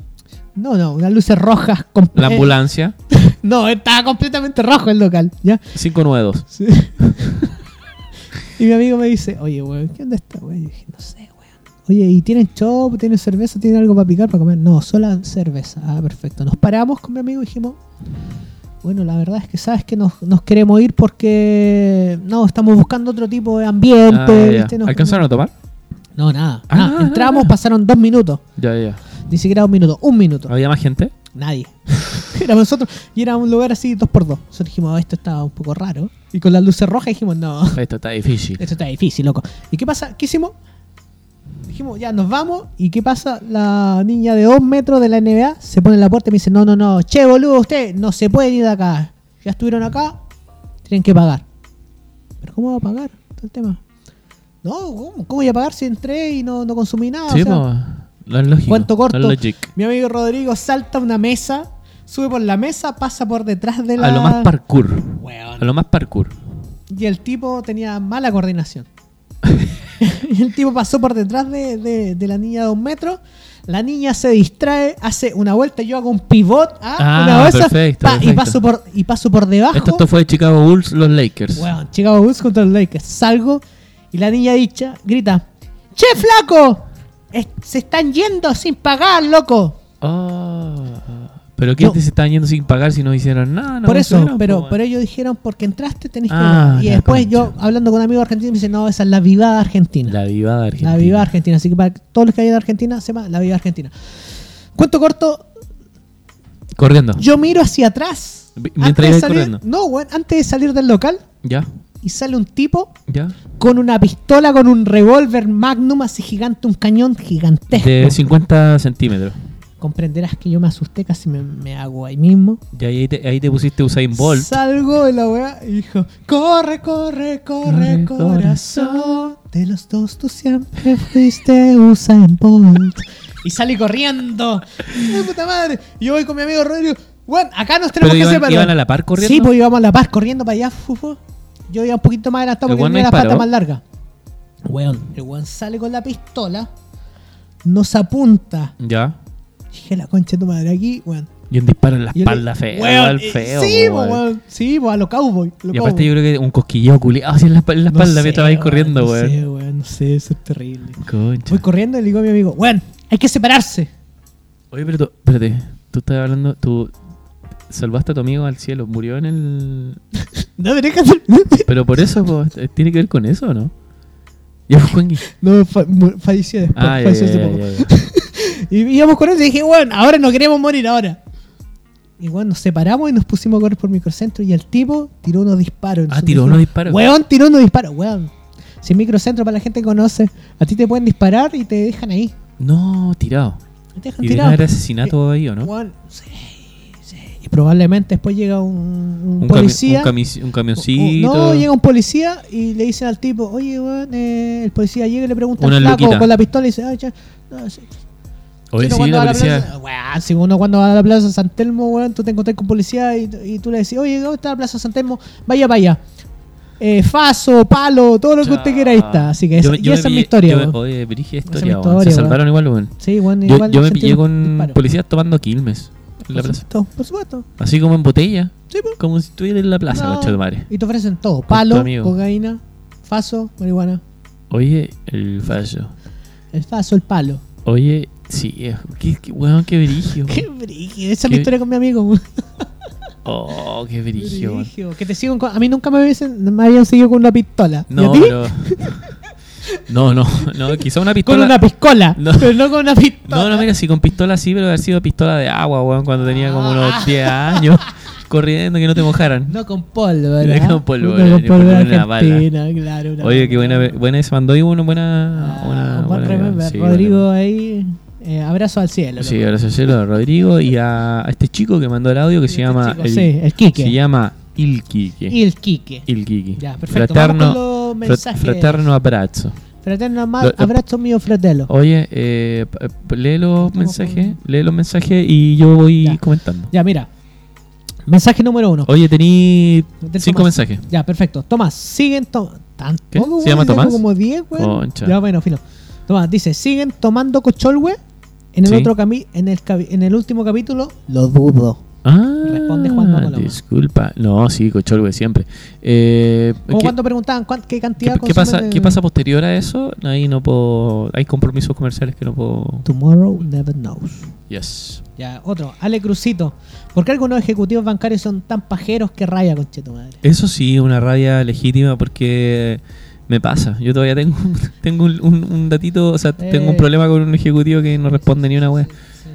[SPEAKER 1] No, no, unas luces rojas. comple-
[SPEAKER 2] la ambulancia,
[SPEAKER 1] No, estaba completamente rojo el local, ¿ya?
[SPEAKER 2] 592.
[SPEAKER 1] Sí. y mi amigo me dice, oye, weón, ¿qué onda está, weón? Yo dije, no sé, weón. Oye, ¿y tienen chop? ¿Tienen cerveza? ¿Tienen algo para picar, para comer? No, sola cerveza. Ah, perfecto. Nos paramos con mi amigo y dijimos, bueno, la verdad es que sabes que nos, nos queremos ir porque, no, estamos buscando otro tipo de ambiente.
[SPEAKER 2] Ah,
[SPEAKER 1] ¿viste?
[SPEAKER 2] ya.
[SPEAKER 1] Nos-
[SPEAKER 2] ¿Alcanzaron a tomar?
[SPEAKER 1] No, nada.
[SPEAKER 2] Ah,
[SPEAKER 1] nada.
[SPEAKER 2] ah,
[SPEAKER 1] Entramos,
[SPEAKER 2] ah.
[SPEAKER 1] pasaron dos minutos.
[SPEAKER 2] Ya, ya, ya.
[SPEAKER 1] Ni siquiera un minuto, un minuto.
[SPEAKER 2] ¿Había más gente?
[SPEAKER 1] Nadie. Éramos nosotros. Y era un lugar así, dos por dos. Nosotros dijimos, "Oh, esto está un poco raro. Y con las luces rojas dijimos, no,
[SPEAKER 2] Esto está difícil.
[SPEAKER 1] esto está difícil, loco. ¿Y qué pasa? ¿Qué hicimos? Dijimos, ya nos vamos. ¿Y qué pasa? La niña de dos metros de la NBA se pone en la puerta y me dice, no, no, no, che, boludo, usted no se puede ir de acá. Ya estuvieron acá, tienen que pagar. ¿Pero cómo va a pagar? Todo el tema. No, ¿cómo, ¿Cómo voy a pagar si entré y no, no consumí nada?
[SPEAKER 2] Sí,
[SPEAKER 1] O sea,
[SPEAKER 2] po. Lo es lógico.
[SPEAKER 1] Cuento corto.
[SPEAKER 2] Lo es logic.
[SPEAKER 1] Mi amigo Rodrigo salta una mesa, sube por la mesa, pasa por detrás de la.
[SPEAKER 2] A lo más parkour.
[SPEAKER 1] Weón.
[SPEAKER 2] A lo más parkour.
[SPEAKER 1] Y el tipo tenía mala coordinación. y el tipo pasó por detrás de, de- de la niña de un metro. La niña se distrae, hace una vuelta, yo hago un pivot, ah,
[SPEAKER 2] Ah,
[SPEAKER 1] una bolsa,
[SPEAKER 2] perfecto,
[SPEAKER 1] pa, y
[SPEAKER 2] perfecto.
[SPEAKER 1] paso por y paso por debajo.
[SPEAKER 2] Esto, esto fue de Chicago Bulls, los Lakers.
[SPEAKER 1] Weón, Chicago Bulls contra los Lakers. Salgo y la niña dicha grita, "Che, flaco, es- se están yendo sin pagar, loco."
[SPEAKER 2] Ah. Pero que
[SPEAKER 1] No.
[SPEAKER 2] antes se estaban yendo sin pagar si no hicieron nada. no
[SPEAKER 1] por eso,
[SPEAKER 2] funcionaron, po,
[SPEAKER 1] pero,
[SPEAKER 2] weón.
[SPEAKER 1] pero ellos dijeron, porque entraste tenés que...
[SPEAKER 2] Ah,
[SPEAKER 1] ganar". y
[SPEAKER 2] la
[SPEAKER 1] después yo,
[SPEAKER 2] concha.
[SPEAKER 1] hablando con amigos argentinos, me dicen, no, esa es la vivada argentina. La,
[SPEAKER 2] La vivada argentina.
[SPEAKER 1] vivada argentina. Así que para todos los que hayan de Argentina, sepan, la vivada argentina. Cuento corto,
[SPEAKER 2] Corriendo.
[SPEAKER 1] yo miro hacia atrás.
[SPEAKER 2] Vi- mientras
[SPEAKER 1] de
[SPEAKER 2] ibas
[SPEAKER 1] salir,
[SPEAKER 2] corriendo.
[SPEAKER 1] no, weón, antes de salir del local,
[SPEAKER 2] Ya,
[SPEAKER 1] y sale un tipo
[SPEAKER 2] ya.
[SPEAKER 1] con una pistola, con un revólver magnum así gigante, un cañón gigantesco.
[SPEAKER 2] De 50 centímetros.
[SPEAKER 1] Comprenderás que yo me asusté, casi me, me hago ahí mismo.
[SPEAKER 2] Y ahí te, ahí te pusiste Usain Bolt.
[SPEAKER 1] Salgo de la weá y dijo: Corre, corre, corre,
[SPEAKER 2] Corre,
[SPEAKER 1] corazón. De los dos tú siempre fuiste Usain Bolt. Y salí corriendo. ¡Ay, puta madre! Y yo voy con mi amigo Rodrigo. Bueno, acá nos tenemos
[SPEAKER 2] Pero
[SPEAKER 1] que
[SPEAKER 2] iban-
[SPEAKER 1] separar.
[SPEAKER 2] iban a la par corriendo.
[SPEAKER 1] Sí, pues íbamos a la par corriendo para allá. fu, fu. Yo iba un poquito más adelantado
[SPEAKER 2] El
[SPEAKER 1] porque
[SPEAKER 2] weón
[SPEAKER 1] tenía las
[SPEAKER 2] no
[SPEAKER 1] patas
[SPEAKER 2] disparó.
[SPEAKER 1] más largas. Weón, el weón sale con la pistola, nos apunta.
[SPEAKER 2] Ya.
[SPEAKER 1] Dije, la concha de tu madre, aquí, weón.
[SPEAKER 2] Y un disparo en la
[SPEAKER 1] Yo le-
[SPEAKER 2] espalda feo.
[SPEAKER 1] Weón,
[SPEAKER 2] Weón,
[SPEAKER 1] eh,
[SPEAKER 2] feo.
[SPEAKER 1] Sí, po,
[SPEAKER 2] weón.
[SPEAKER 1] weón. Sí, po, a lo cowboy. a lo
[SPEAKER 2] Y aparte
[SPEAKER 1] cowboy.
[SPEAKER 2] yo creo que un cosquilleo culiado así en la, espa- en la
[SPEAKER 1] No
[SPEAKER 2] espalda
[SPEAKER 1] sé,
[SPEAKER 2] mientras vais
[SPEAKER 1] weón,
[SPEAKER 2] corriendo,
[SPEAKER 1] no
[SPEAKER 2] weón.
[SPEAKER 1] sé, weón, no sé, eso es terrible.
[SPEAKER 2] Concha.
[SPEAKER 1] Voy corriendo y le digo a mi amigo, weón, hay que separarse.
[SPEAKER 2] Oye, pero tú, espérate. Tú estás hablando, tú salvaste a tu amigo al cielo. Murió en el...
[SPEAKER 1] No tenés que hacer.
[SPEAKER 2] Pero por eso, po, eh, ¿tiene que ver con eso o no? Ya, pues, Juan Gui-
[SPEAKER 1] No, fa- mu- falleció después.
[SPEAKER 2] Ah, ya,
[SPEAKER 1] falleció
[SPEAKER 2] ya,
[SPEAKER 1] hace
[SPEAKER 2] ya,
[SPEAKER 1] poco.
[SPEAKER 2] ya, ya.
[SPEAKER 1] Y íbamos corriendo y dije, weón, ahora no queremos morir ahora. Y weón, nos separamos y nos pusimos a correr por microcentro y el tipo tiró unos disparos.
[SPEAKER 2] Ah,
[SPEAKER 1] Nosotros
[SPEAKER 2] tiró
[SPEAKER 1] dijimos,
[SPEAKER 2] unos disparos.
[SPEAKER 1] Weón, tiró unos disparos, weón. Si en microcentro, para la gente que conoce, a ti te pueden disparar y te dejan ahí.
[SPEAKER 2] No, tirado.
[SPEAKER 1] Te dejan
[SPEAKER 2] Y debe
[SPEAKER 1] tirado.
[SPEAKER 2] haber asesinato
[SPEAKER 1] Eh,
[SPEAKER 2] ahí, ¿o no?
[SPEAKER 1] Weón, sí, sí. Y probablemente después llega un, un
[SPEAKER 2] Un, cami-
[SPEAKER 1] policía.
[SPEAKER 2] un, cami- un camioncito.
[SPEAKER 1] No, llega un policía y le dicen al tipo, oye, weón, eh, el policía llega y le pregunta
[SPEAKER 2] Una
[SPEAKER 1] al flaco
[SPEAKER 2] luquita.
[SPEAKER 1] con la pistola y dice, ah, ya, no, sí,
[SPEAKER 2] Oye,
[SPEAKER 1] uno
[SPEAKER 2] sí,
[SPEAKER 1] cuando
[SPEAKER 2] la
[SPEAKER 1] va a
[SPEAKER 2] policía.
[SPEAKER 1] plaza- Weón, si uno cuando va a la plaza San Telmo, weón, tú te encontrás con policía y, y tú le decís, oye, ¿dónde está la plaza San Telmo? Vaya, vaya. Eh, faso, palo, todo lo que usted quiera ahí está. Así que
[SPEAKER 2] Ah. Yo
[SPEAKER 1] esa,
[SPEAKER 2] me-
[SPEAKER 1] y
[SPEAKER 2] yo me
[SPEAKER 1] esa es mi
[SPEAKER 2] pillé-
[SPEAKER 1] historia,
[SPEAKER 2] yo me-
[SPEAKER 1] weón.
[SPEAKER 2] Oye, brígida
[SPEAKER 1] es mi
[SPEAKER 2] historia, weón.
[SPEAKER 1] historia,
[SPEAKER 2] Se
[SPEAKER 1] weón.
[SPEAKER 2] salvaron igual, weón.
[SPEAKER 1] Sí, weón,
[SPEAKER 2] Yo,
[SPEAKER 1] igual
[SPEAKER 2] yo me
[SPEAKER 1] sentí
[SPEAKER 2] pillé
[SPEAKER 1] un
[SPEAKER 2] con
[SPEAKER 1] disparo.
[SPEAKER 2] policías tomando quilmes en la
[SPEAKER 1] Por
[SPEAKER 2] plaza.
[SPEAKER 1] supuesto, por supuesto.
[SPEAKER 2] Así como en botella.
[SPEAKER 1] Sí, pues. po.
[SPEAKER 2] Como si estuviera en la plaza,
[SPEAKER 1] No,
[SPEAKER 2] coche de madre.
[SPEAKER 1] Y te ofrecen todo:
[SPEAKER 2] tu
[SPEAKER 1] palo,
[SPEAKER 2] amigo.
[SPEAKER 1] cocaína, faso, marihuana.
[SPEAKER 2] Oye, el fallo.
[SPEAKER 1] El faso, el palo.
[SPEAKER 2] Oye, sí, eh, qué, qué weón, qué brigio.
[SPEAKER 1] Qué
[SPEAKER 2] weón.
[SPEAKER 1] brígido. Esa es mi
[SPEAKER 2] Qué-
[SPEAKER 1] historia con mi amigo. weón.
[SPEAKER 2] Oh, qué brigio. weón.
[SPEAKER 1] Brígido. Que te sigan con- A mí nunca me habían, me habían seguido con una pistola. ¿Y a
[SPEAKER 2] No,
[SPEAKER 1] ti?
[SPEAKER 2] pero. No, no, no, quizá una
[SPEAKER 1] Con
[SPEAKER 2] pistola.
[SPEAKER 1] una piscola.
[SPEAKER 2] No.
[SPEAKER 1] Pero no con una pistola.
[SPEAKER 2] No, no, mira, si con pistola sí, pero haber sido pistola de agua, weón, cuando tenía como unos 10 años. corriendo, que no te mojaran.
[SPEAKER 1] Ah. No con polvo, ¿verdad?
[SPEAKER 2] No con polvo,
[SPEAKER 1] No con
[SPEAKER 2] ni con
[SPEAKER 1] polvo de
[SPEAKER 2] una bala.
[SPEAKER 1] Argentina, claro. una
[SPEAKER 2] Oye,
[SPEAKER 1] bala.
[SPEAKER 2] qué buena, buena se mandó y una buena.
[SPEAKER 1] Ah,
[SPEAKER 2] buena,
[SPEAKER 1] un buen
[SPEAKER 2] buena-
[SPEAKER 1] remember.
[SPEAKER 2] sí,
[SPEAKER 1] Rodrigo ahí, eh, abrazo al cielo.
[SPEAKER 2] buena- Sí,
[SPEAKER 1] loco.
[SPEAKER 2] gracias cielo, a Rodrigo y a, a este chico que mandó el audio que se
[SPEAKER 1] Este
[SPEAKER 2] llama.
[SPEAKER 1] chico, sí, el Quique.
[SPEAKER 2] Se llama Ilquique.
[SPEAKER 1] Y el Quique.
[SPEAKER 2] Ilquique.
[SPEAKER 1] Ya, perfecto. Vamos
[SPEAKER 2] Fraterno,
[SPEAKER 1] con los
[SPEAKER 2] fra-
[SPEAKER 1] mensajes.
[SPEAKER 2] fraterno abrazo.
[SPEAKER 1] Fraterno ma-
[SPEAKER 2] Lo- lo-
[SPEAKER 1] abrazo mío fratelo.
[SPEAKER 2] Oye, eh, p- p- lee los mensajes,
[SPEAKER 1] con-
[SPEAKER 2] lee los mensajes y yo voy
[SPEAKER 1] Ya.
[SPEAKER 2] comentando.
[SPEAKER 1] Ya, mira. Mensaje número uno.
[SPEAKER 2] Oye, tení
[SPEAKER 1] Del
[SPEAKER 2] cinco
[SPEAKER 1] Tomás.
[SPEAKER 2] mensajes.
[SPEAKER 1] Ya, perfecto. Tomás, siguen tomando.
[SPEAKER 2] ¿Qué? ¿Se llama Tomás?
[SPEAKER 1] Como 10, güey.
[SPEAKER 2] Concha.
[SPEAKER 1] Ya, bueno, filo. Tomás dice: siguen tomando cochol, güey. En el,
[SPEAKER 2] Sí.
[SPEAKER 1] otro cami en, el cabi- en el último capítulo, lo dudo.
[SPEAKER 2] Ah,
[SPEAKER 1] Responde Juan Macoloma.
[SPEAKER 2] disculpa. No, sí, Cocholwe siempre. Eh,
[SPEAKER 1] Como
[SPEAKER 2] ¿qué-
[SPEAKER 1] cuando preguntaban cuán- qué
[SPEAKER 2] ¿Qué,
[SPEAKER 1] cantidad
[SPEAKER 2] qué
[SPEAKER 1] consumen
[SPEAKER 2] pasa,
[SPEAKER 1] de-
[SPEAKER 2] ¿Qué pasa posterior a eso? Ahí no puedo. Hay compromisos comerciales que no puedo.
[SPEAKER 1] Tomorrow never knows.
[SPEAKER 2] Yes.
[SPEAKER 1] Ya, otro. Ale Crucito. ¿Por qué algunos ejecutivos bancarios son tan pajeros que raya, conche tu madre?
[SPEAKER 2] Eso sí, es una rabia legítima porque me pasa. Yo todavía tengo, tengo un, un- un datito, o sea, tengo
[SPEAKER 1] Eh.
[SPEAKER 2] un problema con un ejecutivo que no responde ni una wea.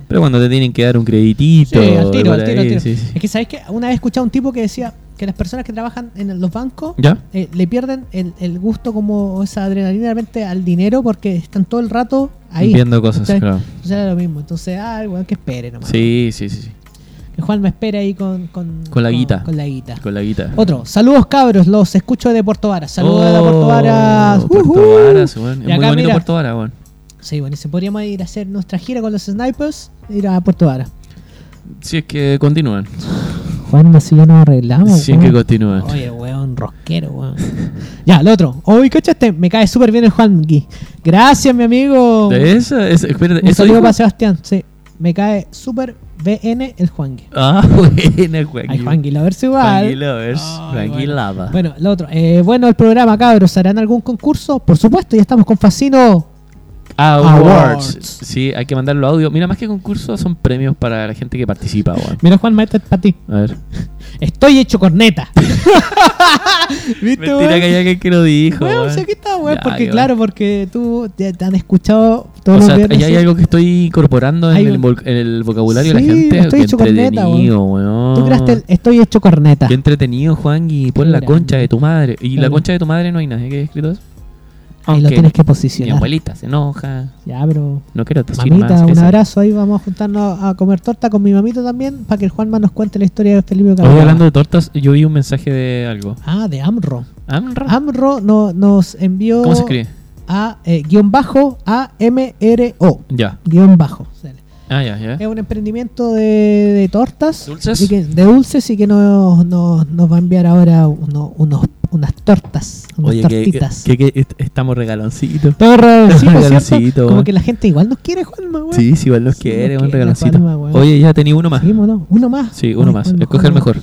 [SPEAKER 2] Pero cuando te tienen que dar un
[SPEAKER 1] Sí,
[SPEAKER 2] creditito.
[SPEAKER 1] al tiro,
[SPEAKER 2] por
[SPEAKER 1] al tiro, al
[SPEAKER 2] ahí,
[SPEAKER 1] tiro.
[SPEAKER 2] sí, sí.
[SPEAKER 1] Es que, ¿sabes qué? Una vez escuché a un tipo que decía que las personas que trabajan en los bancos
[SPEAKER 2] ¿Ya?
[SPEAKER 1] eh, le pierden el, el gusto como esa adrenalina de repente al dinero porque están todo el rato ahí.
[SPEAKER 2] Viendo cosas,
[SPEAKER 1] ¿cachai?
[SPEAKER 2] claro.
[SPEAKER 1] Entonces era lo mismo. Entonces, ay, weón, que espere nomás.
[SPEAKER 2] Sí, sí, sí, sí.
[SPEAKER 1] Que Juan me espere ahí con, con,
[SPEAKER 2] Con la guita.
[SPEAKER 1] Con la guita.
[SPEAKER 2] Con la guitarra.
[SPEAKER 1] Otro, saludos cabros, los escucho de Puerto Varas. Saludos de
[SPEAKER 2] Oh,
[SPEAKER 1] Puerto Varas.
[SPEAKER 2] Puerto
[SPEAKER 1] Ujú.
[SPEAKER 2] Varas, weón.
[SPEAKER 1] Y
[SPEAKER 2] Es muy
[SPEAKER 1] acá,
[SPEAKER 2] bonito
[SPEAKER 1] mira.
[SPEAKER 2] Puerto Varas, weón.
[SPEAKER 1] Sí, bueno, y se podríamos ir a hacer nuestra gira con los snipers, ir a Puerto Varas.
[SPEAKER 2] Si es que continúan.
[SPEAKER 1] Juan, si ya nos arreglamos.
[SPEAKER 2] Si es que continúan.
[SPEAKER 1] Oye, weón, rosquero, weón. ya, el otro. Oye, cachaste, me cae súper bien el Juan Gui. Gracias, mi amigo.
[SPEAKER 2] De esa, es, espérate,
[SPEAKER 1] Un
[SPEAKER 2] eso
[SPEAKER 1] saludo
[SPEAKER 2] dijo?
[SPEAKER 1] para Sebastián, sí. Me cae súper BN el Juan Gui.
[SPEAKER 2] Ah, buena, Juan.
[SPEAKER 1] Ay, Juan Gui, lo verse igual.
[SPEAKER 2] Tranquilovers.
[SPEAKER 1] Ay,
[SPEAKER 2] Tranquilaba.
[SPEAKER 1] Bueno, lo otro. Eh, bueno, el programa, cabros, ¿harán algún concurso? Por supuesto, ya estamos con Facino.
[SPEAKER 2] Awards.
[SPEAKER 1] Awards.
[SPEAKER 2] Sí, hay que mandar los audios. Mira, más que concursos, son premios para la gente que participa, weón.
[SPEAKER 1] Mira, Juan, maestro, es para ti.
[SPEAKER 2] A ver.
[SPEAKER 1] Estoy hecho corneta. ¿Viste,
[SPEAKER 2] Mentira
[SPEAKER 1] weón?
[SPEAKER 2] que hay alguien que lo dijo,
[SPEAKER 1] Weón,
[SPEAKER 2] weón.
[SPEAKER 1] sí, aquí está, weón,
[SPEAKER 2] Ya,
[SPEAKER 1] porque
[SPEAKER 2] qué
[SPEAKER 1] claro, porque tú te, te han escuchado
[SPEAKER 2] O
[SPEAKER 1] todos los
[SPEAKER 2] sea,
[SPEAKER 1] viernes.
[SPEAKER 2] ahí hay algo que estoy incorporando en,
[SPEAKER 1] Hay
[SPEAKER 2] el,
[SPEAKER 1] un-
[SPEAKER 2] vol- en el vocabulario
[SPEAKER 1] Sí,
[SPEAKER 2] de la gente.
[SPEAKER 1] estoy
[SPEAKER 2] Qué
[SPEAKER 1] hecho con neta,
[SPEAKER 2] entretenido, weón.
[SPEAKER 1] Tú creaste el estoy hecho corneta.
[SPEAKER 2] Qué entretenido, Juan, y pon la
[SPEAKER 1] grande.
[SPEAKER 2] concha de tu madre. Y la
[SPEAKER 1] Claro.
[SPEAKER 2] concha de tu madre no hay nadie que haya escrito eso.
[SPEAKER 1] Ahí lo
[SPEAKER 2] Aunque
[SPEAKER 1] tienes que
[SPEAKER 2] mi
[SPEAKER 1] posicionar.
[SPEAKER 2] abuelita se enoja.
[SPEAKER 1] Ya, pero.
[SPEAKER 2] No quiero decir más.
[SPEAKER 1] Mamita,
[SPEAKER 2] que
[SPEAKER 1] un
[SPEAKER 2] eso.
[SPEAKER 1] abrazo. Ahí vamos a juntarnos a comer torta con mi mamita también para que el Juanma nos cuente la historia de Felipe
[SPEAKER 2] Hoy
[SPEAKER 1] Camiroaga.
[SPEAKER 2] hablando de tortas, yo vi un mensaje de algo.
[SPEAKER 1] Ah, de Amro.
[SPEAKER 2] Amra.
[SPEAKER 1] Amro no- nos envió.
[SPEAKER 2] ¿Cómo se escribe?
[SPEAKER 1] A eh, guión bajo A M R O.
[SPEAKER 2] Ya.
[SPEAKER 1] Guión bajo. Sale.
[SPEAKER 2] Ah, ya, ya.
[SPEAKER 1] Es un emprendimiento de, de tortas.
[SPEAKER 2] ¿Dulces?
[SPEAKER 1] y que- de dulces y que nos, nos, nos va a enviar ahora uno- unos, unas tortas. Unas
[SPEAKER 2] Oye, que,
[SPEAKER 1] tortitas.
[SPEAKER 2] que- que est- estamos regaloncitos.
[SPEAKER 1] Todo regaloncito, pues, ¿cierto?
[SPEAKER 2] Regaloncito,
[SPEAKER 1] Como
[SPEAKER 2] weón.
[SPEAKER 1] que la gente igual nos quiere, Juanma, weón.
[SPEAKER 2] Sí, si igual los
[SPEAKER 1] Sí, nos
[SPEAKER 2] quiere, un
[SPEAKER 1] quiere,
[SPEAKER 2] regaloncito.
[SPEAKER 1] Juanma, weón.
[SPEAKER 2] Oye, ya tenía uno más.
[SPEAKER 1] Seguimos, ¿no? Uno más.
[SPEAKER 2] Sí, uno
[SPEAKER 1] Ay,
[SPEAKER 2] más.
[SPEAKER 1] Juanma,
[SPEAKER 2] Escoge el
[SPEAKER 1] Juanma.
[SPEAKER 2] mejor.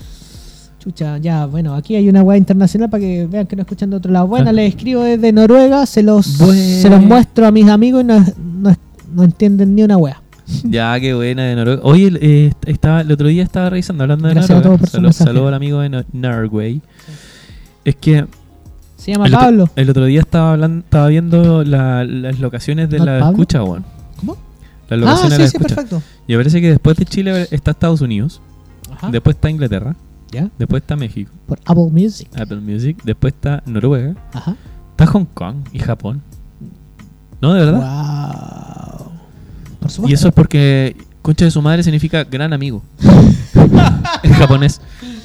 [SPEAKER 1] Chucha, ya, bueno, aquí hay una weá internacional para que vean que no escuchan de otro lado. Bueno,
[SPEAKER 2] Ah.
[SPEAKER 1] les escribo desde Noruega, se los,
[SPEAKER 2] Bue-
[SPEAKER 1] se los muestro a mis amigos y no, no- no entienden ni una weá.
[SPEAKER 2] Ya, qué buena de Noruega. Oye, eh, est- estaba, el otro día estaba revisando, hablando de
[SPEAKER 1] Gracias a
[SPEAKER 2] Noruega.
[SPEAKER 1] todos por su
[SPEAKER 2] Saludos
[SPEAKER 1] mensaje.
[SPEAKER 2] saludo al amigo de Nor- Norway. Es que
[SPEAKER 1] Se llama
[SPEAKER 2] el otro,
[SPEAKER 1] Pablo.
[SPEAKER 2] el otro día estaba hablando, estaba viendo la- las locaciones de
[SPEAKER 1] ¿No,
[SPEAKER 2] la
[SPEAKER 1] Pablo?
[SPEAKER 2] escucha, weón.
[SPEAKER 1] ¿Cómo?
[SPEAKER 2] Las
[SPEAKER 1] Ah,
[SPEAKER 2] locaciones de
[SPEAKER 1] sí,
[SPEAKER 2] la
[SPEAKER 1] sí,
[SPEAKER 2] escucha.
[SPEAKER 1] perfecto.
[SPEAKER 2] Y parece que después de Chile está Estados Unidos,
[SPEAKER 1] Ajá.
[SPEAKER 2] después está Inglaterra,
[SPEAKER 1] Ah. ¿Ya?
[SPEAKER 2] después está México,
[SPEAKER 1] Por Apple Music.
[SPEAKER 2] Apple Music, después está Noruega,
[SPEAKER 1] Ajá.
[SPEAKER 2] está Hong Kong y Japón. ¿No, de verdad?
[SPEAKER 1] Wow. Por supuesto.
[SPEAKER 2] Y eso es porque concha de su madre significa gran amigo. en japonés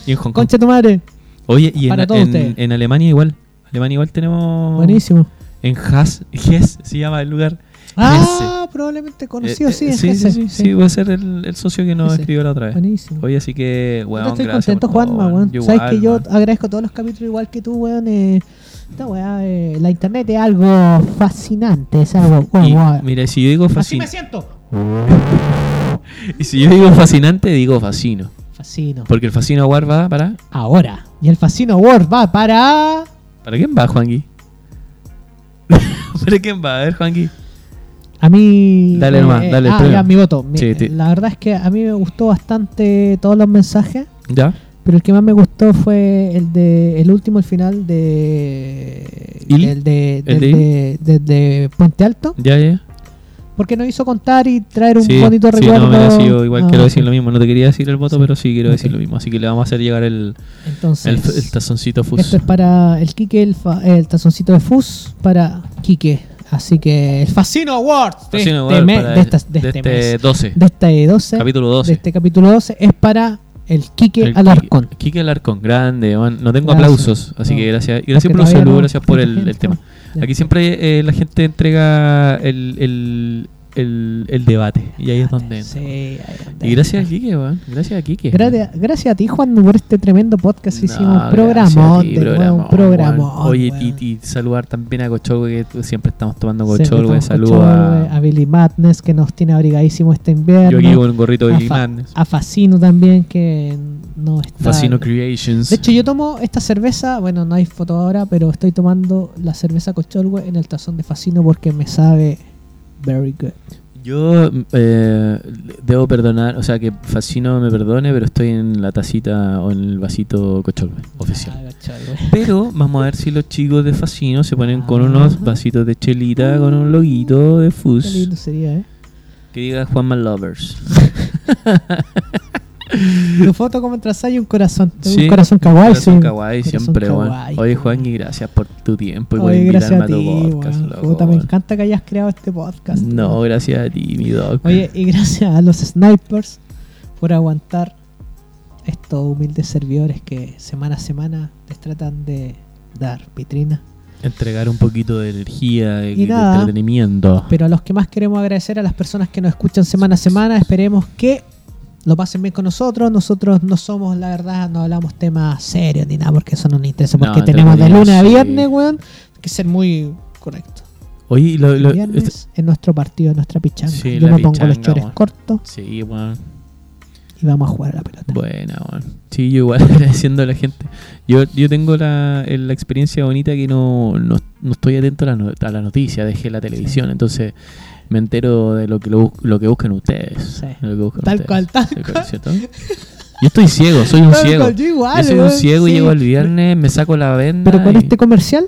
[SPEAKER 2] y en Hong Kong.
[SPEAKER 1] Concha tu madre.
[SPEAKER 2] Oye, y en,
[SPEAKER 1] Para todos
[SPEAKER 2] en-
[SPEAKER 1] ustedes.
[SPEAKER 2] en Alemania igual. Alemania igual tenemos.
[SPEAKER 1] Buenísimo.
[SPEAKER 2] En Hass, Hess se llama el lugar.
[SPEAKER 1] Ah, probablemente conocido,
[SPEAKER 2] Eh,
[SPEAKER 1] sí,
[SPEAKER 2] eh,
[SPEAKER 1] es
[SPEAKER 2] sí,
[SPEAKER 1] ese,
[SPEAKER 2] sí, sí, sí, voy a ser el, el socio que nos
[SPEAKER 1] Ese.
[SPEAKER 2] escribió la otra vez.
[SPEAKER 1] Buenísimo.
[SPEAKER 2] Oye, así que, weón,
[SPEAKER 1] Yo estoy
[SPEAKER 2] gracias
[SPEAKER 1] contento,
[SPEAKER 2] por
[SPEAKER 1] Juanma,
[SPEAKER 2] todo,
[SPEAKER 1] weón.
[SPEAKER 2] yo
[SPEAKER 1] Sabes
[SPEAKER 2] igual,
[SPEAKER 1] que yo
[SPEAKER 2] weón.
[SPEAKER 1] agradezco todos los capítulos igual que tú, weón. eh, esta weá, eh, la internet es algo fascinante, es algo
[SPEAKER 2] Y,
[SPEAKER 1] guau, guau.
[SPEAKER 2] mira, si yo digo
[SPEAKER 1] Así me
[SPEAKER 2] fascinante.
[SPEAKER 1] siento.
[SPEAKER 2] Y si yo digo fascinante, digo fascino.
[SPEAKER 1] Fascino.
[SPEAKER 2] Porque el fascino War va para.
[SPEAKER 1] Ahora. Y el Fascino World va para.
[SPEAKER 2] ¿Para quién va, Juangui? ¿Para quién va? A ver, Juangui.
[SPEAKER 1] A mí.
[SPEAKER 2] Dale nomás, dale,
[SPEAKER 1] ah,
[SPEAKER 2] premio.
[SPEAKER 1] ya, mi voto. Mi-
[SPEAKER 2] Sí, sí.
[SPEAKER 1] La verdad es que a mí me gustó bastante todos los mensajes.
[SPEAKER 2] ¿Ya?
[SPEAKER 1] Pero el que más me gustó fue el de el último, el final de.
[SPEAKER 2] ¿Il?
[SPEAKER 1] El de,
[SPEAKER 2] ¿El
[SPEAKER 1] del
[SPEAKER 2] de
[SPEAKER 1] de- del de Puente Alto.
[SPEAKER 2] ¿Ya, ya?
[SPEAKER 1] Porque nos hizo contar y traer un
[SPEAKER 2] sí,
[SPEAKER 1] bonito
[SPEAKER 2] sí,
[SPEAKER 1] recuerdo.
[SPEAKER 2] no, me mereció. Igual
[SPEAKER 1] Ah,
[SPEAKER 2] quiero
[SPEAKER 1] ok.
[SPEAKER 2] decir lo mismo. No te quería decir el voto, pero sí quiero decir
[SPEAKER 1] Ok.
[SPEAKER 2] lo mismo. Así que le vamos a hacer llegar el,
[SPEAKER 1] Entonces,
[SPEAKER 2] el, el tazoncito fus.
[SPEAKER 1] esto Este es para el Quique, el, fa- eh, el tazoncito de Fus para Quique. Así que el Fascino Awards de,
[SPEAKER 2] Tazoncino
[SPEAKER 1] este
[SPEAKER 2] igual
[SPEAKER 1] me-
[SPEAKER 2] para
[SPEAKER 1] de esta-
[SPEAKER 2] el-
[SPEAKER 1] de
[SPEAKER 2] de
[SPEAKER 1] este
[SPEAKER 2] este
[SPEAKER 1] mes,
[SPEAKER 2] 12.
[SPEAKER 1] de este 12,
[SPEAKER 2] Capítulo 12.
[SPEAKER 1] de este capítulo 12, es para el Quique
[SPEAKER 2] El Quique-
[SPEAKER 1] Alarcón.
[SPEAKER 2] Quique Alarcón, grande. man. No tengo
[SPEAKER 1] Gracias.
[SPEAKER 2] aplausos, así
[SPEAKER 1] No.
[SPEAKER 2] que gracias. Y
[SPEAKER 1] Porque
[SPEAKER 2] gracias por los
[SPEAKER 1] todavía
[SPEAKER 2] saludos,
[SPEAKER 1] no-
[SPEAKER 2] gracias por el,
[SPEAKER 1] gente,
[SPEAKER 2] el tema.
[SPEAKER 1] ya.
[SPEAKER 2] Aquí siempre eh, la gente entrega el, el, el, el debate y ahí es donde entra.
[SPEAKER 1] Sí, ahí es donde
[SPEAKER 2] Y gracias a
[SPEAKER 1] entra.
[SPEAKER 2] Quique, man. Gracias a Quique.
[SPEAKER 1] Gracias, gracias a ti, Juan, por este tremendo podcast.
[SPEAKER 2] No,
[SPEAKER 1] Hicimos un
[SPEAKER 2] gracias
[SPEAKER 1] programón,
[SPEAKER 2] a ti,
[SPEAKER 1] de nuevo,
[SPEAKER 2] programón,
[SPEAKER 1] un programón.
[SPEAKER 2] weón. Oye, y,
[SPEAKER 1] weón.
[SPEAKER 2] y saludar también a Cochol, que tú- siempre estamos tomando
[SPEAKER 1] Siempre
[SPEAKER 2] Cochol, güey.
[SPEAKER 1] estamos
[SPEAKER 2] Saludo
[SPEAKER 1] con Chol,
[SPEAKER 2] a.
[SPEAKER 1] güey, a Billy Madness, que nos tiene abrigadísimo este invierno.
[SPEAKER 2] Yo aquí con un gorrito de
[SPEAKER 1] a,
[SPEAKER 2] Billy
[SPEAKER 1] Fa-
[SPEAKER 2] Madness.
[SPEAKER 1] a Facino también, que no está.
[SPEAKER 2] Fascino Creations.
[SPEAKER 1] De hecho, yo tomo esta cerveza, bueno, no hay foto ahora, pero estoy tomando la cerveza Cocholwe en el tazón de Facino porque me sabe very good.
[SPEAKER 2] Yo eh, debo perdonar, o sea, que Fascino me perdone, pero estoy en la tacita o en el vasito Cocholbe, oficial.
[SPEAKER 1] Ah, Cocholwe.
[SPEAKER 2] Pero vamos a ver si los chicos de Fascino se ponen con
[SPEAKER 1] Ah.
[SPEAKER 2] unos vasitos de chelita, con un loguito de
[SPEAKER 1] Qué
[SPEAKER 2] Fus,
[SPEAKER 1] lindo sería, ¿eh?
[SPEAKER 2] que diga Juanma Lovers.
[SPEAKER 1] Tu foto como atrás hay un corazón, un
[SPEAKER 2] Sí,
[SPEAKER 1] corazón kawaii.
[SPEAKER 2] Corazón
[SPEAKER 1] sí.
[SPEAKER 2] kawaii
[SPEAKER 1] Corazón
[SPEAKER 2] siempre, weón.
[SPEAKER 1] kawaii,
[SPEAKER 2] Oye,
[SPEAKER 1] weón.
[SPEAKER 2] Juan, y gracias por tu tiempo y por
[SPEAKER 1] Oye, gracias
[SPEAKER 2] invitarme
[SPEAKER 1] a
[SPEAKER 2] a
[SPEAKER 1] ti,
[SPEAKER 2] tu podcast,
[SPEAKER 1] weón.
[SPEAKER 2] loco,
[SPEAKER 1] Puta, me
[SPEAKER 2] weón.
[SPEAKER 1] encanta que hayas creado este podcast.
[SPEAKER 2] No,
[SPEAKER 1] weón.
[SPEAKER 2] gracias a ti, mi doc.
[SPEAKER 1] Oye, y gracias a los snipers por aguantar estos humildes servidores que semana a semana les tratan de dar vitrina.
[SPEAKER 2] Entregar un poquito de energía, de,
[SPEAKER 1] Y
[SPEAKER 2] de
[SPEAKER 1] nada.
[SPEAKER 2] entretenimiento.
[SPEAKER 1] Pero a los que más queremos agradecer a las personas que nos escuchan semana a semana, esperemos que lo pasen bien con nosotros. Nosotros no somos, la verdad, no hablamos temas serios ni nada, porque eso no nos interesa,
[SPEAKER 2] No,
[SPEAKER 1] porque tenemos de
[SPEAKER 2] entretenido,
[SPEAKER 1] lunes a
[SPEAKER 2] sí.
[SPEAKER 1] viernes, weón. Hay que ser muy correcto.
[SPEAKER 2] Oye, y lo, lo-
[SPEAKER 1] viernes
[SPEAKER 2] este-
[SPEAKER 1] en nuestro partido, en nuestra pichanga.
[SPEAKER 2] Sí,
[SPEAKER 1] Yo
[SPEAKER 2] la
[SPEAKER 1] me pongo los
[SPEAKER 2] pichanga,
[SPEAKER 1] chores
[SPEAKER 2] weón.
[SPEAKER 1] cortos
[SPEAKER 2] Sí, weón.
[SPEAKER 1] y vamos a jugar a la pelota.
[SPEAKER 2] Buena, bueno. Sí, yo igual agradeciendo a la gente. Yo, yo tengo la, eh, la experiencia bonita que no, no, no estoy atento a la, no- a la noticia, dejé la televisión, entonces me entero de lo que, lo, bus- lo que buscan ustedes.
[SPEAKER 1] Sí.
[SPEAKER 2] de lo que buscan
[SPEAKER 1] Tal
[SPEAKER 2] ustedes.
[SPEAKER 1] cual, tal
[SPEAKER 2] Sí,
[SPEAKER 1] cual.
[SPEAKER 2] ¿cierto? Yo estoy ciego, soy un
[SPEAKER 1] Tal
[SPEAKER 2] ciego.
[SPEAKER 1] cual, yo igual,
[SPEAKER 2] soy un
[SPEAKER 1] weón,
[SPEAKER 2] ciego
[SPEAKER 1] sí.
[SPEAKER 2] y llego el viernes, me saco la venda.
[SPEAKER 1] Pero con
[SPEAKER 2] y-
[SPEAKER 1] este comercial,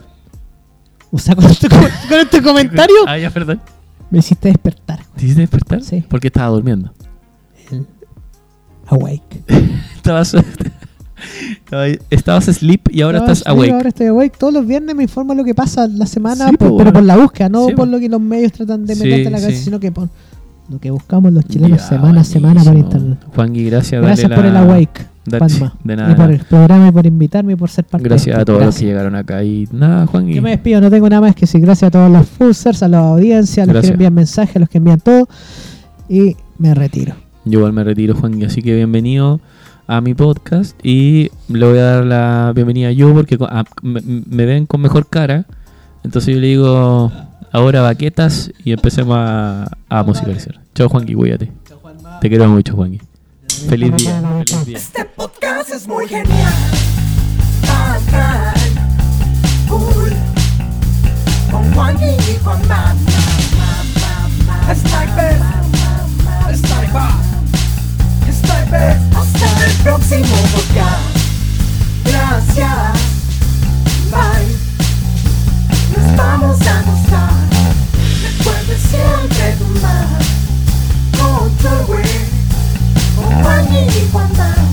[SPEAKER 1] o sea, con este, com- con este comentario,
[SPEAKER 2] Ah, ya, perdón.
[SPEAKER 1] me hiciste despertar.
[SPEAKER 2] ¿Te hiciste despertar?
[SPEAKER 1] Sí.
[SPEAKER 2] Porque estaba durmiendo.
[SPEAKER 1] El awake.
[SPEAKER 2] Estabas, estabas- estabas sleep y ahora
[SPEAKER 1] No,
[SPEAKER 2] estás
[SPEAKER 1] sí,
[SPEAKER 2] awake.
[SPEAKER 1] Ahora estoy awake. Todos los viernes me informa lo que pasa la semana,
[SPEAKER 2] Sí,
[SPEAKER 1] por-
[SPEAKER 2] po,
[SPEAKER 1] pero
[SPEAKER 2] bueno.
[SPEAKER 1] por la búsqueda, no
[SPEAKER 2] Sí,
[SPEAKER 1] por
[SPEAKER 2] po.
[SPEAKER 1] lo que los medios tratan de
[SPEAKER 2] Sí,
[SPEAKER 1] meterte en la cabeza,
[SPEAKER 2] sí.
[SPEAKER 1] sino que por lo que buscamos los chilenos
[SPEAKER 2] Ya,
[SPEAKER 1] semana a semana por
[SPEAKER 2] buenísimo.
[SPEAKER 1] internet.
[SPEAKER 2] Juan, y gracias.
[SPEAKER 1] Gracias
[SPEAKER 2] dale
[SPEAKER 1] por
[SPEAKER 2] la-
[SPEAKER 1] el awake,
[SPEAKER 2] da-
[SPEAKER 1] Juanma.
[SPEAKER 2] de
[SPEAKER 1] y
[SPEAKER 2] nada,
[SPEAKER 1] por
[SPEAKER 2] nada.
[SPEAKER 1] el programa y por invitarme y por ser parte de este
[SPEAKER 2] Gracias
[SPEAKER 1] esto.
[SPEAKER 2] a todos los
[SPEAKER 1] Gracias.
[SPEAKER 2] que llegaron acá. Y nada, Juan,
[SPEAKER 1] Yo me despido, no tengo nada más que decir. Gracias a todos los fusers, a la audiencia, a los
[SPEAKER 2] Gracias.
[SPEAKER 1] que envían mensajes, a los que envían todo. Y me retiro.
[SPEAKER 2] yo igual me retiro, Juan, así que bienvenido a mi podcast. Y le voy a dar la bienvenida yo porque co- a- me, me ven con mejor cara. Entonces yo le digo ahora baquetas y empecemos a, a musicalizar. Chao, Juan, cuídate. Te quiero mucho, Juan. Feliz día. Feliz día.
[SPEAKER 3] Este podcast es muy genial. Bacán. Cool. Con Juan y Juan Ma, ma, ma, ma, Sniper. Sniper. Sniper. Hasta el próximo podcast. Gracias. Bye. Nos vamos a gustar. Recuerde siempre tomar. Control, güey. Con Juan y Juan Ma.